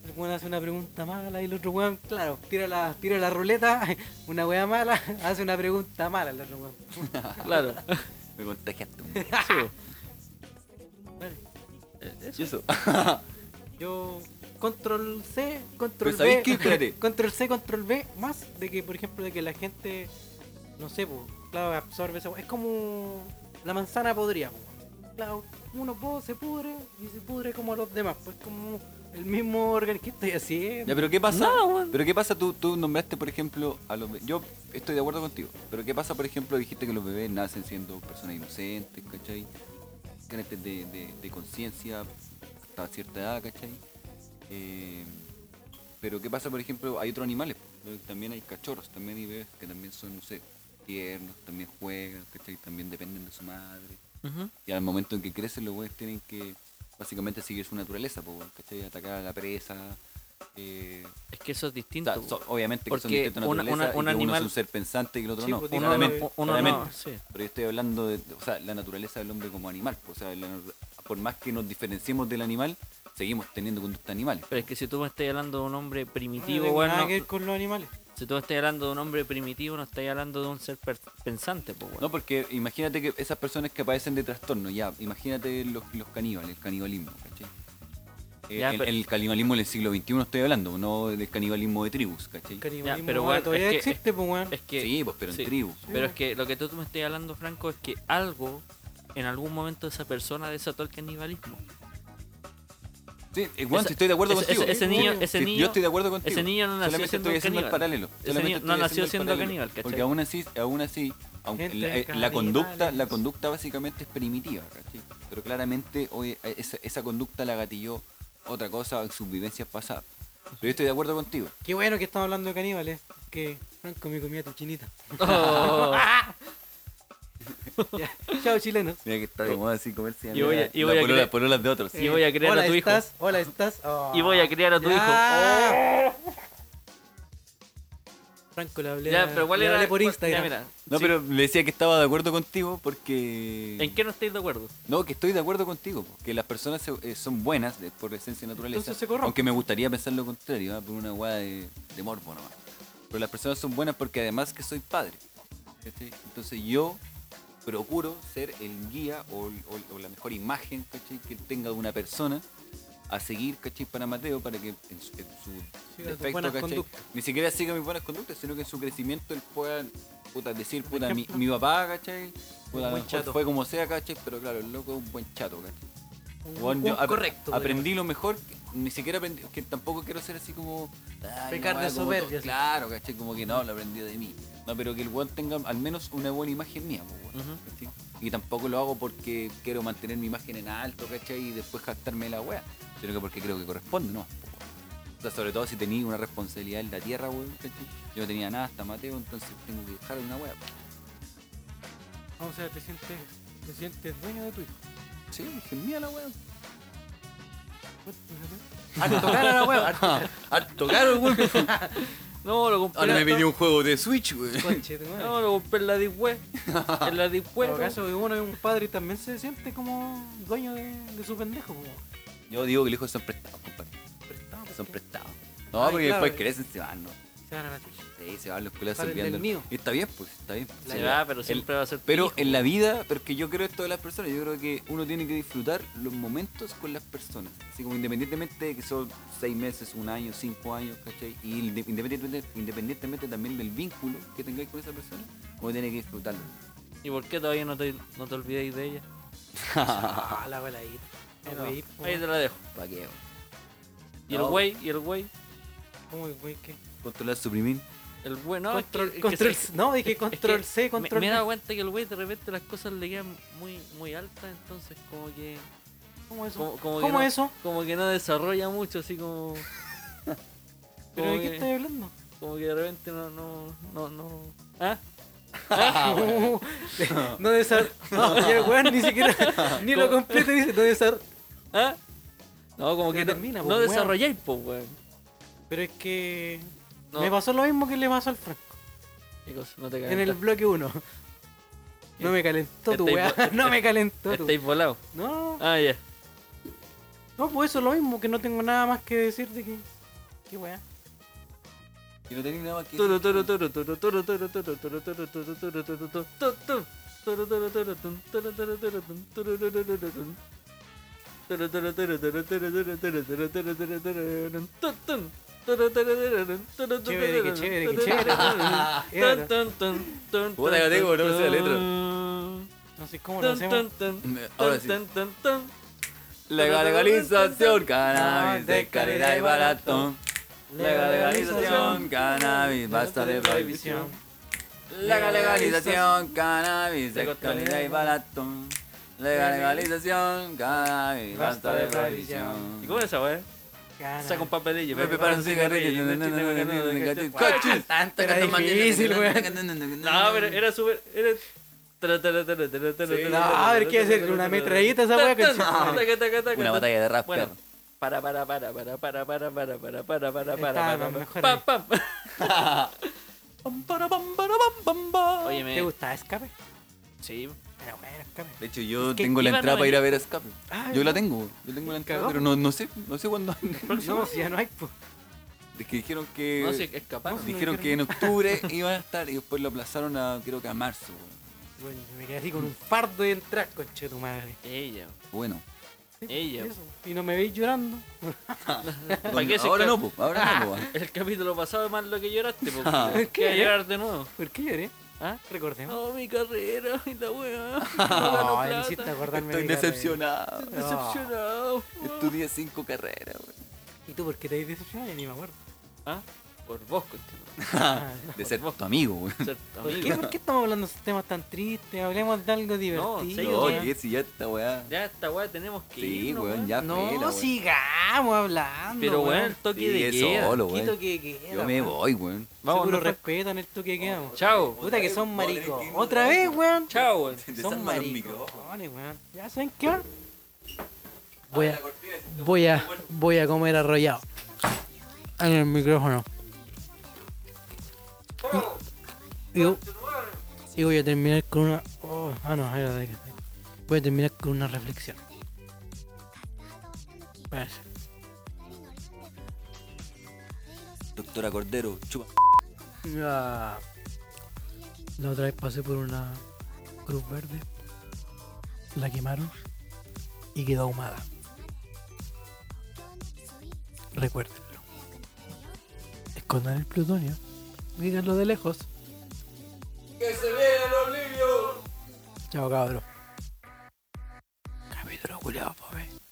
[SPEAKER 4] El weón hace una pregunta mala y el otro weón, claro, tira la, tira la ruleta, una weá mala, hace una pregunta mala el otro weón.
[SPEAKER 2] Claro.
[SPEAKER 3] Me contagiaste. weón.
[SPEAKER 2] Sí, weón.
[SPEAKER 4] Vale.
[SPEAKER 2] Eh,
[SPEAKER 3] Y
[SPEAKER 2] eso.
[SPEAKER 3] eso.
[SPEAKER 4] Yo control C, control
[SPEAKER 3] Pero ¿sabéis
[SPEAKER 4] B,
[SPEAKER 3] qué? Espérate.
[SPEAKER 4] control C, control B, más de que, por ejemplo, de que la gente, no sé, po, claro, absorbe esa, es como la manzana podría, po. claro, uno po, se pudre y se pudre como los demás, pues como el mismo organismo que estoy haciendo.
[SPEAKER 3] Ya, pero ¿qué pasa?
[SPEAKER 2] No, weón.
[SPEAKER 3] Pero ¿qué pasa? Tú, tú nombraste, por ejemplo, a los bebés. Yo estoy de acuerdo contigo. Pero ¿qué pasa, por ejemplo? Dijiste que los bebés nacen siendo personas inocentes, ¿cachai? Carentes de, de- de conciencia hasta cierta edad, ¿cachai? Eh, pero ¿qué pasa, por ejemplo? Hay otros animales. ¿no? También hay cachorros, también hay bebés que también son, no sé, tiernos, también juegan, ¿cachai? También dependen de su madre.
[SPEAKER 2] Ujú.
[SPEAKER 3] Y al momento en que crecen, los güeyes tienen que básicamente seguir su naturaleza, po, weón, ¿cachai? Atacar a la presa. Eh,
[SPEAKER 2] Es que eso es
[SPEAKER 3] o
[SPEAKER 2] distinto.
[SPEAKER 3] sea,
[SPEAKER 2] weón.
[SPEAKER 3] son- obviamente que son
[SPEAKER 2] Porque
[SPEAKER 3] distintas
[SPEAKER 2] una-
[SPEAKER 3] naturalezas
[SPEAKER 2] una- un
[SPEAKER 3] y que uno es
[SPEAKER 2] animal-
[SPEAKER 3] un ser pensante y el otro
[SPEAKER 4] Sí,
[SPEAKER 3] no.
[SPEAKER 4] pues,
[SPEAKER 2] uno,
[SPEAKER 4] claramente,
[SPEAKER 2] uno- uno no,
[SPEAKER 3] claramente.
[SPEAKER 2] sí.
[SPEAKER 3] Pero yo estoy hablando de o sea, la naturaleza del hombre como animal. po, O sea, la- por más que nos diferenciemos del animal, seguimos teniendo conductas animales.
[SPEAKER 2] Pero es que si tú me estás hablando de un hombre
[SPEAKER 4] no
[SPEAKER 2] primitivo,
[SPEAKER 4] tengo
[SPEAKER 2] weón,
[SPEAKER 4] nada
[SPEAKER 2] no-
[SPEAKER 4] que ver con los animales.
[SPEAKER 2] Si tú me estás hablando de un hombre primitivo, no estás hablando de un ser per- pensante, pues,
[SPEAKER 3] No, porque imagínate que esas personas que padecen de trastorno, ya, imagínate los, los caníbales, el canibalismo, ¿cachai? Eh,
[SPEAKER 2] Ya,
[SPEAKER 3] el,
[SPEAKER 2] pero-
[SPEAKER 3] el canibalismo del siglo XXI estoy hablando, no del canibalismo de tribus, ¿cachai?
[SPEAKER 4] El canibalismo
[SPEAKER 2] pero,
[SPEAKER 4] ahora
[SPEAKER 2] weón,
[SPEAKER 4] todavía
[SPEAKER 2] es que-
[SPEAKER 4] existe, pues weón.
[SPEAKER 2] Es que,
[SPEAKER 3] Sí, pues, pero en
[SPEAKER 2] sí.
[SPEAKER 3] tribus.
[SPEAKER 2] Pero es
[SPEAKER 4] Mm.
[SPEAKER 2] que lo que tú me estás hablando, Franco, es que algo, en algún momento esa persona desató el canibalismo.
[SPEAKER 3] Sí, eh, bueno,
[SPEAKER 2] Esa-
[SPEAKER 3] si estoy de acuerdo
[SPEAKER 2] ese-
[SPEAKER 3] contigo.
[SPEAKER 2] ese- ese
[SPEAKER 3] Sí,
[SPEAKER 2] niño-
[SPEAKER 3] obvio.
[SPEAKER 2] ese
[SPEAKER 3] Si-
[SPEAKER 2] niño-
[SPEAKER 3] Yo estoy de acuerdo contigo.
[SPEAKER 2] ese niño no nació
[SPEAKER 3] Solamente
[SPEAKER 2] siendo
[SPEAKER 3] estoy haciendo el
[SPEAKER 2] caníbal.
[SPEAKER 3] paralelo.
[SPEAKER 2] Ese
[SPEAKER 3] Solamente
[SPEAKER 2] niño
[SPEAKER 3] estoy
[SPEAKER 2] no
[SPEAKER 3] haciendo
[SPEAKER 2] nació
[SPEAKER 3] el
[SPEAKER 2] siendo
[SPEAKER 3] paralelo.
[SPEAKER 2] caníbal, ¿cachai?
[SPEAKER 3] Porque aún así, aún así, aunque
[SPEAKER 4] Gente
[SPEAKER 3] la, eh, la
[SPEAKER 4] caníbal.
[SPEAKER 3] conducta, la conducta básicamente es primitiva, ¿cachai? Pero claramente hoy eh, esa, esa conducta la gatilló otra cosa en sus vivencias pasadas. Pero yo estoy de acuerdo contigo.
[SPEAKER 4] Qué bueno que estamos hablando de caníbales. Que Franco me comía tu chinita.
[SPEAKER 2] Oh,
[SPEAKER 4] Ya. Chao, chilenos.
[SPEAKER 3] Mira que está de moda así comerse.
[SPEAKER 2] Y voy a- y voy a creer-
[SPEAKER 3] las de otros.
[SPEAKER 2] y voy a criar
[SPEAKER 4] Hola,
[SPEAKER 2] a tu hijo.
[SPEAKER 4] ¿estás? Hola, ¿estás? Oh.
[SPEAKER 2] Y voy a criar a tu hijo.
[SPEAKER 4] Ya. Oh. Franco, le hablé,
[SPEAKER 2] Ya,
[SPEAKER 4] a-
[SPEAKER 2] pero ¿cuál
[SPEAKER 4] le
[SPEAKER 2] era?
[SPEAKER 4] hablé por
[SPEAKER 2] cuál-
[SPEAKER 4] Instagram.
[SPEAKER 2] ya, mira,
[SPEAKER 3] No,
[SPEAKER 2] sí,
[SPEAKER 3] pero le decía que estaba de acuerdo contigo porque...
[SPEAKER 2] ¿En qué no estáis de acuerdo?
[SPEAKER 3] No, que estoy de acuerdo contigo, po, que las personas se- eh, son buenas de- por esencia y naturaleza.
[SPEAKER 4] Entonces se corrompe.
[SPEAKER 3] Aunque me gustaría pensar lo contrario, ¿ah? por una guada de, de morbo nomás. Pero las personas son buenas porque además que soy padre. ¿cachai? Entonces yo procuro ser el guía o, el- o el- o la mejor imagen ¿cachai? que tenga de una persona a seguir ¿cachai? para Mateo para que en su, en su
[SPEAKER 4] tus
[SPEAKER 3] defecto,
[SPEAKER 4] buenas
[SPEAKER 3] ¿cachai?
[SPEAKER 4] conductas.
[SPEAKER 3] ni siquiera siga mis buenas conductas, sino que en su crecimiento él pueda puta, decir, puta, mi, mi papá, ¿cachai? Puta, a lo
[SPEAKER 4] buen
[SPEAKER 3] mejor
[SPEAKER 4] chato.
[SPEAKER 3] fue como sea, ¿cachai? Pero claro, el loco es un buen chato, ¿cachai?
[SPEAKER 4] Un-
[SPEAKER 3] Weón,
[SPEAKER 4] un
[SPEAKER 3] yo ap-
[SPEAKER 4] correcto.
[SPEAKER 3] aprendí lo mejor, que- ni siquiera aprendí, que tampoco quiero ser así como... "Ay,
[SPEAKER 4] Pecar
[SPEAKER 3] no,
[SPEAKER 4] de
[SPEAKER 3] ah, como
[SPEAKER 4] soberbia,
[SPEAKER 3] todo".
[SPEAKER 4] así.
[SPEAKER 3] Claro, ¿cachai? Como que no, lo aprendí de mí. No, pero que el weón tenga al menos una buena imagen mía, pues, weón,
[SPEAKER 2] Ujú.
[SPEAKER 3] ¿cachai? Y tampoco lo hago porque quiero mantener mi imagen en alto, ¿cachai? Y después gastarme la wea, sino que porque creo que corresponde, ¿no? O sea, sobre todo si tenía una responsabilidad en la tierra, weón, ¿cachai? Yo no tenía nada hasta Mateo, entonces tengo que dejar una wea.
[SPEAKER 4] Vamos a ver, te sientes, te sientes dueño de tu hijo.
[SPEAKER 3] Sí, es mía la wea.
[SPEAKER 4] Harto cara la wea, harto
[SPEAKER 3] Harto caro, weón.
[SPEAKER 2] No, lo compré.
[SPEAKER 3] Ahora me
[SPEAKER 2] no,
[SPEAKER 3] pidió un juego de Switch, weón.
[SPEAKER 4] Conche, tu madre.
[SPEAKER 2] No, lo compré en la Deep Web. En la Deep
[SPEAKER 4] En todo
[SPEAKER 2] Web.
[SPEAKER 4] caso, uno es un padre y también se siente como dueño de, de su pendejo. Como.
[SPEAKER 3] Yo digo que los hijos son prestados, compadre.
[SPEAKER 4] prestado, ¿por
[SPEAKER 3] Son
[SPEAKER 4] qué?
[SPEAKER 3] prestados. No,
[SPEAKER 4] Ay,
[SPEAKER 3] porque
[SPEAKER 4] claro.
[SPEAKER 3] después crecen, se van, ¿no?
[SPEAKER 4] Se van a la chucha.
[SPEAKER 3] Sí, se van los culiados
[SPEAKER 4] Para el del
[SPEAKER 3] olvidando.
[SPEAKER 4] mío.
[SPEAKER 3] Y está bien, pues, está bien.
[SPEAKER 2] Se
[SPEAKER 3] Sí.
[SPEAKER 2] va, pero
[SPEAKER 3] El-
[SPEAKER 2] siempre va a ser. tu
[SPEAKER 3] Pero
[SPEAKER 2] hijo.
[SPEAKER 3] en la vida, porque yo creo esto de las personas, yo creo que uno tiene que disfrutar los momentos con las personas. Así como independientemente de que son seis meses, un año, cinco años, ¿cachai? Y inde- independientemente, independientemente también del vínculo que tengáis con esa persona, uno tiene que disfrutarlo.
[SPEAKER 2] ¿Y por qué todavía no te, no te olvidéis de ella?
[SPEAKER 4] Ah, la baladita. La
[SPEAKER 2] No,
[SPEAKER 4] wey, po.
[SPEAKER 2] Ahí te la dejo.
[SPEAKER 3] ¿Para qué?
[SPEAKER 2] Y
[SPEAKER 3] No.
[SPEAKER 2] el güey, y el güey,
[SPEAKER 4] ¿Cómo, güey, qué?
[SPEAKER 3] Controlar, suprimir.
[SPEAKER 2] el güey, no. es que-
[SPEAKER 4] Control,
[SPEAKER 2] es que
[SPEAKER 4] control,
[SPEAKER 2] se-
[SPEAKER 4] no, dije
[SPEAKER 2] es que
[SPEAKER 4] control C,
[SPEAKER 2] me-
[SPEAKER 4] control
[SPEAKER 2] Me he
[SPEAKER 4] V.
[SPEAKER 2] dado cuenta que el güey de repente las cosas le quedan muy, muy altas, entonces como que.
[SPEAKER 4] ¿Cómo eso?
[SPEAKER 2] Como,
[SPEAKER 4] ¿Cómo,
[SPEAKER 2] como que no-
[SPEAKER 4] eso?
[SPEAKER 2] Como que no desarrolla mucho, así como.
[SPEAKER 4] ¿Pero de
[SPEAKER 2] como
[SPEAKER 4] qué
[SPEAKER 2] que-
[SPEAKER 4] estás hablando?
[SPEAKER 2] Como que de repente no, no, no, no. ¿Ah?
[SPEAKER 4] no desar... No, ya, weón, ni siquiera... Ni lo completo dice, no desar...
[SPEAKER 2] ¿Ah? No, como
[SPEAKER 4] Ya
[SPEAKER 2] que no-
[SPEAKER 4] termina,
[SPEAKER 2] no,
[SPEAKER 4] po, weón.
[SPEAKER 2] desarrolláis, pues, weón.
[SPEAKER 4] Pero es que...
[SPEAKER 2] No,
[SPEAKER 4] Me pasó lo mismo que le pasó al Franco.
[SPEAKER 2] qué cosa, no te
[SPEAKER 4] En el
[SPEAKER 2] calentas.
[SPEAKER 4] bloque 1. No me calentó tu
[SPEAKER 2] Estáis
[SPEAKER 4] weá.
[SPEAKER 2] vo-
[SPEAKER 4] No me calentó tu...
[SPEAKER 2] Estáis volados.
[SPEAKER 4] No,
[SPEAKER 2] Ah, ya.
[SPEAKER 4] no, pues eso es lo mismo, que no tengo nada más que decir de que... Qué weá.
[SPEAKER 3] Y no tenéis nada más que...
[SPEAKER 2] Turu, turu, turu, turu, turu, turu, turu, turu, turu, turu, turu, turu, tu, tu, tu. Turu, turu, turu, tun, turu, turu, turu, tun, turu, turu, turu, tun. Turu, turu, turu, turu, turu, turu, turu, turu, turu, turu, turu, tun, tu, tun. Turu, turu, turu, tun, turu, turu,
[SPEAKER 4] Chévere, que
[SPEAKER 2] turu,
[SPEAKER 4] chévere, que
[SPEAKER 2] turu,
[SPEAKER 4] chévere.
[SPEAKER 2] turu,
[SPEAKER 4] Era.
[SPEAKER 2] tun, tun, tun,
[SPEAKER 3] Puta,
[SPEAKER 2] tun,
[SPEAKER 3] ya tengo, no me sé la letra.
[SPEAKER 2] tun,
[SPEAKER 4] No sé cómo lo hacemos.
[SPEAKER 2] tun, tun,
[SPEAKER 3] Ahora sí.
[SPEAKER 2] tun, tun, tun.
[SPEAKER 3] La legalización, cannabis de calidad y barato. La legalización, cannabis, basta de prohibición. La legalización, cannabis de calidad y barato. La legalización, cannabis, basta de prohibición.
[SPEAKER 2] ¿Y cómo es esa, weón?
[SPEAKER 4] Cana.
[SPEAKER 2] Saca un papelillo.
[SPEAKER 3] Me preparan un cigarrillo.
[SPEAKER 2] ¡Cachis!
[SPEAKER 3] Tanto
[SPEAKER 4] Era difícil,
[SPEAKER 3] weón.
[SPEAKER 2] No, pero era súper. Era.
[SPEAKER 4] No, a ver, ¿qué hacer? ¿Una metralleta esa weá? conche-
[SPEAKER 3] Una batalla de rap,
[SPEAKER 2] Bueno,
[SPEAKER 3] perro.
[SPEAKER 2] para, para, para, para, para, para, para, para, para, para,
[SPEAKER 4] Estaba
[SPEAKER 2] para, para,
[SPEAKER 4] mejor
[SPEAKER 2] pam,
[SPEAKER 4] ahí.
[SPEAKER 2] pam. Pam, para, pam, para, pam, pam, pam. Oye,
[SPEAKER 4] ¿Te
[SPEAKER 2] me.
[SPEAKER 4] gustaba escape?
[SPEAKER 2] Sí.
[SPEAKER 4] Era bueno, escape.
[SPEAKER 3] De hecho, yo
[SPEAKER 2] que
[SPEAKER 3] tengo la
[SPEAKER 2] iba
[SPEAKER 3] entrada
[SPEAKER 2] no
[SPEAKER 3] para
[SPEAKER 2] ven-
[SPEAKER 3] ir a ver a Escape.
[SPEAKER 4] Ah,
[SPEAKER 3] Yo la
[SPEAKER 4] ¿no?
[SPEAKER 3] tengo, yo tengo la entrada,
[SPEAKER 4] Cagó.
[SPEAKER 3] pero no, no sé, no sé cuándo.
[SPEAKER 4] No, si ya no hay, pues.
[SPEAKER 3] Es que dijeron que
[SPEAKER 2] No sé, escaparon.
[SPEAKER 3] dijeron que en octubre iban a estar y después lo aplazaron a creo que a marzo. weón.
[SPEAKER 4] Bueno, me quedé así con un fardo de entrar, conche tu madre.
[SPEAKER 2] Ella.
[SPEAKER 3] Bueno,
[SPEAKER 2] Ella.
[SPEAKER 4] Eso. Y no me veis llorando.
[SPEAKER 2] ¿Para qué se
[SPEAKER 3] ahora
[SPEAKER 2] esca-
[SPEAKER 3] no,
[SPEAKER 2] Ah,
[SPEAKER 3] po, ahora no, po.
[SPEAKER 2] El capítulo pasado es más lo que lloraste, porque. ¿Qué?
[SPEAKER 4] Ah. ¿Qué?
[SPEAKER 2] llorar de nuevo.
[SPEAKER 4] ¿Por qué lloré?
[SPEAKER 2] ¿Ah?
[SPEAKER 4] Recordemos.
[SPEAKER 2] No, mi carrera, y la weá.
[SPEAKER 4] No,
[SPEAKER 2] No,
[SPEAKER 4] me
[SPEAKER 2] gano
[SPEAKER 4] hiciste
[SPEAKER 2] plata.
[SPEAKER 4] acordarme de
[SPEAKER 3] Estoy
[SPEAKER 4] mi carrera.
[SPEAKER 3] decepcionado.
[SPEAKER 2] Decepcionado.
[SPEAKER 3] Estudié cinco carreras,
[SPEAKER 4] ¿Y tú por qué te has decepcionado? Ya Ni me acuerdo.
[SPEAKER 2] ¿Ah? Por vos, cochino.
[SPEAKER 3] De ser tu amigo, güey.
[SPEAKER 2] Ser tu
[SPEAKER 4] ¿Por
[SPEAKER 2] amigo.
[SPEAKER 4] qué, por qué estamos hablando de esos temas tan tristes? Hablemos de algo divertido.
[SPEAKER 2] sí,
[SPEAKER 3] No,
[SPEAKER 2] weón.
[SPEAKER 3] oye, si ya está, weá.
[SPEAKER 2] Ya esta weá tenemos que
[SPEAKER 3] Sí,
[SPEAKER 2] irnos,
[SPEAKER 3] weón,
[SPEAKER 2] weón.
[SPEAKER 3] ya
[SPEAKER 4] No,
[SPEAKER 3] fue la, weón.
[SPEAKER 4] sigamos hablando.
[SPEAKER 2] Pero weón, el
[SPEAKER 4] weón.
[SPEAKER 2] toque
[SPEAKER 3] Sí,
[SPEAKER 2] de
[SPEAKER 3] es
[SPEAKER 2] queda.
[SPEAKER 3] solo,
[SPEAKER 4] Quito
[SPEAKER 3] weón.
[SPEAKER 4] que queda,
[SPEAKER 3] Yo me pues.
[SPEAKER 4] weón.
[SPEAKER 3] voy, weón.
[SPEAKER 2] Vamos,
[SPEAKER 4] Seguro
[SPEAKER 2] nos vemos.
[SPEAKER 4] respetan el toque que quedamos.
[SPEAKER 2] Chao.
[SPEAKER 4] Puta que son
[SPEAKER 3] Otra vez,
[SPEAKER 4] maricos.
[SPEAKER 3] weón.
[SPEAKER 4] Otra vez, weón.
[SPEAKER 2] Chao, weón.
[SPEAKER 4] Son
[SPEAKER 3] Desarma los
[SPEAKER 4] maricos.
[SPEAKER 3] micrófonos.
[SPEAKER 4] weón. ¿Ya saben qué?
[SPEAKER 1] Voy a, voy a, voy a comer arrollado. En el micrófono. Y, y- y voy a terminar con una. oh, ah, no, era de- Voy a terminar con una reflexión. Pues,
[SPEAKER 3] Doctora Cordero, chupa.
[SPEAKER 1] ah, la otra vez pasé por una cruz verde. La quemaron y quedó ahumada. Recuérdenlo. Escondan el plutonio. Mírenlo de lejos. ¡Que se vean los niños! Chao, cabros. Capítulo culiado, pobre.